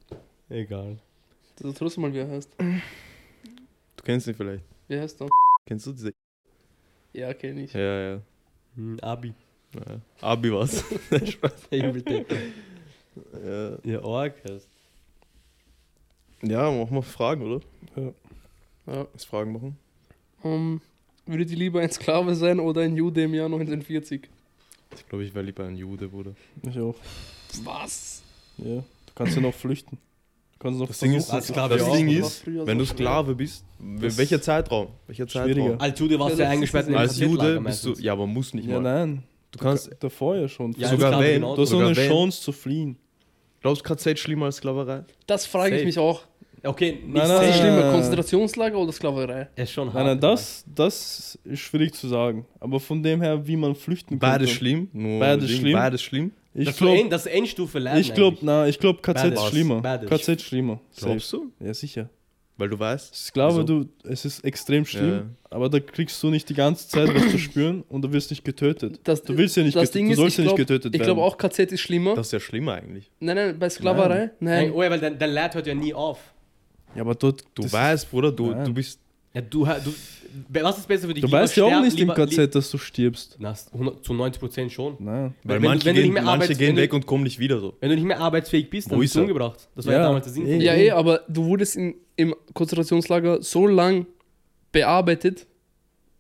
Speaker 2: Egal.
Speaker 1: Das ist trotzdem mal, wie er heißt.
Speaker 3: Du kennst ihn vielleicht.
Speaker 1: Wie heißt er?
Speaker 3: Kennst du diese?
Speaker 1: Ja, kenne ich.
Speaker 3: Ja, ja.
Speaker 2: Hm, Abi.
Speaker 3: ja. Abi was?
Speaker 2: Everything.
Speaker 3: ja.
Speaker 2: ja, Org heißt.
Speaker 3: ja, machen wir Fragen, oder?
Speaker 1: Ja.
Speaker 3: Lass Fragen machen.
Speaker 1: Ähm, würdet ihr lieber ein Sklave sein oder ein Jude im Jahr 1940?
Speaker 3: Ich glaube, ich wäre lieber ein Jude, Bruder.
Speaker 4: Ich auch.
Speaker 1: Was?
Speaker 4: Ja. Du kannst ja noch flüchten. Du kannst noch
Speaker 3: Das Ding ist,
Speaker 4: versuchen.
Speaker 2: als Sklave
Speaker 3: das
Speaker 2: ja auch,
Speaker 3: Ding
Speaker 1: oder?
Speaker 3: ist
Speaker 1: Früher
Speaker 3: wenn
Speaker 1: so
Speaker 3: du Sklave bist,
Speaker 4: Das-
Speaker 3: welcher Zeitraum? Welcher Zeitraum?
Speaker 4: Schwieriger.
Speaker 2: Als Jude warst
Speaker 1: Ja,
Speaker 2: du ja
Speaker 1: das-
Speaker 2: eingesperrt in einem
Speaker 3: Als Jude
Speaker 2: Kassettenlager
Speaker 3: bist du,
Speaker 2: meistens.
Speaker 3: ja, aber muss nicht
Speaker 4: Ja,
Speaker 3: mal.
Speaker 4: nein.
Speaker 3: Du kannst,
Speaker 4: Ka- Davor ja genau. schon.
Speaker 2: Ja,
Speaker 4: du
Speaker 3: sogar
Speaker 2: Sklave
Speaker 3: wenn,
Speaker 2: genauso.
Speaker 4: du hast noch
Speaker 3: sogar
Speaker 4: eine
Speaker 3: wenn.
Speaker 4: Chance zu fliehen.
Speaker 3: glaubst du, KZ schlimmer als Sklaverei?
Speaker 1: Das frage ich
Speaker 2: Safe.
Speaker 1: mich auch. Äh,
Speaker 2: Okay, nicht
Speaker 4: Nein,
Speaker 1: Ist
Speaker 4: nein,
Speaker 1: das
Speaker 4: Ah.
Speaker 1: schlimmer, Konzentrationslager oder Sklaverei?
Speaker 2: Er ist schon hart.
Speaker 4: Nein, nein,
Speaker 3: genau.
Speaker 2: Mann.
Speaker 4: das, das ist schwierig zu sagen. Aber von dem her, wie man flüchten kann.
Speaker 3: Beides schlimm, nur
Speaker 4: Beides
Speaker 3: Ding,
Speaker 4: schlimm.
Speaker 3: Beides schlimm.
Speaker 4: Ich
Speaker 2: das, ist so
Speaker 4: glaube,
Speaker 2: End, das ist Endstufe lernen.
Speaker 4: ich glaube,
Speaker 2: eigentlich.
Speaker 4: na, ich glaube, KZ ist
Speaker 2: Beides.
Speaker 4: schlimmer.
Speaker 2: Beides.
Speaker 4: KZ ist schlimmer. Safe.
Speaker 3: Glaubst du?
Speaker 4: Ja, sicher.
Speaker 3: Weil du weißt,
Speaker 4: Sklave,
Speaker 3: Wieso?
Speaker 4: du, es ist extrem schlimm,
Speaker 3: Ja.
Speaker 4: aber da kriegst du nicht die ganze Zeit was zu spüren und du wirst nicht getötet.
Speaker 1: Das,
Speaker 4: Du willst ja nicht
Speaker 1: das
Speaker 4: getötet-
Speaker 1: Ding
Speaker 4: du
Speaker 1: ist,
Speaker 4: sollst
Speaker 1: ich
Speaker 4: ja nicht
Speaker 1: glaub-
Speaker 4: getötet
Speaker 1: Ich glaube
Speaker 4: werden.
Speaker 1: auch, KZ ist schlimmer.
Speaker 3: das ist ja schlimmer eigentlich.
Speaker 1: nein, nein, bei Sklaverei? Nein.
Speaker 2: Nein, oh ja, weil dein, dein Lehrer hört ja nie auf.
Speaker 4: Ja, aber dort.
Speaker 3: Du
Speaker 4: das-
Speaker 3: weißt, Bruder, du,
Speaker 4: Nein.
Speaker 3: du bist.
Speaker 2: Ja, du, du, was ist besser für dich?
Speaker 4: Du
Speaker 2: Lieber
Speaker 4: weißt ja auch
Speaker 2: sterben,
Speaker 4: nicht im
Speaker 2: lieber- li-
Speaker 4: KZ, dass du stirbst.
Speaker 2: Na, 100 zu 90 Prozent schon.
Speaker 4: Nein.
Speaker 3: Weil
Speaker 2: wenn du-
Speaker 3: manche
Speaker 2: wenn du nicht
Speaker 3: gehen,
Speaker 2: mehr
Speaker 3: manche
Speaker 2: arbeitest,
Speaker 3: gehen
Speaker 2: wenn du-
Speaker 3: weg und kommen nicht wieder so.
Speaker 2: Wenn du nicht mehr arbeitsfähig bist, dann
Speaker 3: Wo
Speaker 2: bist
Speaker 3: ist
Speaker 2: du
Speaker 3: er?
Speaker 2: umgebracht. Das war ja,
Speaker 4: Ja,
Speaker 2: damals der Sinn. von
Speaker 4: eh.
Speaker 1: Ja,
Speaker 4: Mhm.
Speaker 1: eh, aber du wurdest in, im Konzentrationslager so lang bearbeitet,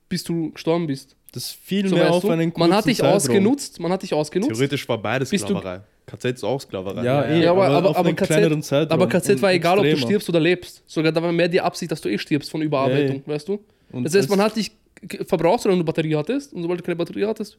Speaker 1: bis du gestorben bist.
Speaker 4: Das ist viel
Speaker 1: So,
Speaker 4: mehr
Speaker 1: weißt
Speaker 4: auf
Speaker 1: du?
Speaker 4: einen kurzen
Speaker 1: Man hat dich
Speaker 4: Zeitraum.
Speaker 1: ausgenutzt, man hat dich ausgenutzt.
Speaker 3: Theoretisch war beides
Speaker 1: Bist du-
Speaker 3: Sklaverei. KZ ist auch Sklaverei.
Speaker 4: Ja, eh,
Speaker 1: Ja, aber- aber-
Speaker 4: auf
Speaker 1: aber
Speaker 4: einen
Speaker 1: KZ
Speaker 4: kleineren Zeitraum.
Speaker 1: Aber KZ war
Speaker 4: und
Speaker 1: egal, ob du
Speaker 4: extremer.
Speaker 1: stirbst oder lebst. Sogar da war mehr die Absicht, dass du eh stirbst von Überarbeitung, weißt du?
Speaker 4: Und
Speaker 1: das heißt, man
Speaker 4: als-
Speaker 1: hat dich k- verbraucht, solange du Batterie hattest. Und sobald du keine Batterie hattest,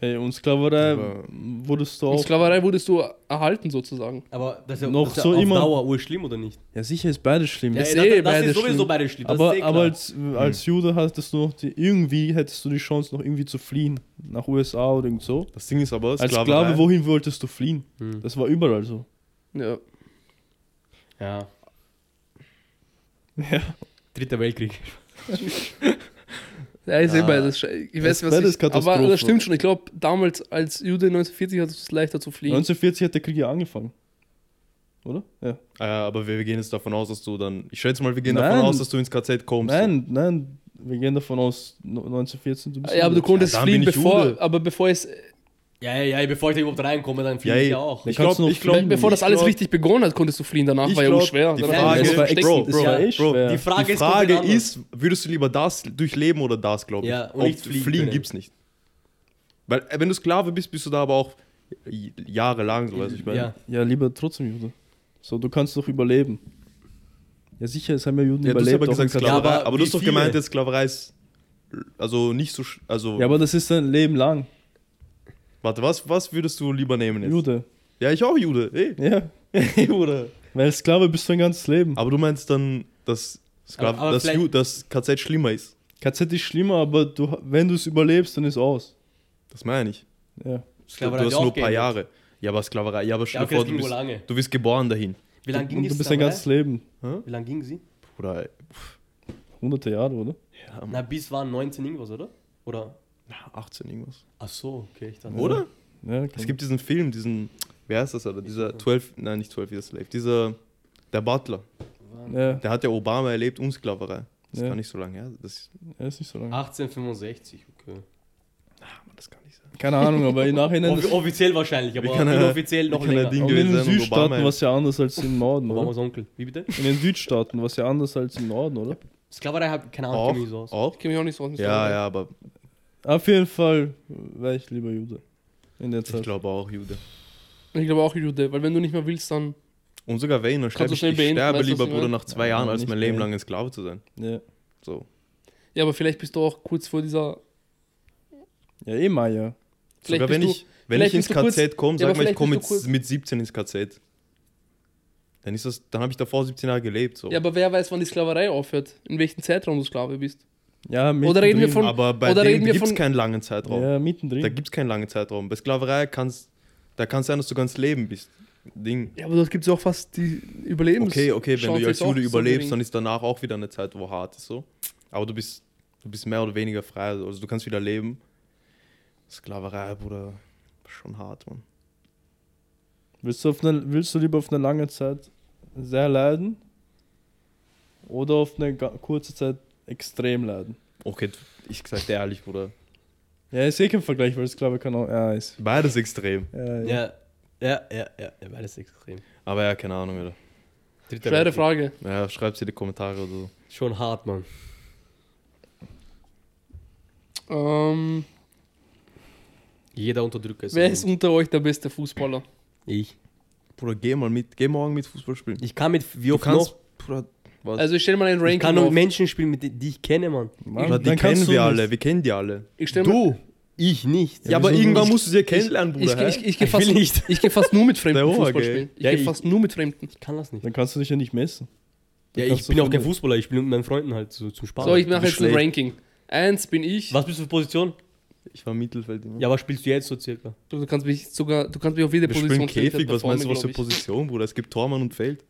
Speaker 4: Ey, und Sklaverei
Speaker 3: Aber-
Speaker 4: wurdest du
Speaker 1: in
Speaker 4: auch.
Speaker 1: Sklaverei wurdest du erhalten sozusagen.
Speaker 2: Aber das ist ja,
Speaker 4: Noch
Speaker 2: das ist
Speaker 4: so
Speaker 2: ja auf
Speaker 4: immer-
Speaker 2: Dauer urschlimm, oder nicht?
Speaker 4: Ja, sicher ist beides schlimm.
Speaker 1: Ja,
Speaker 2: das,
Speaker 1: eh,
Speaker 2: das
Speaker 1: beides
Speaker 2: ist sowieso
Speaker 1: schlimm.
Speaker 2: beides schlimm. das
Speaker 4: aber
Speaker 2: ist eh
Speaker 4: aber
Speaker 2: klar.
Speaker 4: als, als Jude hattest du noch die, irgendwie hättest du die Chance, noch irgendwie zu fliehen. Nach USA oder irgend so.
Speaker 3: Das Ding ist aber,
Speaker 4: Als
Speaker 3: Sklaverei.
Speaker 4: Sklave, wohin wolltest du fliehen?
Speaker 2: Hm.
Speaker 4: Das war überall so.
Speaker 1: Ja.
Speaker 2: Ja.
Speaker 4: Ja.
Speaker 2: Dritter Weltkrieg.
Speaker 1: Ja, ich sehe
Speaker 3: Ja.
Speaker 1: beides. Ich weiß,
Speaker 4: Das
Speaker 1: was
Speaker 4: beides
Speaker 1: ich, Aber
Speaker 4: Katastrophe.
Speaker 1: das stimmt schon. Ich glaube, damals als Jude 1940 hattest du es leichter zu fliehen.
Speaker 4: 1940 hat der Krieg ja angefangen. Oder? Ja.
Speaker 3: Äh, aber wir, wir gehen jetzt davon aus, dass du dann. Ich schätze mal, wir gehen
Speaker 4: Nein.
Speaker 3: davon aus, dass du ins KZ kommst.
Speaker 4: Nein, nein, wir gehen davon aus, no- 1914. Du bist
Speaker 1: Ja, aber du
Speaker 4: Jude.
Speaker 1: konntest
Speaker 3: dann
Speaker 1: fliehen,
Speaker 3: bin ich
Speaker 1: bevor,
Speaker 3: Jude.
Speaker 1: aber bevor es
Speaker 2: Ja, ja, ja, bevor ich da überhaupt reinkomme, dann fliege
Speaker 3: Ja,
Speaker 4: eh.
Speaker 2: ich
Speaker 3: ja.
Speaker 2: ja auch.
Speaker 3: Ich
Speaker 4: Da
Speaker 3: glaub-
Speaker 4: kannst du noch
Speaker 3: ich glaub-
Speaker 4: fliegen.
Speaker 1: Bevor das
Speaker 3: ich
Speaker 1: alles
Speaker 3: glaub-
Speaker 1: richtig begonnen hat, konntest du fliehen. Danach
Speaker 3: Ich
Speaker 1: war ja
Speaker 3: glaub,
Speaker 1: schwer.
Speaker 3: Die
Speaker 1: Danach
Speaker 2: Frage-
Speaker 1: war
Speaker 3: Frage,
Speaker 1: ja
Speaker 2: das war
Speaker 1: stecken.
Speaker 2: echt-
Speaker 3: Bro,
Speaker 2: das
Speaker 3: Bro,
Speaker 2: war
Speaker 4: echt
Speaker 3: Bro,
Speaker 4: schwer.
Speaker 3: die
Speaker 4: Die
Speaker 3: Frage,
Speaker 2: Frage
Speaker 3: die
Speaker 2: ist
Speaker 3: Frage
Speaker 2: komplett
Speaker 3: ist, würdest du lieber das durchleben oder das, glaube ich.
Speaker 2: Ja, und
Speaker 3: Ob
Speaker 2: nicht fliegen
Speaker 3: fliegen
Speaker 2: können.
Speaker 3: gibt's nicht. Weil, äh, wenn du Sklave bist, bist du da aber auch j- jahrelang, so weiß ich meine.
Speaker 2: Ja.
Speaker 4: Ja, lieber trotzdem Jude. So, du kannst doch überleben. Ja, sicher, es haben ja Juden
Speaker 3: Ja, du hast
Speaker 4: überlebt.
Speaker 3: aber
Speaker 4: auch
Speaker 3: gesagt
Speaker 4: in Katar.
Speaker 2: Ja,
Speaker 3: Sklaverei,
Speaker 2: aber
Speaker 3: aber du
Speaker 2: wie
Speaker 3: hast doch
Speaker 2: viele?
Speaker 3: gemeint, jetzt Sklaverei ist äh, also nicht so, sch- also,
Speaker 4: ja, aber das ist dein Leben lang.
Speaker 3: warte, was, was würdest du lieber nehmen jetzt?
Speaker 4: Jude.
Speaker 3: Ja, ich auch Jude, eh. ey.
Speaker 4: Ja.
Speaker 3: Ey, Bruder.
Speaker 4: Weil Sklave bist du ein ganzes Leben.
Speaker 3: Aber du meinst dann, dass, Sklav,
Speaker 2: Aber- aber
Speaker 3: dass,
Speaker 2: vielleicht-
Speaker 3: Ju, dass KZ schlimmer ist.
Speaker 4: KZ ist schlimmer, aber du, wenn du es überlebst, dann ist aus.
Speaker 3: Das meine ich.
Speaker 4: Ja.
Speaker 3: Du, du
Speaker 2: Sklaverei
Speaker 3: hast
Speaker 2: hat auch
Speaker 3: nur ein paar
Speaker 2: geendet.
Speaker 3: Jahre. Ja, aber Sklaverei, ja, aber stell dir
Speaker 2: Ja, okay,
Speaker 3: vor,
Speaker 2: das
Speaker 3: du
Speaker 2: ging wohl
Speaker 3: bist,
Speaker 2: lange.
Speaker 3: du bist geboren dahin.
Speaker 2: Wie lange ging
Speaker 4: Und du
Speaker 2: das?
Speaker 4: bist dein ganzes Leben.
Speaker 2: Wie lange ging sie?
Speaker 3: Bruder,
Speaker 4: Hunderte Jahre, oder?
Speaker 3: ja,
Speaker 2: Na, bis waren 19 irgendwas, oder? Oder?
Speaker 3: na, 18 irgendwas.
Speaker 2: Ach so, okay, ich dachte.
Speaker 3: Oder?
Speaker 4: Ja,
Speaker 3: Es gibt diesen Film, diesen, wer ist das, Alter? Dieser 12, nein, nicht 12 Years Slave, dieser, der Butler.
Speaker 4: Ja,
Speaker 3: Der hat ja Obama erlebt und Sklaverei. Das
Speaker 4: Ja.
Speaker 3: kann nicht so lange her. Das,
Speaker 4: ja, ist nicht so lange.
Speaker 2: 1865, okay.
Speaker 3: ah, Mann, das kann nicht sein.
Speaker 4: Keine Ahnung, aber im Nachhinein.
Speaker 2: Offi- offiziell wahrscheinlich, aber
Speaker 3: Wie kann er-
Speaker 2: inoffiziell noch
Speaker 3: wie kann er
Speaker 2: länger.
Speaker 3: Ding-
Speaker 4: Aber in
Speaker 3: gewesen
Speaker 4: den
Speaker 3: sein und Obama
Speaker 4: Südstaaten
Speaker 3: hält.
Speaker 4: war es ja anders als im Norden, oder?
Speaker 2: Obamas Onkel. Wie bitte?
Speaker 4: In den Südstaaten war es ja anders als im Norden, oder?
Speaker 2: Sklaverei hat keine Ahnung,
Speaker 3: Auch,
Speaker 2: irgendwie so aus.
Speaker 3: auch?
Speaker 1: Ich kenne mich auch nicht so aus. mit
Speaker 3: Ja,
Speaker 1: Sklaverei.
Speaker 3: ja, aber
Speaker 4: Auf jeden Fall war ich lieber Jude. In der
Speaker 3: ich
Speaker 4: Zeit.
Speaker 3: glaube auch Jude.
Speaker 1: Ich glaube auch Jude, weil wenn du nicht mehr willst, dann.
Speaker 3: Und sogar wenn, dann sterbe
Speaker 1: du
Speaker 3: ich,
Speaker 1: schnell
Speaker 3: ich
Speaker 1: beenden,
Speaker 3: sterbe
Speaker 1: weißt du,
Speaker 3: lieber,
Speaker 1: was ich
Speaker 3: Bruder,
Speaker 1: meine?
Speaker 3: nach zwei
Speaker 4: Ja,
Speaker 3: Jahren, als
Speaker 4: nicht
Speaker 3: mein Leben
Speaker 4: beenden.
Speaker 3: lang ein Sklave zu sein.
Speaker 4: Ja.
Speaker 3: So.
Speaker 1: Ja, aber vielleicht bist du auch kurz vor dieser.
Speaker 4: ja, eh Maya.
Speaker 1: Vielleicht
Speaker 3: sogar wenn
Speaker 1: bist
Speaker 3: ich, wenn ich
Speaker 1: vielleicht
Speaker 3: ins
Speaker 1: bist du kurz-
Speaker 3: KZ
Speaker 1: Ja,
Speaker 3: komme, sag
Speaker 1: aber
Speaker 3: mal, ich
Speaker 1: vielleicht
Speaker 3: komme
Speaker 1: bist du
Speaker 3: mit,
Speaker 1: kurz-
Speaker 3: mit 17 ins KZ. Dann ist das, dann habe ich davor 17 Jahre gelebt. So.
Speaker 1: Ja, aber wer weiß, wann die Sklaverei aufhört? In welchem Zeitraum du Sklave bist?
Speaker 4: Ja,
Speaker 1: Oder reden wir
Speaker 4: mittendrin.
Speaker 1: von-
Speaker 3: Aber bei
Speaker 1: oder
Speaker 3: dem
Speaker 1: reden wir
Speaker 3: gibt es
Speaker 1: von-
Speaker 3: keinen langen Zeitraum.
Speaker 4: Ja,
Speaker 3: Da
Speaker 4: mittendrin.
Speaker 3: gibt es keinen langen Zeitraum. Bei Sklaverei kann's, da kann es sein, dass du ganz Leben bist. Ding.
Speaker 1: Ja, aber dort gibt es ja auch fast die Überlebens.
Speaker 3: Okay, okay, wenn
Speaker 1: Chance
Speaker 3: du als
Speaker 1: ist auch
Speaker 3: Jude
Speaker 1: so
Speaker 3: überlebst,
Speaker 1: gering.
Speaker 3: dann ist danach auch wieder eine Zeit, wo hart ist. So. Aber du bist, du bist mehr oder weniger frei. Also du kannst wieder leben. Sklaverei, Bruder, schon hart, Mann.
Speaker 4: Willst, du auf eine, willst du lieber auf eine lange Zeit sehr leiden? Oder auf eine ga- kurze Zeit extrem leiden?
Speaker 3: Okay, ich sag dir ehrlich, Bruder.
Speaker 4: Ja, ist eh kein Vergleich, weil Sklave kann auch. Ja, ist.
Speaker 3: Beides extrem.
Speaker 4: Ja, ja.
Speaker 2: Ja, ja, ja, ja, ja, beides extrem.
Speaker 3: Aber ja, keine Ahnung, Alter.
Speaker 2: Dritter
Speaker 1: Schwere
Speaker 2: Weltkrieg.
Speaker 1: Frage.
Speaker 3: Ja, schreib's in die Kommentare oder so.
Speaker 2: Schon hart, Mann.
Speaker 1: Ähm,
Speaker 2: Jeder Unterdrücker ist.
Speaker 1: wer
Speaker 2: ein-
Speaker 1: ist unter euch der beste Fußballer?
Speaker 2: ich.
Speaker 3: Bruder, geh mal mit, geh morgen mit Fußball spielen.
Speaker 2: Ich kann mit wie
Speaker 3: Du
Speaker 2: oft
Speaker 3: kannst,
Speaker 2: noch.
Speaker 3: Bruder, was?
Speaker 1: Also ich stelle mal ein
Speaker 2: Ich kann
Speaker 1: Ranking
Speaker 2: nur mit
Speaker 1: auf.
Speaker 2: Menschen spielen, mit die die ich kenne, Mann.
Speaker 4: Mann,
Speaker 3: Bruder, die
Speaker 4: dann kannst
Speaker 3: kennen
Speaker 4: du
Speaker 3: wir
Speaker 4: nicht.
Speaker 3: alle, wir kennen die alle.
Speaker 1: Ich stell mal-
Speaker 2: Du, ich nicht.
Speaker 3: Ja, aber
Speaker 4: wieso
Speaker 3: irgendwann
Speaker 4: nicht?
Speaker 3: musst du sie ja kennenlernen,
Speaker 1: Ich,
Speaker 3: Bruder. hä?
Speaker 1: ich, ich, gehe
Speaker 2: Ich
Speaker 1: fast,
Speaker 2: will nicht.
Speaker 1: ich geh fast nur mit Fremden
Speaker 3: Der Ohr,
Speaker 1: Fußball
Speaker 3: gell?
Speaker 1: spielen. Ich
Speaker 3: Ja,
Speaker 1: gehe
Speaker 3: ich-
Speaker 1: fast nur mit Fremden.
Speaker 2: Ich kann das nicht.
Speaker 4: Dann kannst du dich ja nicht messen.
Speaker 2: Ja,
Speaker 4: kannst
Speaker 2: ich
Speaker 4: du
Speaker 2: bin auch kein
Speaker 4: verlieren.
Speaker 2: Fußballer, ich spiele mit meinen Freunden halt so zum Spaß.
Speaker 1: So, ich mache
Speaker 3: das
Speaker 1: jetzt
Speaker 3: ist
Speaker 1: ein
Speaker 3: schlecht.
Speaker 1: Ranking. Eins bin ich.
Speaker 2: Was bist du für Position?
Speaker 3: Ich war Mittelfeld immer.
Speaker 2: Ja, was spielst du jetzt so circa?
Speaker 1: Du, du kannst mich sogar, du kannst mich auf jede
Speaker 3: wir
Speaker 1: Position
Speaker 3: spielen
Speaker 1: stellen,
Speaker 3: Käfig,
Speaker 1: da
Speaker 3: was meinst du,
Speaker 1: performe
Speaker 3: was für
Speaker 1: ich, glaub ich.
Speaker 3: Position, Bruder? Es gibt Tormann und Feld.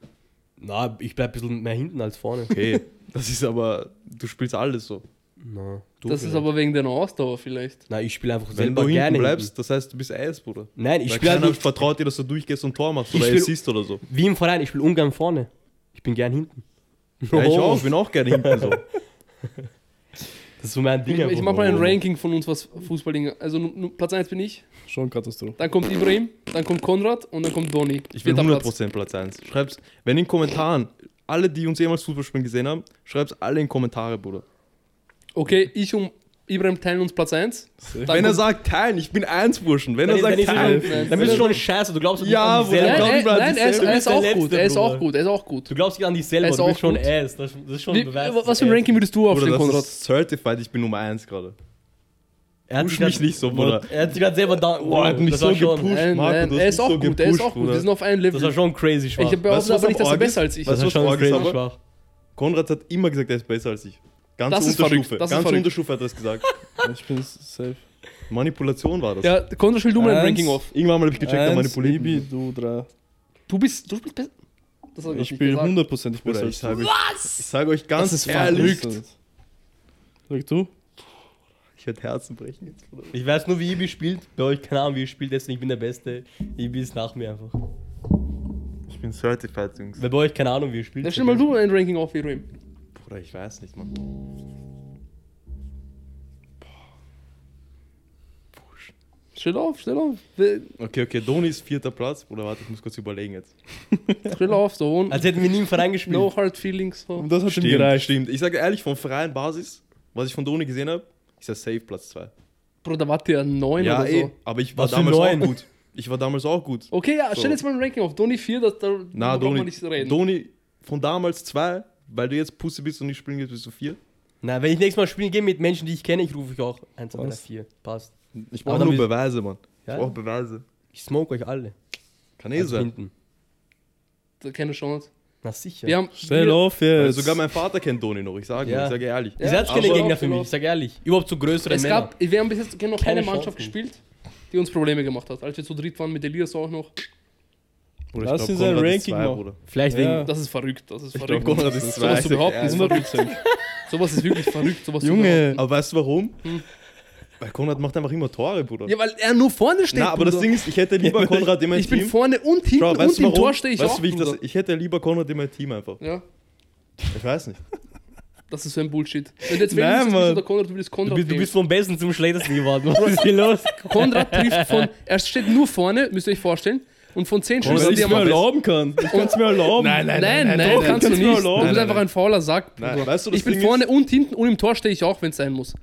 Speaker 2: Na, ich bleib ein bisschen mehr hinten als vorne.
Speaker 3: Okay, das ist aber, du spielst alles so.
Speaker 2: Na, du
Speaker 1: Das ist
Speaker 2: vielleicht.
Speaker 1: aber wegen deiner Ausdauer vielleicht.
Speaker 2: Na, ich spiele einfach
Speaker 3: Wenn
Speaker 2: selber
Speaker 3: du hinten
Speaker 2: gerne.
Speaker 3: bleibst,
Speaker 2: Hinten.
Speaker 3: das heißt, du bist Eis, Bruder.
Speaker 2: Nein, ich
Speaker 3: Weil
Speaker 2: spiele
Speaker 3: keiner
Speaker 2: halt nur-
Speaker 3: vertraut dir, dass du durchgehst und Tor machst
Speaker 2: Ich
Speaker 3: oder
Speaker 2: spiel-
Speaker 3: Assist oder so.
Speaker 2: wie im Verein, ich spiele ungern vorne. Ich bin gern hinten. Oh,
Speaker 3: Ja, ich auch, ich bin auch gerne hinten so.
Speaker 2: Das ist so mein Ding.
Speaker 1: Ich, ich
Speaker 2: einfach.
Speaker 1: mache mal ein Ranking von uns, was Fußballdinge. Also nu- nu- Platz 1 bin ich,
Speaker 4: Schon Katastrophe.
Speaker 1: dann kommt Ibrahim, dann kommt Konrad und dann kommt Donny.
Speaker 3: Ich will
Speaker 1: Vierter Platz.
Speaker 3: 100% Platz 1. Schreib's, wenn in Kommentaren, alle, die uns jemals Fußball spielen gesehen haben, schreib's alle in Kommentare, Bruder.
Speaker 1: Okay, ich und Ibrahim teilen uns Platz 1. Dann
Speaker 3: wenn er
Speaker 1: kommt-
Speaker 3: sagt teilen, ich bin eins, Burschen. Wenn er
Speaker 2: Dann ist-
Speaker 3: sagt
Speaker 2: halt dann ist
Speaker 1: Nein,
Speaker 3: teilen,
Speaker 2: es
Speaker 1: nein,
Speaker 2: schon-
Speaker 1: nein.
Speaker 2: dann bist du schon scheiße. Du glaubst nicht
Speaker 3: Ja,
Speaker 2: an dich
Speaker 3: Bruder,
Speaker 1: Nein,
Speaker 3: glaub,
Speaker 2: selber.
Speaker 1: er,
Speaker 3: Ibrahim hat
Speaker 1: nein, er ist,
Speaker 3: dieselbe-
Speaker 1: er ist
Speaker 2: der
Speaker 1: auch
Speaker 2: Letzte,
Speaker 1: gut, er ist auch
Speaker 2: Bruder.
Speaker 1: gut, er ist auch gut.
Speaker 2: Du glaubst nicht an dich selber.
Speaker 1: Er ist
Speaker 2: Du bist
Speaker 1: auch
Speaker 2: schon
Speaker 1: gut.
Speaker 2: ass. Das, das ist schon
Speaker 1: Wie,
Speaker 2: ein Beweis. dass
Speaker 1: was für ein
Speaker 2: du ass
Speaker 1: Ranking
Speaker 2: bist.
Speaker 1: würdest du
Speaker 3: Bruder,
Speaker 1: aufstellen,
Speaker 3: das
Speaker 1: Konrad?
Speaker 3: ist certified, ich bin Nummer 1 gerade.
Speaker 2: Er hat
Speaker 3: Push
Speaker 2: dich
Speaker 3: mich
Speaker 2: grad-
Speaker 3: nicht so, Bruder.
Speaker 2: Er hat sich gerade selber da.
Speaker 3: Boah, er hat mich
Speaker 2: das
Speaker 3: so
Speaker 2: war schon-
Speaker 3: gepusht.
Speaker 1: Nein,
Speaker 3: Marco,
Speaker 1: nein,
Speaker 3: du hast
Speaker 1: er
Speaker 3: mich
Speaker 1: ist auch
Speaker 3: so
Speaker 1: gut, er ist
Speaker 3: gepusht,
Speaker 1: auch gut.
Speaker 3: Bruder.
Speaker 1: Wir sind auf einem
Speaker 2: Das war
Speaker 1: Level.
Speaker 2: schon crazy
Speaker 1: Ich
Speaker 2: schwach.
Speaker 1: behaupte
Speaker 3: Weißt du, was
Speaker 1: aber
Speaker 3: am
Speaker 1: nicht, dass er
Speaker 3: Org ist?
Speaker 1: besser als ich
Speaker 3: Weißt
Speaker 1: ist.
Speaker 2: das war
Speaker 3: was Org
Speaker 2: schon
Speaker 3: ist,
Speaker 2: crazy
Speaker 3: aber-
Speaker 2: schwach.
Speaker 3: Konrad hat immer gesagt, er ist besser als ich. Ganz
Speaker 1: Das ist verrückt,
Speaker 3: Unterstufe.
Speaker 1: das ist
Speaker 3: Ganz
Speaker 1: verrückt.
Speaker 3: Unterstufe hat er es gesagt.
Speaker 4: Ich bin safe.
Speaker 3: Manipulation war das.
Speaker 1: Ja, Konrad, stell du mal ein
Speaker 4: Eins.
Speaker 1: Ranking auf.
Speaker 3: Irgendwann mal habe ich gecheckt, er
Speaker 4: Eins,
Speaker 3: manipuliert.
Speaker 4: Ibi,
Speaker 3: mich.
Speaker 4: du drei.
Speaker 1: Du bist, du bist besser. Das hab
Speaker 4: Ich
Speaker 1: nicht
Speaker 4: bin
Speaker 1: gesagt.
Speaker 4: hundertprozentig besser
Speaker 3: Bruder, ich
Speaker 4: als
Speaker 3: sage
Speaker 4: du.
Speaker 3: euch, ich sage euch ganz
Speaker 4: Das ist
Speaker 3: ehrlich.
Speaker 4: verrückt. Sag du?
Speaker 3: Ich werde Herzen brechen jetzt, Bruder.
Speaker 2: Ich weiß nur, wie Ibi spielt. Bei euch keine Ahnung, wie ihr spielt. Deswegen ich bin der Beste. Ibi ist nach mir einfach.
Speaker 3: Ich bin certified, Jungs.
Speaker 2: Weil bei euch keine Ahnung, wie ihr spielt.
Speaker 1: Dann stell mal du ein Ranking auf, Ibrahim.
Speaker 3: Bruder, ich weiß nicht, Mann. Boah. Burschen.
Speaker 1: Chill auf, chill auf. We-
Speaker 3: Okay, okay, Doni ist vierter Platz. Bruder, warte, ich muss kurz überlegen jetzt.
Speaker 1: Chill auf, so. und
Speaker 2: Als hätten wir nie im Verein gespielt.
Speaker 1: No hard feelings. So.
Speaker 4: Und das hat ihm gereicht.
Speaker 3: stimmt. Ich sage ehrlich, von freien Basis, was ich von Doni gesehen habe, ist er safe Platz 2.
Speaker 1: Bro, da wart ihr neun
Speaker 3: Ja,
Speaker 1: oder
Speaker 3: eh,
Speaker 1: so.
Speaker 3: aber ich war
Speaker 2: Was für
Speaker 3: damals auch
Speaker 2: neun?
Speaker 3: gut. Ich war damals auch gut.
Speaker 1: Okay, ja,
Speaker 3: So.
Speaker 1: stell jetzt mal ein Ranking auf. Doni 4, das, da
Speaker 3: Na,
Speaker 1: braucht Oh, man
Speaker 3: Doni,
Speaker 1: nicht reden.
Speaker 3: Doni, von damals 2, weil du jetzt Pussy bist und nicht spielen gehst, bist du 4.
Speaker 2: Na, wenn ich nächstes Mal spielen gehe mit Menschen, die ich kenne, ich rufe ich auch 1, 2, 3, 4. Passt.
Speaker 3: Ich
Speaker 2: Aber
Speaker 3: brauche
Speaker 2: dann
Speaker 3: nur
Speaker 2: bist-
Speaker 3: Beweise, Mann.
Speaker 2: Ja?
Speaker 3: Ich brauche Beweise.
Speaker 2: Ich smoke euch alle.
Speaker 3: Kann eh
Speaker 2: Also
Speaker 3: sein.
Speaker 2: hinten.
Speaker 1: Da- Keine Chance.
Speaker 2: Na sicher.
Speaker 1: Wir haben.
Speaker 4: Stell
Speaker 1: wir,
Speaker 4: auf
Speaker 3: Weil
Speaker 4: jetzt.
Speaker 3: sogar mein Vater kennt Doni noch, ich sage
Speaker 2: Ja.
Speaker 3: ich sage ehrlich.
Speaker 1: Äh,
Speaker 2: Ihr
Speaker 1: Ja,
Speaker 2: seid keine
Speaker 1: aber- genau.
Speaker 2: Gegner für mich, ich sag ehrlich. Überhaupt zu größeren
Speaker 1: Es
Speaker 2: Männern.
Speaker 1: gab, wir haben bis jetzt noch keine,
Speaker 2: Keine
Speaker 1: Mannschaft
Speaker 2: Chancen.
Speaker 1: gespielt, die uns Probleme gemacht hat. Als wir zu dritt waren mit Elias auch noch.
Speaker 3: Bruder,
Speaker 4: Lass
Speaker 3: glaub,
Speaker 4: ihn sein
Speaker 3: Konrad ist
Speaker 4: Ranking
Speaker 3: zwei,
Speaker 4: machen.
Speaker 3: Bruder.
Speaker 2: Vielleicht
Speaker 4: Ja.
Speaker 2: wegen.
Speaker 1: Das ist verrückt. Das ist
Speaker 3: Ich glaube,
Speaker 1: verrückt.
Speaker 3: Konrad ist
Speaker 1: sowas
Speaker 3: 2.
Speaker 1: zu behaupten ist
Speaker 3: ehrlich.
Speaker 1: verrückt. sowas ist wirklich verrückt. Sowas zu
Speaker 4: Junge.
Speaker 3: Aber weißt du warum? Weil Konrad macht einfach immer Tore, Bruder.
Speaker 1: behaupten. Hm. Ja, weil er nur vorne steht.
Speaker 3: Na, aber das
Speaker 1: Bruder.
Speaker 3: Ding ist, ich hätte lieber Konrad in mein
Speaker 1: Ich
Speaker 3: Team.
Speaker 1: bin vorne und hinten
Speaker 3: Bro,
Speaker 1: und
Speaker 3: weißt du
Speaker 1: im
Speaker 3: warum?
Speaker 1: Tor stehe ich
Speaker 3: weißt
Speaker 1: auch.
Speaker 3: du, wie ich, das,
Speaker 1: Bruder.
Speaker 3: ich hätte lieber Konrad in mein Team einfach.
Speaker 1: ja,
Speaker 3: Ich weiß nicht.
Speaker 1: das ist so ein Bullshit. Wenn du jetzt
Speaker 4: Nein,
Speaker 1: wählst,
Speaker 4: Mann.
Speaker 1: bist du Konrad, du würdest
Speaker 2: Du
Speaker 1: Konrad
Speaker 2: bist, du
Speaker 1: wählen.
Speaker 2: bist vom Besten zum Schlechtesten geworden. Was ist hier los?
Speaker 1: Konrad trifft von, er steht nur vorne, müsst ihr euch vorstellen. Und von 10
Speaker 3: Konrad
Speaker 4: Weil
Speaker 1: Schüssen,
Speaker 4: ich
Speaker 1: die
Speaker 4: es
Speaker 1: er
Speaker 4: mir
Speaker 1: macht,
Speaker 4: erlauben kann. Ich kann es mir erlauben.
Speaker 3: Nein,
Speaker 1: Nein, nein, nein,
Speaker 4: doch,
Speaker 1: kannst du
Speaker 4: kannst
Speaker 1: nicht.
Speaker 4: du mir
Speaker 1: Du
Speaker 4: erlauben.
Speaker 1: bist
Speaker 3: Nein,
Speaker 1: einfach
Speaker 3: nein.
Speaker 1: ein fauler Sack.
Speaker 3: Nein,
Speaker 1: Bruder.
Speaker 3: weißt du, das
Speaker 1: ich bin
Speaker 3: Ding
Speaker 1: vorne und hinten und im Tor stehe ich auch, wenn es sein muss.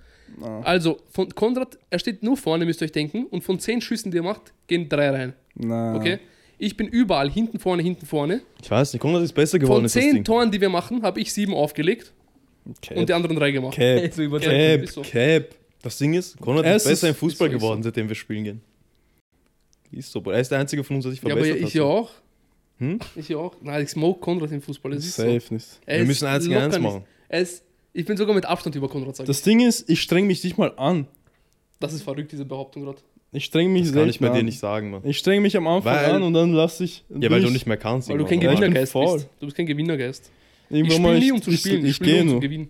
Speaker 1: Also, von Konrad, er steht nur vorne, müsst ihr euch denken. Und von zehn Schüssen, die er macht, gehen drei rein.
Speaker 4: Na.
Speaker 1: Okay? Ich bin überall, hinten, vorne, hinten, vorne.
Speaker 3: Ich weiß nicht, Konrad ist besser geworden.
Speaker 1: Von
Speaker 3: ist das Ding.
Speaker 1: zehn Toren, die wir machen, habe ich sieben aufgelegt und die
Speaker 4: Cap.
Speaker 1: anderen drei gemacht.
Speaker 4: Cap.
Speaker 2: Ey, so überzeugt.
Speaker 1: Äh.
Speaker 4: Cap.
Speaker 1: Ist so.
Speaker 4: Cap.
Speaker 3: Das Ding ist, Konrad
Speaker 4: Es
Speaker 3: ist besser
Speaker 4: ist-
Speaker 3: im Fußball
Speaker 1: ist so, ist
Speaker 3: geworden, seitdem wir spielen gehen. Ist so, Bruder. Er ist der Einzige von uns, der sich
Speaker 1: Ja, aber
Speaker 3: verbessert
Speaker 1: ich
Speaker 3: hat.
Speaker 1: ja auch.
Speaker 3: Hm?
Speaker 1: Ich ja auch. Nein, ich smoke Konrad im Fußball. Das ist so.
Speaker 4: Safe nicht.
Speaker 1: Er
Speaker 3: Wir
Speaker 1: ist
Speaker 3: müssen eins gegen
Speaker 1: locker
Speaker 3: eins
Speaker 1: nicht-
Speaker 3: machen.
Speaker 1: Er ist, ich bin sogar mit Abstand über Konrad, sag ich. Das,
Speaker 4: Das Ding ist, ich streng mich nicht mal an.
Speaker 1: ist verrückt, diese Behauptung gerade.
Speaker 4: Ich streng mich
Speaker 3: Das kann
Speaker 4: selbst
Speaker 3: ich bei
Speaker 4: an.
Speaker 3: dir nicht sagen, Mann.
Speaker 4: Ich streng mich am Anfang
Speaker 3: Weil-
Speaker 4: an und dann lass ich.
Speaker 3: Ja, weil du nicht mehr kannst.
Speaker 1: Weil du
Speaker 3: irgendwann,
Speaker 1: kein
Speaker 4: Ja, ich
Speaker 3: Mann.
Speaker 4: bin
Speaker 1: Gewinnergeist
Speaker 4: faul.
Speaker 1: bist. Du bist kein Gewinnergeist. Ich
Speaker 4: Irgendwann
Speaker 1: spiele
Speaker 4: mal
Speaker 1: nie, um zu
Speaker 4: ich,
Speaker 1: spielen.
Speaker 4: Ich,
Speaker 1: Ich,
Speaker 4: ich
Speaker 1: spiele
Speaker 4: gehe
Speaker 1: nur, um
Speaker 4: nur.
Speaker 1: zu gewinnen.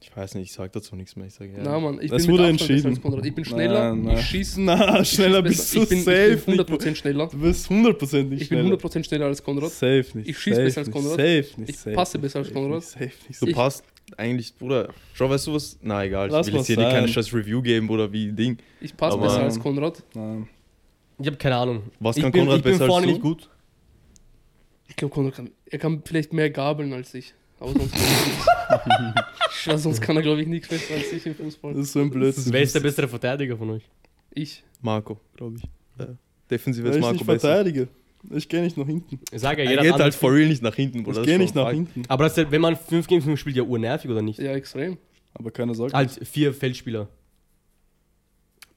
Speaker 3: Ich weiß nicht, ich sag dazu nichts mehr. Ich sag, ja.
Speaker 1: Na, Mann, ich
Speaker 4: Das
Speaker 1: bin mit
Speaker 4: wurde
Speaker 1: Abstand besser
Speaker 4: entschieden.
Speaker 1: als Konrad. Ich bin schneller,
Speaker 4: Nein, nein.
Speaker 1: ich schieße.
Speaker 4: Na, schneller bist du
Speaker 1: ich bin,
Speaker 4: safe.
Speaker 1: ich bin
Speaker 4: nicht.
Speaker 1: 100% schneller.
Speaker 4: Du bist hundertprozentig
Speaker 1: Ich bin
Speaker 4: schneller.
Speaker 1: 100% schneller als Konrad.
Speaker 4: Safe nicht.
Speaker 1: Ich schieß
Speaker 4: safe
Speaker 1: besser als
Speaker 4: nicht,
Speaker 1: Konrad.
Speaker 4: Safe nicht.
Speaker 1: Ich
Speaker 4: safe
Speaker 1: passe
Speaker 4: nicht,
Speaker 1: besser als
Speaker 4: safe
Speaker 1: Konrad.
Speaker 4: nicht, Safe nicht.
Speaker 3: Du
Speaker 1: Ich-
Speaker 3: passt eigentlich, Bruder. Schau, weißt du was? Na, egal.
Speaker 4: Lass
Speaker 3: ich will
Speaker 4: mal
Speaker 3: jetzt hier dir keine
Speaker 4: sein.
Speaker 3: scheiß Review geben, Bruder, wie Ding.
Speaker 1: Ich passe
Speaker 3: Aber-
Speaker 1: besser als Konrad.
Speaker 4: Nein.
Speaker 2: Ich habe keine Ahnung.
Speaker 3: Was
Speaker 2: ich
Speaker 3: kann
Speaker 2: bin,
Speaker 3: Konrad
Speaker 2: ich bin
Speaker 3: besser als
Speaker 2: vorne
Speaker 3: du?
Speaker 2: nicht gut.
Speaker 1: Ich glaube, Konrad kann, er kann vielleicht mehr gabeln als ich. Aber sonst kann er nichts. Ja, Sonst kann er, glaube ich, nichts besser als ich im
Speaker 4: Das
Speaker 1: Fußball.
Speaker 4: ist so ein Blödsinn.
Speaker 2: Wer ist der bessere Verteidiger von euch?
Speaker 1: Ich.
Speaker 3: Marco, glaube ich. Ja. Defensiv
Speaker 4: Weil
Speaker 3: ist
Speaker 4: ich
Speaker 3: Marco
Speaker 4: nicht
Speaker 3: besser.
Speaker 4: verteidige. Ich gehe nicht nach hinten.
Speaker 2: Sag ja,
Speaker 3: Er
Speaker 2: jeder
Speaker 3: geht
Speaker 2: hat
Speaker 3: halt
Speaker 2: anders-
Speaker 3: for real nicht nach hinten, Bruder. das
Speaker 4: Ich gehe
Speaker 3: ist
Speaker 4: nicht
Speaker 3: schon
Speaker 4: nach
Speaker 3: Fakt.
Speaker 4: hinten.
Speaker 2: Aber das ist ja, wenn man 5 gegen 5 spielt, ja urnervig oder nicht?
Speaker 1: Ja, extrem.
Speaker 4: Aber keine Sorge.
Speaker 2: Als vier Feldspieler.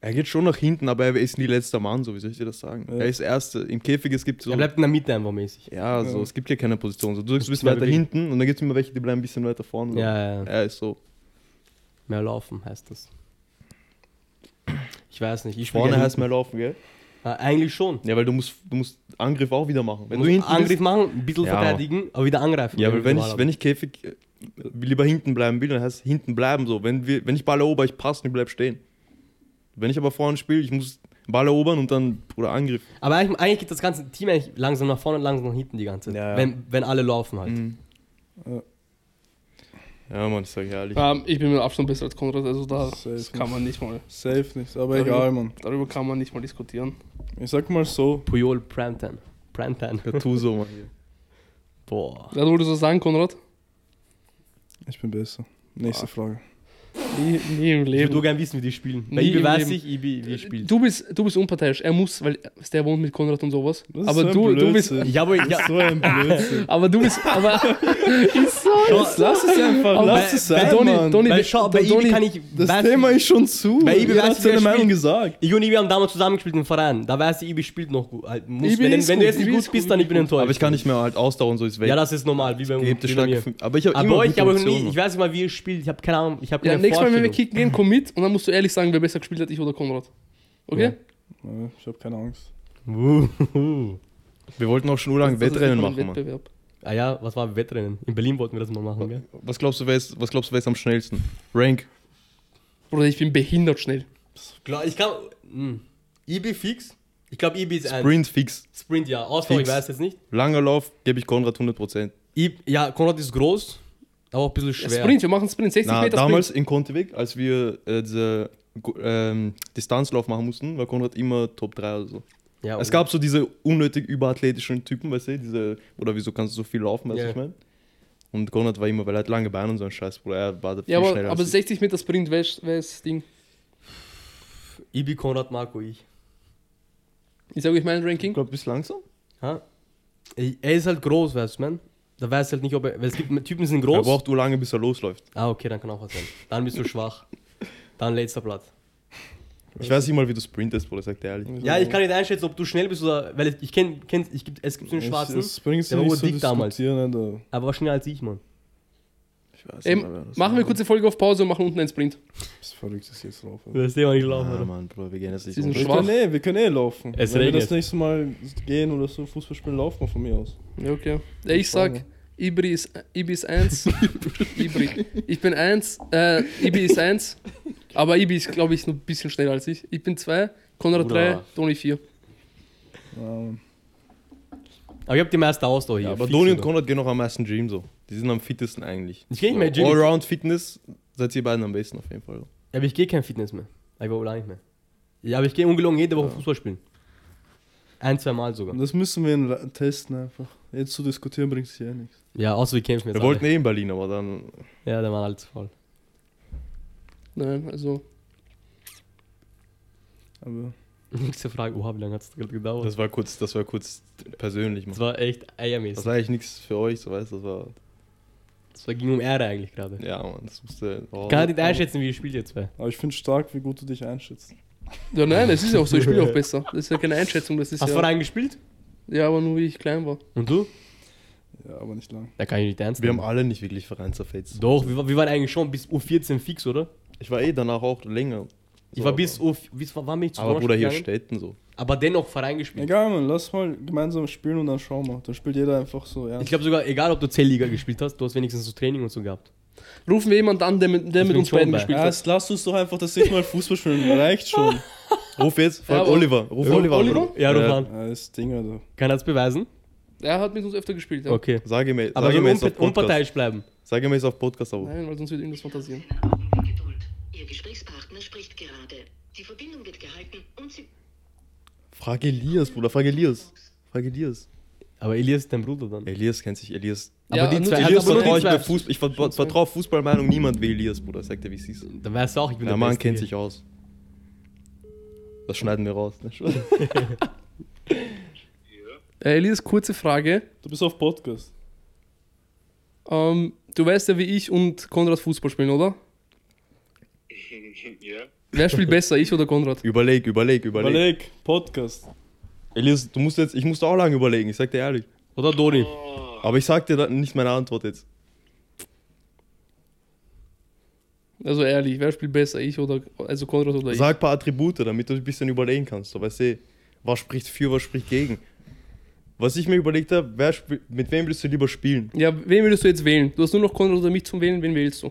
Speaker 3: Er geht schon nach hinten, aber er ist nie letzter Mann, so wie soll ich dir das sagen?
Speaker 4: Ja.
Speaker 3: Er ist Erster. Im Käfig, es gibt so.
Speaker 2: Er bleibt in der Mitte einfach mäßig.
Speaker 3: Ja, so,
Speaker 4: Ja.
Speaker 3: es gibt ja keine Position. So, du sagst, du bist
Speaker 2: Schnell
Speaker 3: weiter
Speaker 2: bewegen.
Speaker 3: hinten und dann gibt es immer welche, die bleiben ein bisschen weiter vorne. So.
Speaker 2: Ja, ja, ja.
Speaker 3: Er ist so.
Speaker 2: Mehr laufen heißt das. Ich weiß nicht. Ich spiel
Speaker 3: Vorne
Speaker 2: ja
Speaker 3: heißt
Speaker 2: hinten.
Speaker 3: mehr laufen, gell?
Speaker 2: Ah, Eigentlich schon.
Speaker 3: Ja, weil du musst, du musst Angriff auch wieder machen. Wenn du
Speaker 2: Muss
Speaker 3: hinten
Speaker 2: Angriff
Speaker 3: bist,
Speaker 2: machen, ein bisschen
Speaker 3: Ja,
Speaker 2: verteidigen, aber wieder angreifen.
Speaker 3: Ja, weil wenn ich,
Speaker 2: normal
Speaker 3: wenn ich Käfig äh, lieber hinten bleiben will, dann heißt es hinten bleiben so. Wenn, wir, wenn ich Ball erober, ich passe und ich bleib stehen. Wenn ich aber vorne spiele, ich muss Ball erobern und dann, Bruder, Angriff.
Speaker 2: Aber eigentlich, eigentlich geht das ganze Team eigentlich langsam nach vorne und langsam nach hinten die ganze Zeit.
Speaker 3: Ja, ja.
Speaker 2: Wenn, wenn alle laufen halt.
Speaker 4: Ja.
Speaker 3: Ja, Mann, ich sag ehrlich.
Speaker 1: Ähm, ich bin mit Abstand besser als Konrad. Also da
Speaker 4: Safe
Speaker 1: das kann man nicht mal.
Speaker 4: Safe nicht. Aber
Speaker 1: Ja, ja.
Speaker 4: egal, Mann.
Speaker 1: Darüber kann man nicht mal diskutieren.
Speaker 4: Ich sag mal so.
Speaker 2: Puyol, Primetime. Primetime.
Speaker 3: Ja, tu so, Mann. hier.
Speaker 2: Boah.
Speaker 1: Ja, du wolltest was sagen, Konrad?
Speaker 4: Ich bin besser.
Speaker 1: Ah.
Speaker 4: Nächste Frage.
Speaker 1: Nie, nie im
Speaker 2: Ich würde
Speaker 1: Leben.
Speaker 2: nur gerne wissen, wie die spielen. Weil
Speaker 1: Nie
Speaker 2: Ibi
Speaker 1: im
Speaker 2: weiß
Speaker 1: Leben.
Speaker 2: ich, Ibi, wie spielt.
Speaker 1: Du bist, du bist unparteiisch. Er muss, weil der wohnt mit Konrad und sowas.
Speaker 4: Das ist
Speaker 1: aber
Speaker 4: so
Speaker 1: du,
Speaker 4: ein
Speaker 1: du bist.
Speaker 4: Blödsinn.
Speaker 2: Ich habe. Ja,
Speaker 4: So ein Blödsinn.
Speaker 1: Aber du bist. Aber. ist so.
Speaker 2: Schau,
Speaker 4: Lass es einfach.
Speaker 1: Aber
Speaker 4: Lass
Speaker 2: bei-
Speaker 4: es
Speaker 1: bei
Speaker 4: sein,
Speaker 1: Donny-
Speaker 4: Mann.
Speaker 1: Donny-
Speaker 2: weil schau, bei Ibi
Speaker 1: Donny,
Speaker 2: kann ich.
Speaker 4: das
Speaker 2: weiß
Speaker 4: Thema
Speaker 2: ich,
Speaker 4: ist schon zu.
Speaker 2: Bei Ibi
Speaker 4: Jeder
Speaker 2: weiß
Speaker 4: hat
Speaker 2: ich,
Speaker 4: seine
Speaker 2: wer
Speaker 4: Meinung
Speaker 2: spielt.
Speaker 4: gesagt.
Speaker 2: ich und Ibi haben damals zusammengespielt im Verein. Da weiß ich, Ibi spielt noch gut. Halt, muss,
Speaker 1: Ibi
Speaker 2: wenn,
Speaker 1: ist
Speaker 2: wenn
Speaker 1: gut,
Speaker 2: du jetzt nicht
Speaker 1: Ibi
Speaker 2: gut
Speaker 1: ist
Speaker 2: bist,
Speaker 1: gut,
Speaker 2: dann ich
Speaker 1: Ibi
Speaker 2: bin
Speaker 1: ist
Speaker 2: enttäuscht.
Speaker 3: Aber ich kann nicht mehr halt Ausdauer und so ist weg.
Speaker 2: Ja, das ist normal, wie beim
Speaker 3: Gebt die
Speaker 2: wie bei mir.
Speaker 3: starke Fünf- Aber ich habe
Speaker 2: Aber
Speaker 3: immer
Speaker 2: bei euch,
Speaker 3: gute
Speaker 2: aber
Speaker 3: Optionen.
Speaker 2: nie, ich weiß nicht mal, wie ihr spielt. Ich habe keine Ahnung. Ich habe
Speaker 1: Ja,
Speaker 2: keine
Speaker 1: nächstes Mal, wenn wir
Speaker 2: Vorstellung.
Speaker 1: kicken gehen, komm mit und dann musst du ehrlich sagen, wer besser gespielt hat, ich oder Konrad. Okay?
Speaker 4: Ja, Ich hab keine Angst.
Speaker 2: Wuhu.
Speaker 3: wir wollten auch schon urlang
Speaker 1: Das ist
Speaker 3: Wettrennen
Speaker 1: immer ein
Speaker 3: machen, Mann.
Speaker 1: Also, Wettbewerb.
Speaker 2: Ah ja, was war Wettrennen? In Berlin wollten wir das mal machen, gell?
Speaker 3: Was glaubst du, wer ist, was glaubst du, wer ist am schnellsten? Rank.
Speaker 1: Bruder, ich bin behindert schnell.
Speaker 2: Klar, ich kann. Hm. IB fix? Ich glaube, IB ist ein.
Speaker 3: Sprint fix.
Speaker 2: Sprint, ja. Ausdauer, ich
Speaker 3: Fix.
Speaker 2: weiß jetzt nicht.
Speaker 3: Langer Lauf gebe ich Konrad 100%.
Speaker 2: IB, E, ja, Konrad ist groß, aber auch ein bisschen
Speaker 1: Ja,
Speaker 2: schwer.
Speaker 1: Sprint, wir machen Sprint. 60
Speaker 3: Na,
Speaker 1: Meter
Speaker 3: damals
Speaker 1: Sprint.
Speaker 3: in Konteweg, als wir äh, diese Go- ähm, Distanzlauf machen mussten, war Konrad immer Top 3 oder so.
Speaker 2: Ja, oh.
Speaker 3: Es gab so diese unnötig überathletischen Typen, weißt du, diese, oder wieso kannst du so viel laufen, weißt du,
Speaker 2: Ja.
Speaker 3: was ich meine? Und Konrad war immer, weil er hat lange Beine und so ein Scheiß, Bruder, er war da viel
Speaker 1: Ja, aber,
Speaker 3: schneller
Speaker 1: aber
Speaker 3: als ich.
Speaker 1: 60 Meter Sprint, wer ist, wer ist das Ding?
Speaker 2: Ibi, E Konrad, Marco, ich.
Speaker 1: Ich sage euch mein
Speaker 3: Ich
Speaker 1: Ranking.
Speaker 3: glaube, bist langsam?
Speaker 2: Ha? Er er ist halt groß, weißt du, man? Da weiß halt nicht, ob er. Weil es gibt Typen, sind
Speaker 3: Er
Speaker 2: groß.
Speaker 3: braucht nur lange, bis er losläuft.
Speaker 2: Ah, okay, dann kann auch was sein. Dann bist du schwach. Dann letzter Platz.
Speaker 3: Ich weiß nicht mal, wie du sprintest, Bruder, sagt er ehrlich.
Speaker 2: Ja, ich kann nicht einschätzen, ob du schnell bist oder. Weil ich kenne. Kenn, ich gibt- es gibt so einen Schwarzen,
Speaker 4: Das bringst du
Speaker 2: der war
Speaker 4: nicht so
Speaker 2: urdick damals.
Speaker 4: diskutieren, Alter.
Speaker 2: aber war schneller als ich, Mann.
Speaker 3: Ich weiß
Speaker 1: Ähm,
Speaker 3: nicht, wer das
Speaker 1: machen wir
Speaker 3: war.
Speaker 1: kurze Folge auf Pause und machen unten einen Sprint.
Speaker 4: Das ist verrückt, dass ich jetzt laufe.
Speaker 2: Du wirst eh auch nicht laufen,
Speaker 3: Ah,
Speaker 2: oder?
Speaker 3: Mann, Bruder, wir gehen jetzt nicht
Speaker 1: Sie sind
Speaker 4: Wir
Speaker 3: um.
Speaker 1: schwach.
Speaker 4: können, eh, wir können eh laufen.
Speaker 2: Es
Speaker 4: Wenn wir
Speaker 2: regnet.
Speaker 4: das nächste Mal gehen oder so Fußball spielen, laufen wir von mir aus.
Speaker 1: Ja, okay. Ja, ich sag, Ibri ist, Ibi ist 1. Ibri. Ich bin 1, äh, Ibi ist 1. Aber Ibi ist, glaube ich, noch ein bisschen schneller als ich. Ich bin 2, Konrad
Speaker 2: Bruder.
Speaker 1: 3, Toni 4.
Speaker 4: Ähm,
Speaker 2: Aber ich hab die meiste Ausdauer hier.
Speaker 3: Ja, aber
Speaker 2: fix,
Speaker 3: Doni und
Speaker 2: oder?
Speaker 3: Konrad gehen noch am meisten Gym so. Die sind am fittesten eigentlich.
Speaker 2: Ich geh nicht mehr in Gym.
Speaker 3: Allround Fitness seid ihr beiden am besten auf jeden Fall.
Speaker 2: Ja, aber ich gehe kein Fitness mehr. Ich war wohl auch nicht mehr. Ja, aber ich gehe ungelogen jede Woche Fußball spielen. Ein, zwei Mal sogar.
Speaker 4: Das müssen wir in- testen einfach. Jetzt zu diskutieren bringt sich eh nichts.
Speaker 2: Ja, außer wir kämpfen jetzt.
Speaker 3: Wir
Speaker 2: alle.
Speaker 3: wollten eh in Berlin, aber dann.
Speaker 2: Ja, der war halt voll.
Speaker 1: Nein, also.
Speaker 4: Aber
Speaker 2: Nächste Frage, oha, wie lange hat es gerade gedauert? Das,
Speaker 3: Das war kurz, das war kurz persönlich. Mann.
Speaker 2: Oh. war echt
Speaker 3: Das
Speaker 2: eiermäßig.
Speaker 3: war eigentlich nichts für euch, so weißt du, das war.
Speaker 2: Das war, ging um Ehre eigentlich gerade.
Speaker 3: Ja, Mann, das musste. Oh,
Speaker 2: Kann nicht einschätzen, wie ihr spielt jetzt zwei.
Speaker 4: aber ich finde stark, wie gut du dich einschätzt.
Speaker 1: Ja, nein, es ist ja auch so, ich spiele auch besser. Das ist ja keine Einschätzung, das ist
Speaker 2: Hast du
Speaker 1: ja.
Speaker 2: vorher gespielt?
Speaker 1: Ja, aber nur wie ich klein war.
Speaker 2: Und du?
Speaker 4: Ja, aber nicht lang.
Speaker 2: Da kann ich nicht ernst
Speaker 3: wir haben
Speaker 2: nehmen.
Speaker 3: alle nicht wirklich vereinserfetzt.
Speaker 2: Doch, wir, wa- wir waren eigentlich schon bis U14 fix, oder?
Speaker 3: Ich war eh danach auch länger.
Speaker 2: Ich
Speaker 3: So,
Speaker 2: war
Speaker 3: aber-
Speaker 2: bis U... Bis, wann bin ich zu
Speaker 3: Aber
Speaker 2: Dornstadt
Speaker 3: Bruder, hier
Speaker 2: gegangen?
Speaker 3: Städten so.
Speaker 2: Aber dennoch Verein gespielt.
Speaker 4: Egal, Mann, lass mal gemeinsam spielen und dann schauen wir. Dann spielt jeder einfach so ernst.
Speaker 2: Ich glaube sogar, egal ob du C-Liga gespielt hast, du hast wenigstens so Training und so gehabt.
Speaker 1: Rufen wir jemanden an, der mit, der mit
Speaker 2: Ich bin
Speaker 1: uns
Speaker 2: schon
Speaker 1: beiden
Speaker 2: bei.
Speaker 1: gespielt
Speaker 4: ja,
Speaker 1: hat.
Speaker 4: jetzt lass uns doch einfach das nächste Mal Fußball spielen. Reicht schon.
Speaker 3: Ruf jetzt, frag
Speaker 1: aber-
Speaker 3: Oliver. Ruf
Speaker 1: Ja,
Speaker 3: Oliver. an,
Speaker 1: Oliver?
Speaker 3: Bruder.
Speaker 2: Ja, du
Speaker 3: Äh,
Speaker 2: Mann.
Speaker 4: Ja, das Ding, Alter.
Speaker 2: Kann das beweisen?
Speaker 1: Er hat mit uns öfter gespielt, ja.
Speaker 2: Okay.
Speaker 3: Sag ihm jetzt
Speaker 2: Aber
Speaker 3: sag
Speaker 2: so
Speaker 3: ihm jetzt
Speaker 2: unpa-
Speaker 3: auf Podcast.
Speaker 2: unparteiisch bleiben.
Speaker 3: Sag ihm jetzt auf Podcast, aber.
Speaker 1: Nein, weil sonst wird irgendwas fantasieren.
Speaker 5: Geduld. Ihr Gesprächspartner spricht gerade. Die Verbindung wird gehalten und Sie
Speaker 3: Frag Elias, Bruder, frag Elias. Frag Elias.
Speaker 2: Aber Elias ist dein Bruder dann.
Speaker 3: Elias kennt sich, Elias.
Speaker 1: Ja,
Speaker 2: aber die
Speaker 1: nur
Speaker 2: zwei,
Speaker 1: die
Speaker 2: also
Speaker 3: Elias
Speaker 2: aber nur
Speaker 3: vertraue
Speaker 2: die
Speaker 3: ich bei
Speaker 2: zwei.
Speaker 3: Fußball. Ich ver ver vertraue auf Fußballmeinung niemand wie Elias, Bruder. Sagt er, wie es ist.
Speaker 2: Dann weißt du auch, ich bin
Speaker 3: Der
Speaker 2: der
Speaker 3: Mann
Speaker 2: Beste
Speaker 3: kennt
Speaker 2: hier.
Speaker 3: sich aus. Das schneiden wir raus. Ne?
Speaker 1: Äh, Elias, kurze Frage.
Speaker 4: Du bist auf Podcast.
Speaker 1: Ähm, du weißt ja, wie ich und Konrad Fußball spielen, oder?
Speaker 6: Ja,
Speaker 1: Wer spielt besser, ich oder Konrad?
Speaker 3: Überleg, überleg, überleg,
Speaker 4: Überleg, Podcast.
Speaker 3: Elias, du musst jetzt, ich musste auch lange überlegen, ich sag dir ehrlich.
Speaker 2: Oder Doni.
Speaker 3: Aber ich sag dir dann nicht meine Antwort jetzt.
Speaker 1: Also ehrlich, wer spielt besser, ich oder also Konrad oder ich?
Speaker 3: Sag ein paar Attribute, damit du ein bisschen überlegen kannst. So, weißt du, was spricht für, was spricht gegen. Was ich mir überlegt habe, wer spiel- mit wem willst du lieber spielen?
Speaker 1: Ja, wen würdest du jetzt wählen? Du hast nur noch Konrad oder mich zum Wählen, wen wählst du?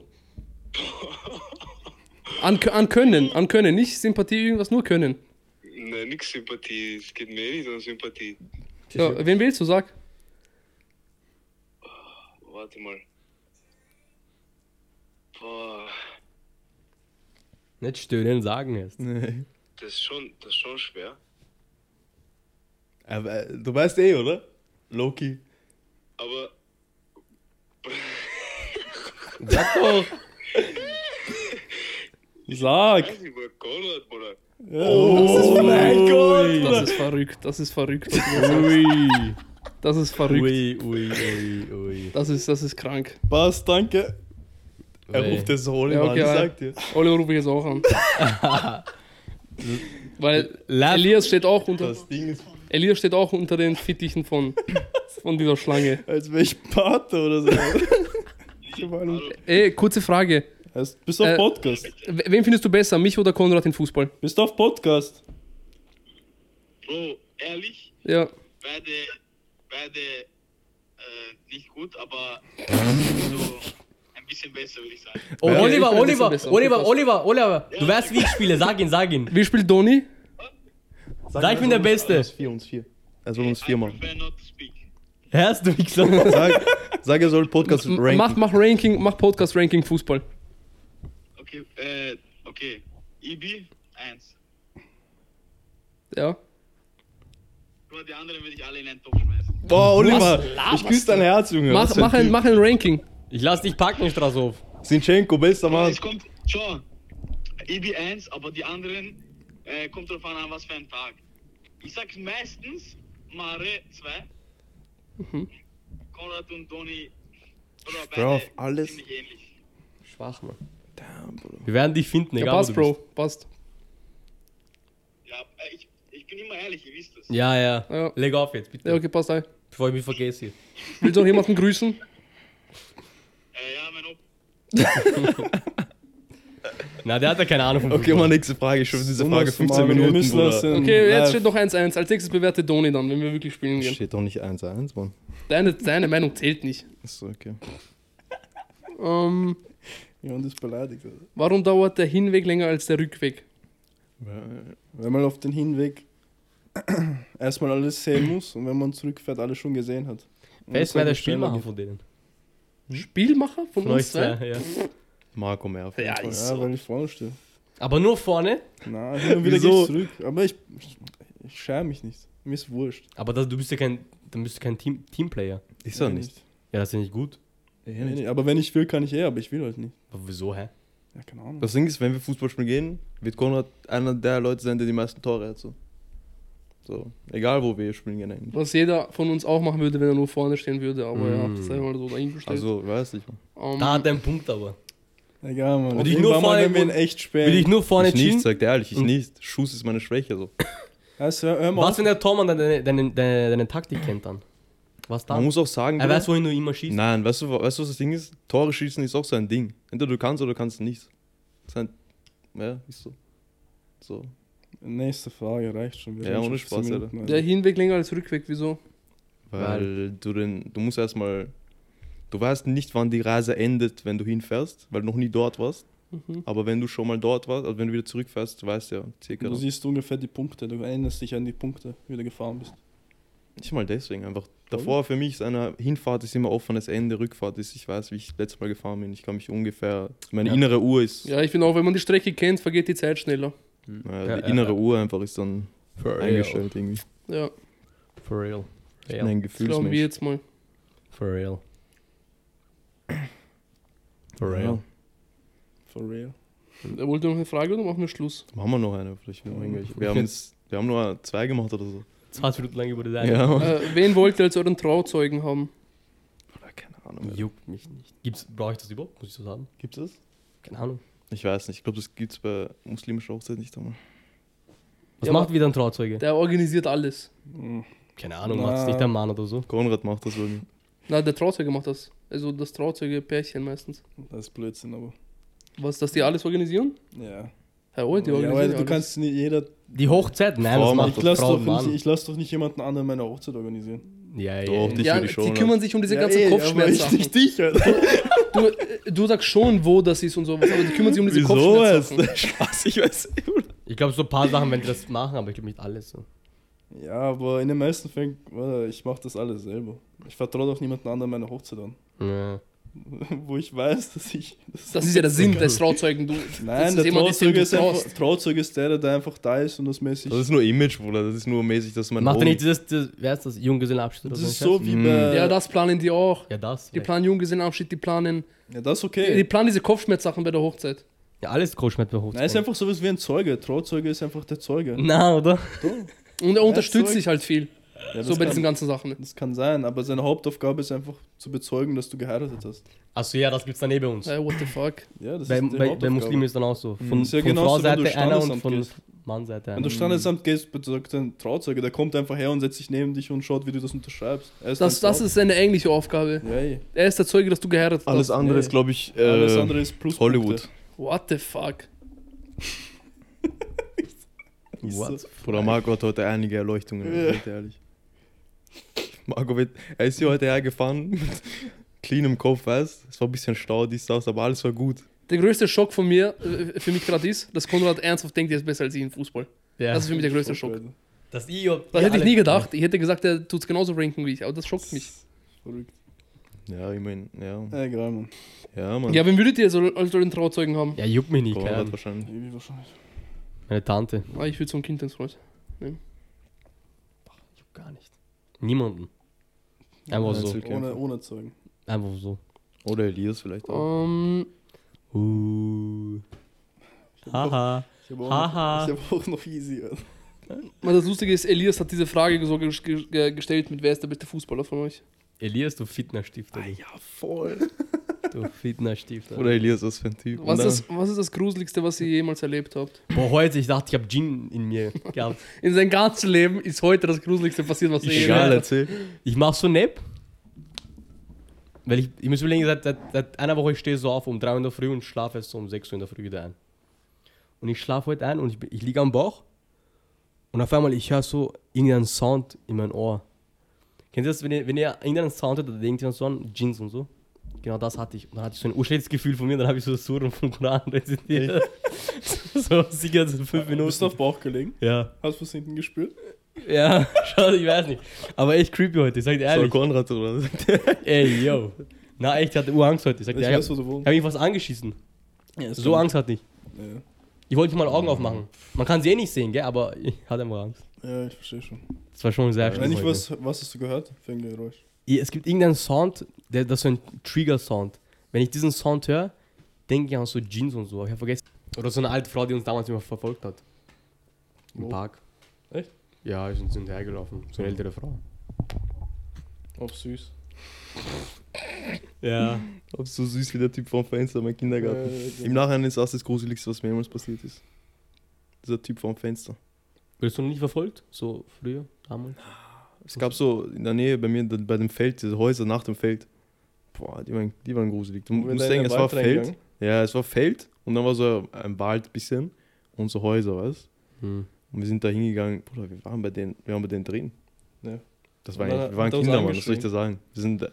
Speaker 1: An, an Können, an Können, nicht Sympathie, irgendwas, nur Können.
Speaker 6: nein, nix Sympathie. Es geht mir eh nicht um Sympathie.
Speaker 1: Ja, wen wählst du, sag?
Speaker 6: Warte mal. Boah,
Speaker 2: Nicht stöhnen, sagen jetzt.
Speaker 3: Nee.
Speaker 6: das ist schon, das ist schon schwer.
Speaker 3: Aber, äh, du weißt eh, oder? Loki.
Speaker 6: Aber
Speaker 2: Sag doch.
Speaker 4: Sag!
Speaker 6: weiß nicht, war Konrad, Bruder.
Speaker 4: mein Gott!
Speaker 1: Das ist verrückt, das ist verrückt. was du jetzt sagst.
Speaker 2: Ui.
Speaker 1: Das ist verrückt.
Speaker 2: Ui, ui, ui, ui.
Speaker 1: Das ist, das ist krank.
Speaker 4: Passt, danke.
Speaker 3: Er ruft jetzt so Oliver
Speaker 1: Ja, okay,
Speaker 3: an, ich
Speaker 1: ja.
Speaker 3: sag dir.
Speaker 1: Oliver rufe ich jetzt auch an. Weil
Speaker 2: Lass-
Speaker 1: Elias steht auch unter,
Speaker 3: Das Ding ist,
Speaker 1: Elias steht auch unter den Fittichen von, von dieser Schlange.
Speaker 4: Als wäre ich Pate oder so. Keine Ahnung.
Speaker 1: Ey, kurze Frage.
Speaker 4: Also, bist du auf
Speaker 1: Äh,
Speaker 4: Podcast?
Speaker 1: W- Wen findest du besser, mich oder Konrad in Fußball?
Speaker 4: Bist du auf Podcast?
Speaker 6: Bro, ehrlich,
Speaker 1: Ja.
Speaker 6: beide, beide äh, nicht gut, aber so ein bisschen besser, würde ich sagen.
Speaker 2: Oh,
Speaker 1: Ja, ich
Speaker 2: Oliver,
Speaker 1: bin ein bisschen
Speaker 2: Oliver,
Speaker 1: besser.
Speaker 2: Oliver, Oliver, Oliver. Du weißt, wie ich spiele. Sag ihn, sag ihn.
Speaker 1: Wie spielt Doni?
Speaker 2: Sag, ich bin der Beste.
Speaker 3: uns vier, uns vier. Er soll uns vier
Speaker 6: I
Speaker 3: machen.
Speaker 6: prefer not to speak.
Speaker 2: Hörst du, Wichser?
Speaker 3: Sag, sag er soll Podcast
Speaker 1: M-
Speaker 3: ranken.
Speaker 1: Mach, mach Ranking, mach Podcast Ranking Fußball.
Speaker 6: Okay, äh, okay. Ibi, 1.
Speaker 1: Ja.
Speaker 6: Nur die anderen würde ich alle in einen Topf schmeißen.
Speaker 4: Boah, Oliver,
Speaker 2: laberst
Speaker 4: ich küsse dein Herz, Junge.
Speaker 1: Mach,
Speaker 4: Was für ein
Speaker 1: mach, ein,
Speaker 4: Typ.
Speaker 1: mach ein Ranking.
Speaker 2: Ich lass dich packen, Straßhof.
Speaker 4: Sinchenko, bester Mann.
Speaker 6: Es kommt, schau, Ibi 1, aber die anderen äh, kommt drauf an, an was für ein Tag. Ich sag meistens Mare 2. Konrad und Toni. Oder
Speaker 3: Mhm. Bro,
Speaker 6: beide
Speaker 3: auf alles.
Speaker 6: ziemlich ähnlich.
Speaker 2: Schwach, Mann.
Speaker 3: Damn, Bruder.
Speaker 2: Wir werden dich finden,
Speaker 1: Ja,
Speaker 2: egal
Speaker 1: passt,
Speaker 2: wo du
Speaker 1: Bro.
Speaker 2: bist.
Speaker 1: Passt.
Speaker 6: Ja, äh, ich, ich bin immer ehrlich, ihr wisst das.
Speaker 2: Ja, ja,
Speaker 1: Ja.
Speaker 2: Leg auf jetzt, bitte.
Speaker 1: Ja, okay, passt ein.
Speaker 2: Bevor ich mich vergesse hier.
Speaker 1: Willst du noch jemanden grüßen?
Speaker 2: Ähm,
Speaker 6: Äh, ja, mein Op
Speaker 2: Na, der hat ja keine Ahnung vom
Speaker 3: Okay,
Speaker 2: Fußball.
Speaker 3: mal nächste Frage. Schon diese
Speaker 4: So,
Speaker 3: Frage
Speaker 4: Max,
Speaker 3: 15
Speaker 4: Mann, wir
Speaker 3: Minuten.
Speaker 4: müssen das
Speaker 3: Bruder.
Speaker 4: in-
Speaker 1: Okay,
Speaker 4: live.
Speaker 2: äh,
Speaker 1: jetzt steht noch 1-1. Als nächstes bewerte Doni dann, wenn wir wirklich spielen gehen.
Speaker 3: Steht doch nicht 1-1, Mann.
Speaker 1: Deine, deine Meinung zählt nicht.
Speaker 3: Achso, okay.
Speaker 1: Ähm,
Speaker 4: Jemand ist beleidigt. Alter.
Speaker 1: warum dauert der Hinweg länger als der Rückweg?
Speaker 4: Wenn man auf den Hinweg erstmal alles sehen muss und wenn man zurückfährt, alles schon gesehen hat. Und
Speaker 2: Wer
Speaker 4: das
Speaker 2: ist mehr der
Speaker 4: einfach schneller
Speaker 2: Spielmacher
Speaker 4: geht.
Speaker 2: von denen?
Speaker 1: Spielmacher von,
Speaker 2: Von euch
Speaker 1: uns zwei?
Speaker 2: Hm? zwei, ja.
Speaker 3: Marco mehr. auf jeden
Speaker 1: Ja,
Speaker 3: Fall.
Speaker 1: ist
Speaker 4: Ja,
Speaker 1: so.
Speaker 4: weil ich vorne stehe.
Speaker 2: Aber nur vorne.
Speaker 4: Na, hin und wieder gehe
Speaker 3: Wieso?
Speaker 4: ich zurück. Aber ich, ich, ich schere mich nicht. Mir ist wurscht.
Speaker 2: Aber das, du bist ja kein, dann bist du kein Team, Teamplayer.
Speaker 3: Ist er
Speaker 4: Ja,
Speaker 3: nicht.
Speaker 2: Ja, das ist ja nicht gut.
Speaker 4: Ja, nicht. Aber wenn ich will, kann ich eh, aber ich will halt nicht.
Speaker 2: Aber wieso, hä?
Speaker 4: Ja, keine Ahnung.
Speaker 3: Das Ding ist, wenn wir Fußball spielen gehen, wird Konrad einer der Leute sein, der die meisten Tore hat. So, so. egal wo wir spielen gehen eigentlich.
Speaker 1: Was jeder von uns auch machen würde, wenn er nur vorne stehen würde. Aber ja,
Speaker 2: Mm.
Speaker 1: das sei mal so dahingestellt.
Speaker 3: Also, weiß ich. Mann.
Speaker 1: Ähm,
Speaker 2: Da hat er einen Punkt, aber.
Speaker 4: Egal, Mann.
Speaker 2: Würde ich nur
Speaker 4: Irgendwann mal,
Speaker 2: vorne-
Speaker 4: wenn wir ihn echt sperren.
Speaker 2: Will ich nur vorne
Speaker 3: Ich nicht,
Speaker 2: chillen?
Speaker 3: sagt er ehrlich, ich
Speaker 4: Hm.
Speaker 2: Und-
Speaker 3: nicht. Schuss ist meine Schwäche. So.
Speaker 4: Also, hör, hör mal
Speaker 2: Was,
Speaker 4: auf.
Speaker 2: wenn der Tormann deine, deine, deine, deine Taktik kennt dann? Was
Speaker 3: Man
Speaker 2: dann?
Speaker 3: muss auch sagen,
Speaker 2: Er
Speaker 3: Bruder,
Speaker 2: weiß, wohin du immer schießt.
Speaker 3: nein, weißt du, wa- weißt du, was das Ding ist? Tore schießen ist auch so ein Ding. Entweder du kannst oder du kannst nicht. Das ist ein, ja, ist so. So,
Speaker 4: Nächste Frage, reicht schon.
Speaker 3: Ja,
Speaker 4: sind
Speaker 3: ohne
Speaker 4: schon
Speaker 3: Spaß,
Speaker 4: 15
Speaker 3: Alter.
Speaker 1: der
Speaker 4: Minuten,
Speaker 1: Hinweg länger als Rückweg, wieso?
Speaker 3: weil du den, du musst erstmal, du weißt nicht, wann die Reise endet, wenn du hinfährst, weil du noch nie dort warst. Aber wenn du schon mal dort warst, also wenn du wieder zurückfährst, du weißt ja circa.
Speaker 4: Du siehst ungefähr die Punkte. Du erinnerst dich an die Punkte, wie du gefahren bist.
Speaker 3: Nicht mal deswegen, einfach davor für mich ist eine Hinfahrt ist immer offenes Ende, Rückfahrt ist, ich weiß, wie ich letztes Mal gefahren bin, ich kann mich ungefähr, meine
Speaker 2: Ja.
Speaker 3: innere Uhr ist,
Speaker 1: Ja, ich finde auch, wenn man die Strecke kennt, vergeht die Zeit schneller.
Speaker 3: äh,
Speaker 2: Ja,
Speaker 3: die
Speaker 2: ja,
Speaker 3: innere
Speaker 2: ja.
Speaker 3: Uhr einfach ist dann
Speaker 2: For
Speaker 3: eingestellt irgendwie.
Speaker 1: Ja,
Speaker 2: For real.
Speaker 3: Ich bin ein
Speaker 1: das glauben wir
Speaker 3: Gefühlsmensch.
Speaker 1: jetzt mal.
Speaker 2: For real. For
Speaker 3: Ja.
Speaker 2: real.
Speaker 4: For real.
Speaker 1: Er wollte noch eine Frage oder machen wir Schluss?
Speaker 3: Machen wir noch eine, vielleicht noch irgendwelche. Wir haben jetzt, wir haben nur zwei gemacht oder so.
Speaker 2: 20 Minuten lang über die Seite.
Speaker 3: Ja,
Speaker 1: Äh, wen wollt ihr als euren Trauzeugen haben?
Speaker 3: Oder keine Ahnung.
Speaker 2: Juckt mich nicht. Gibt's, brauche ich das überhaupt? Muss ich so sagen?
Speaker 3: Gibt es?
Speaker 2: Keine Ahnung.
Speaker 3: Ich weiß nicht, ich glaube, das gibt es bei muslimischer Hochzeit nicht einmal.
Speaker 2: Was
Speaker 1: Ja,
Speaker 2: macht wieder ein Trauzeuge?
Speaker 1: Der organisiert alles.
Speaker 2: Keine Ahnung,
Speaker 4: Na.
Speaker 2: macht es nicht der Mann oder so?
Speaker 3: Konrad macht das irgendwie.
Speaker 1: Na, der Trauzeuge macht das. Also das Trauzeuge-Pärchen meistens.
Speaker 4: Das ist Blödsinn, aber.
Speaker 1: Was, dass die alles organisieren?
Speaker 4: Ja.
Speaker 1: Herr oh, die
Speaker 4: ja, aber
Speaker 1: organisieren
Speaker 4: du
Speaker 1: alles.
Speaker 4: kannst nicht jeder.
Speaker 2: Die Hochzeit? Nein,
Speaker 3: Frau
Speaker 2: das
Speaker 3: macht
Speaker 2: macht
Speaker 3: das
Speaker 2: das
Speaker 4: Ich lass,
Speaker 2: Frau
Speaker 4: doch
Speaker 2: und
Speaker 4: nicht,
Speaker 2: Mann.
Speaker 4: ich lass doch nicht jemanden anderen meine Hochzeit organisieren.
Speaker 2: Ja, ja,
Speaker 3: Doch,
Speaker 2: ja.
Speaker 3: die-
Speaker 1: ja,
Speaker 3: für
Speaker 1: die
Speaker 3: Show, ne?
Speaker 1: kümmern sich um diese
Speaker 4: Ja,
Speaker 1: ganzen
Speaker 4: ey, aber
Speaker 1: Kopfschmerzen.
Speaker 4: Ich dich, Alter.
Speaker 1: Du, äh, du sagst schon, wo das ist und sowas, aber die kümmern sich um diese
Speaker 3: Wieso
Speaker 1: Kopfschmerzen.
Speaker 3: jetzt? Spaß, ich weiß nicht. Bruder.
Speaker 2: Ich glaube, so ein paar Sachen werden die das machen, aber ich glaube nicht alles. So.
Speaker 4: Ja, aber in den meisten Fällen, Alter, ich mach das alles selber. Ich vertraue doch niemanden anderen meine Hochzeit an.
Speaker 2: Ja.
Speaker 4: Wo ich weiß, dass ich. dass-
Speaker 1: Das ist ja der Sinn des Trauzeugen. Du, das
Speaker 4: Nein, der
Speaker 1: jemand, dem
Speaker 4: Trauzeuge
Speaker 1: du
Speaker 4: ist, einfach, Trauzeuge ist der, der einfach da ist und das mäßig.
Speaker 3: Das ist nur Image, Bruder. Das ist nur mäßig, dass man.
Speaker 2: Macht er
Speaker 3: oben-
Speaker 2: nicht dieses, das, wer ist das? Junggesellenabschied oder
Speaker 4: Das
Speaker 2: so ein
Speaker 4: ist
Speaker 2: Scheiß?
Speaker 4: so wie bei.
Speaker 1: Ja, das planen die auch.
Speaker 2: Ja, das.
Speaker 1: Die
Speaker 2: vielleicht.
Speaker 1: planen Junggesellenabschied, die planen.
Speaker 4: ja, das ist
Speaker 1: Die, die
Speaker 4: okay.
Speaker 1: planen diese Kopfschmerzsachen bei der Hochzeit.
Speaker 2: Ja, alles Großschmerz bei Hochzeit.
Speaker 4: Nein, ist einfach sowas wie ein Zeuge. Trauzeuge ist einfach der Zeuge.
Speaker 1: Mhm.
Speaker 2: Na, oder?
Speaker 1: Und er unterstützt
Speaker 4: Zeug.
Speaker 1: dich halt viel.
Speaker 4: Ja, das
Speaker 1: so bei
Speaker 4: kann-
Speaker 1: diesen ganzen Sachen.
Speaker 4: Das kann sein, aber seine Hauptaufgabe ist einfach zu bezeugen, dass du geheiratet hast.
Speaker 2: Achso, ja, das gibt's dann neben uns.
Speaker 1: Hey, what the fuck?
Speaker 4: Ja, das
Speaker 2: bei,
Speaker 4: ist die
Speaker 2: bei, bei
Speaker 4: Hauptaufgabe. Mhm.
Speaker 2: Muslimen ist dann auch so. Von,
Speaker 4: Ist ja
Speaker 2: von
Speaker 4: genauso, wenn du
Speaker 2: Frau-Seite einer und
Speaker 4: Standesamt
Speaker 2: von
Speaker 4: gehst.
Speaker 2: Mann-Seite
Speaker 4: Wenn
Speaker 2: einer.
Speaker 4: du Standesamt gehst, bezeugt ein Trauzeuge, der kommt einfach her und setzt sich neben dich und schaut, wie du das unterschreibst. Er ist
Speaker 1: Das,
Speaker 4: dein
Speaker 1: das
Speaker 4: Trauzeuge.
Speaker 1: ist eine englische Aufgabe.
Speaker 4: Ja, ey.
Speaker 1: Er ist der Zeuge, dass du geheiratet
Speaker 3: Alles
Speaker 1: hast.
Speaker 3: andere
Speaker 4: Nee.
Speaker 3: ist, glaube ich, äh,
Speaker 4: Alles andere ist Pluspunkte.
Speaker 3: Hollywood.
Speaker 1: What the fuck?
Speaker 2: What?
Speaker 3: Bruder, Marco hat heute einige Erleuchtungen,
Speaker 4: Ja.
Speaker 3: bitte ehrlich. Marco, wird, er ist hier heute hergefahren, mit cleanem Kopf, weißt Es war ein bisschen Stau, dies, das, aber alles war gut.
Speaker 1: Der größte Schock von mir, äh, für mich gerade ist, dass Konrad ernsthaft denkt, er ist besser als ich im Fußball.
Speaker 2: Ja.
Speaker 1: Das ist für mich der größte
Speaker 4: Voll
Speaker 1: Schock.
Speaker 4: geil.
Speaker 2: Das IO.
Speaker 1: Das hätte ich nie gedacht. Ich hätte gesagt, er tut es genauso ranken wie ich, aber das schockt mich.
Speaker 4: Verrückt.
Speaker 3: Ja, ich meine, ja.
Speaker 4: Egal, Mann.
Speaker 3: Ja, Mann.
Speaker 1: Ja, wen würdet ihr so als euren Trauzeugen haben?
Speaker 2: Ja, juckt mich nicht, keine
Speaker 3: Konrad
Speaker 2: Ahnung.
Speaker 3: wahrscheinlich.
Speaker 4: Irgendwie wahrscheinlich.
Speaker 2: Meine Tante.
Speaker 1: Ah, ich würde so ein Kind als Freund.
Speaker 2: Ich hab gar nicht. Niemanden. Einfach so.
Speaker 3: Einzelkämpfer.
Speaker 4: Also. Ohne, ohne Zeugen.
Speaker 2: Einfach so.
Speaker 3: Oder Elias vielleicht auch.
Speaker 1: Ähm,
Speaker 2: Uh. Haha.
Speaker 4: Ich habe auch,
Speaker 2: Haha.
Speaker 4: noch- ich hab auch noch easy. Alter.
Speaker 1: weil das Lustige ist, Elias hat diese Frage so ges- ges- ge- gestellt mit, wer ist der beste Fußballer von euch?
Speaker 2: Elias, du Fitnerstifter. du.
Speaker 3: Ja, voll.
Speaker 2: Du Fitnerstifter.
Speaker 4: Oh.
Speaker 3: Oder Elias, was für ein Typ.
Speaker 1: Was
Speaker 3: Und
Speaker 1: ist, das, was ist das Gruseligste, was ihr jemals erlebt habt?
Speaker 2: Boah, heute, ich dachte, ich hab Gin in mir gehabt.
Speaker 1: In seinem ganzen Leben ist heute das Gruseligste passiert, was
Speaker 3: dann-
Speaker 1: ihr
Speaker 2: Ich
Speaker 1: jemals
Speaker 3: Egal,
Speaker 2: schwöre.
Speaker 3: erzähl.
Speaker 2: Ich mach so Nap. Weil ich, ich muss überlegen, seit, seit, seit einer Woche ich stehe so auf um 3 Uhr in der Früh und schlafe erst so um 6 Uhr in der Früh wieder ein. Und ich schlafe heute ein und ich, bin- ich liege am Bauch. Und auf einmal, ich höre so irgendeinen Sound in mein Ohr. Kennt ihr das, wenn ihr, wenn ihr irgendeinen Sound hört, dann denkt ihr so an Jeans und so? Genau das hatte ich. Und dann hatte ich so ein urschlechtes Gefühl von mir, dann habe ich so das Suren vom Koran rezitiert. so, sicher, so fünf
Speaker 4: Du bist
Speaker 2: Minuten.
Speaker 4: auf Bauch gelegen.
Speaker 2: Ja,
Speaker 4: Hast du es hinten gespürt?
Speaker 2: ja, schau, ich weiß nicht. Aber echt creepy heute, ich sag dir
Speaker 3: Soll
Speaker 2: ehrlich.
Speaker 3: Konrad oder so.
Speaker 2: Ey, yo. Na, echt, ich hatte Urangst heute. Ich sagte,
Speaker 4: Ich
Speaker 2: ja, ich
Speaker 4: weiß,
Speaker 2: hab,
Speaker 4: wo du
Speaker 2: ich
Speaker 4: wohnst.
Speaker 2: hab mich fast angeschissen.
Speaker 4: Ja,
Speaker 2: So Angst hatte ich.
Speaker 4: Ja.
Speaker 2: Ich wollte nicht mal
Speaker 4: Oh.
Speaker 2: Augen aufmachen. Man kann sie eh nicht sehen, gell, aber ich hatte einfach Angst.
Speaker 4: ja, ich verstehe schon.
Speaker 2: Das war schon sehr schlimm
Speaker 4: Eigentlich,
Speaker 2: heute.
Speaker 4: was, was hast du gehört? Für ein Geräusch.
Speaker 2: Ja, Es gibt irgendeinen Sound, der, das ist so ein Trigger-Sound. Wenn ich diesen Sound höre, denke ich an so Jeans und so. aber Ich habe vergessen. Oder so eine alte Frau, die uns damals immer verfolgt hat. Im
Speaker 4: Wo?
Speaker 2: Park.
Speaker 4: Echt?
Speaker 2: Ja, ist uns hinterhergelaufen. So eine ältere Frau.
Speaker 4: Auf süß.
Speaker 2: Ja.
Speaker 3: Ob so süß wie der Typ vom Fenster, mein Kindergarten.
Speaker 4: Äh,
Speaker 3: Im Nachhinein ist das das Gruseligste, was mir jemals passiert ist. Dieser Typ vom Fenster.
Speaker 2: Wurdest du noch nicht verfolgt? So früher, damals?
Speaker 3: Es gab so in der Nähe bei mir, da- bei dem Feld, diese Häuser nach dem Feld. Boah, die waren, die waren gruselig. Du
Speaker 4: Wenn
Speaker 3: musst
Speaker 4: da in
Speaker 3: denken,
Speaker 4: den
Speaker 3: es war
Speaker 4: Wald
Speaker 3: Feld.
Speaker 4: reingegangen?
Speaker 3: Ja, es war Feld und dann war so ein Wald bisschen und so Häuser, weißt
Speaker 2: Hm.
Speaker 3: Und wir sind da hingegangen, Bruder, wir waren bei denen, wir waren bei denen drin.
Speaker 4: Ja.
Speaker 3: Das war
Speaker 4: Und dann
Speaker 3: eigentlich,
Speaker 4: hat
Speaker 3: wir waren
Speaker 4: er uns
Speaker 3: Kinder, Mann, was soll ich
Speaker 4: angeschrien.
Speaker 3: dir sagen? Wir sind, äh,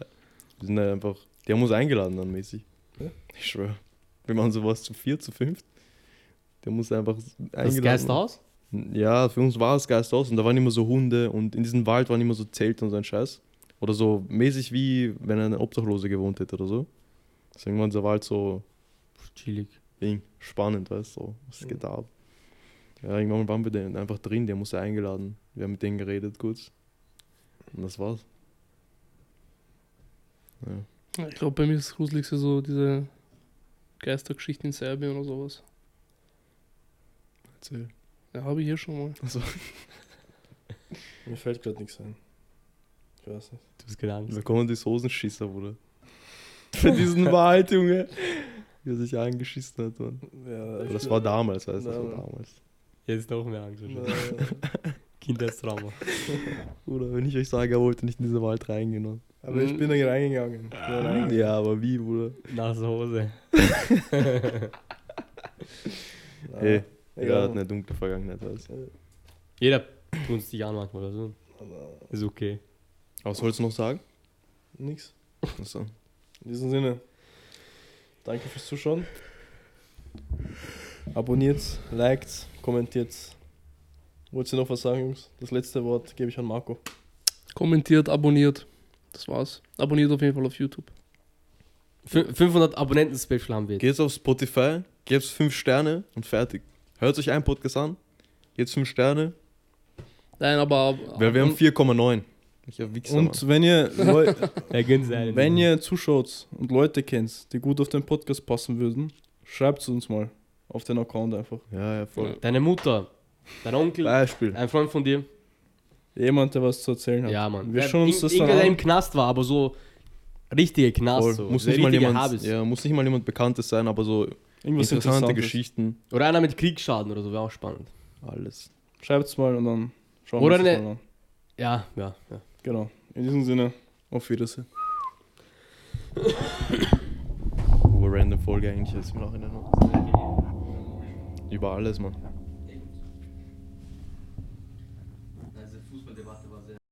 Speaker 3: wir sind da einfach, die haben uns eingeladen dann mäßig.
Speaker 4: Ja.
Speaker 3: Ich schwöre. Wir waren sowas zu vier, zu fünft. Der muss einfach
Speaker 2: Das Geisterhaus?
Speaker 3: ja, für uns war es Geisterhaus und da waren immer so Hunde und in diesem Wald waren immer so Zelte und so ein Scheiß. Oder so mäßig wie wenn ein Obdachlose gewohnt hätte oder so. Deswegen war unser Wald so
Speaker 2: Chillig.
Speaker 3: Ding, spannend, weißt du, so, was geht da ab. Ja, irgendwann waren wir dann einfach drin, der musste eingeladen. Wir haben mit denen geredet kurz. Und das war's.
Speaker 1: Ja, Ich glaube, bei mir ist das Gruseligste so diese Geistergeschichten in Serbien oder sowas.
Speaker 3: Erzähl.
Speaker 1: Ja, habe ich hier schon mal.
Speaker 4: Mir fällt gerade nichts ein. Ich weiß nicht.
Speaker 2: Du hast keine Angst.
Speaker 3: Da kommen die Soßenschießer, Bruder. Für diesen Wald, Junge. Wie er sich angeschissen hat, Mann.
Speaker 4: Ja,
Speaker 3: Aber das war damals, weißt du, das war
Speaker 4: Damals.
Speaker 3: damals.
Speaker 2: Jetzt noch mehr Angst. wahrscheinlich. Kindheitstrauma.
Speaker 3: Bruder, wenn ich euch sage, er wollte nicht in diesen Wald reingehen.
Speaker 4: Aber ich bin da reingegangen.
Speaker 3: Ah,
Speaker 4: Ja, nein.
Speaker 3: Ja, aber wie, Bruder?
Speaker 2: Nasse Hose.
Speaker 4: Ja,
Speaker 3: Hey,
Speaker 4: Ah, egal.
Speaker 3: er hat eine dunkle Vergangenheit, weißt du.
Speaker 2: Jeder tunst dich an manchmal oder so. Ist okay.
Speaker 3: Aber was wolltest du noch sagen?
Speaker 4: Nix.
Speaker 3: Achso.
Speaker 4: In diesem Sinne. Danke fürs Zuschauen. Abonniert, liked, kommentiert. Wollt ihr noch was sagen, Jungs? Das letzte Wort gebe ich an Marco.
Speaker 1: Kommentiert, abonniert. Das war's. Abonniert auf jeden Fall auf YouTube.
Speaker 2: Fün- 500 Abonnenten Special haben wir. jetzt.
Speaker 3: Geht's auf Spotify, gebt's 5 Sterne und fertig. Hört euch einen Podcast an, gebt's 5 Sterne,
Speaker 1: Nein, aber.
Speaker 3: weil wir haben 4,9. Ah, Ich hab Wichser, Mann.
Speaker 4: Und wenn ihr, Leu
Speaker 2: Ja, gönn's einen.
Speaker 4: wenn ihr zuschaut und Leute kennt, die gut auf den Podcast passen würden, schreibt es uns mal. Auf den Account einfach.
Speaker 3: Ja, ja, voll.
Speaker 2: Deine Mutter, dein Onkel,
Speaker 3: Beispiel.
Speaker 2: ein Freund von dir.
Speaker 4: Jemand, der was zu erzählen hat.
Speaker 2: Ja, Mann.
Speaker 4: Wir
Speaker 2: Der-
Speaker 4: schauen uns das dann
Speaker 2: irgendwer, der im
Speaker 4: an.
Speaker 2: Knast war, aber so richtige Knast.
Speaker 3: Voll.
Speaker 2: So.
Speaker 3: muss,
Speaker 2: Der
Speaker 3: nicht mal
Speaker 2: richtige
Speaker 3: jemand,
Speaker 2: Habis.
Speaker 3: ja, muss nicht mal jemand Bekanntes sein, aber so
Speaker 4: Irgendwas
Speaker 3: interessante
Speaker 4: Interessantes.
Speaker 3: Geschichten.
Speaker 2: Oder einer mit Kriegsschaden oder so, wäre auch spannend.
Speaker 3: Alles.
Speaker 4: Schreibt es mal und dann schauen
Speaker 2: Oder
Speaker 4: wir uns das
Speaker 2: eine-
Speaker 4: mal an.
Speaker 2: Ja, ja, ja.
Speaker 4: Genau. In diesem Sinne, auf Wiedersehen.
Speaker 3: Über random Folge eigentlich jetzt im Nachhinein noch. Über alles, Mann.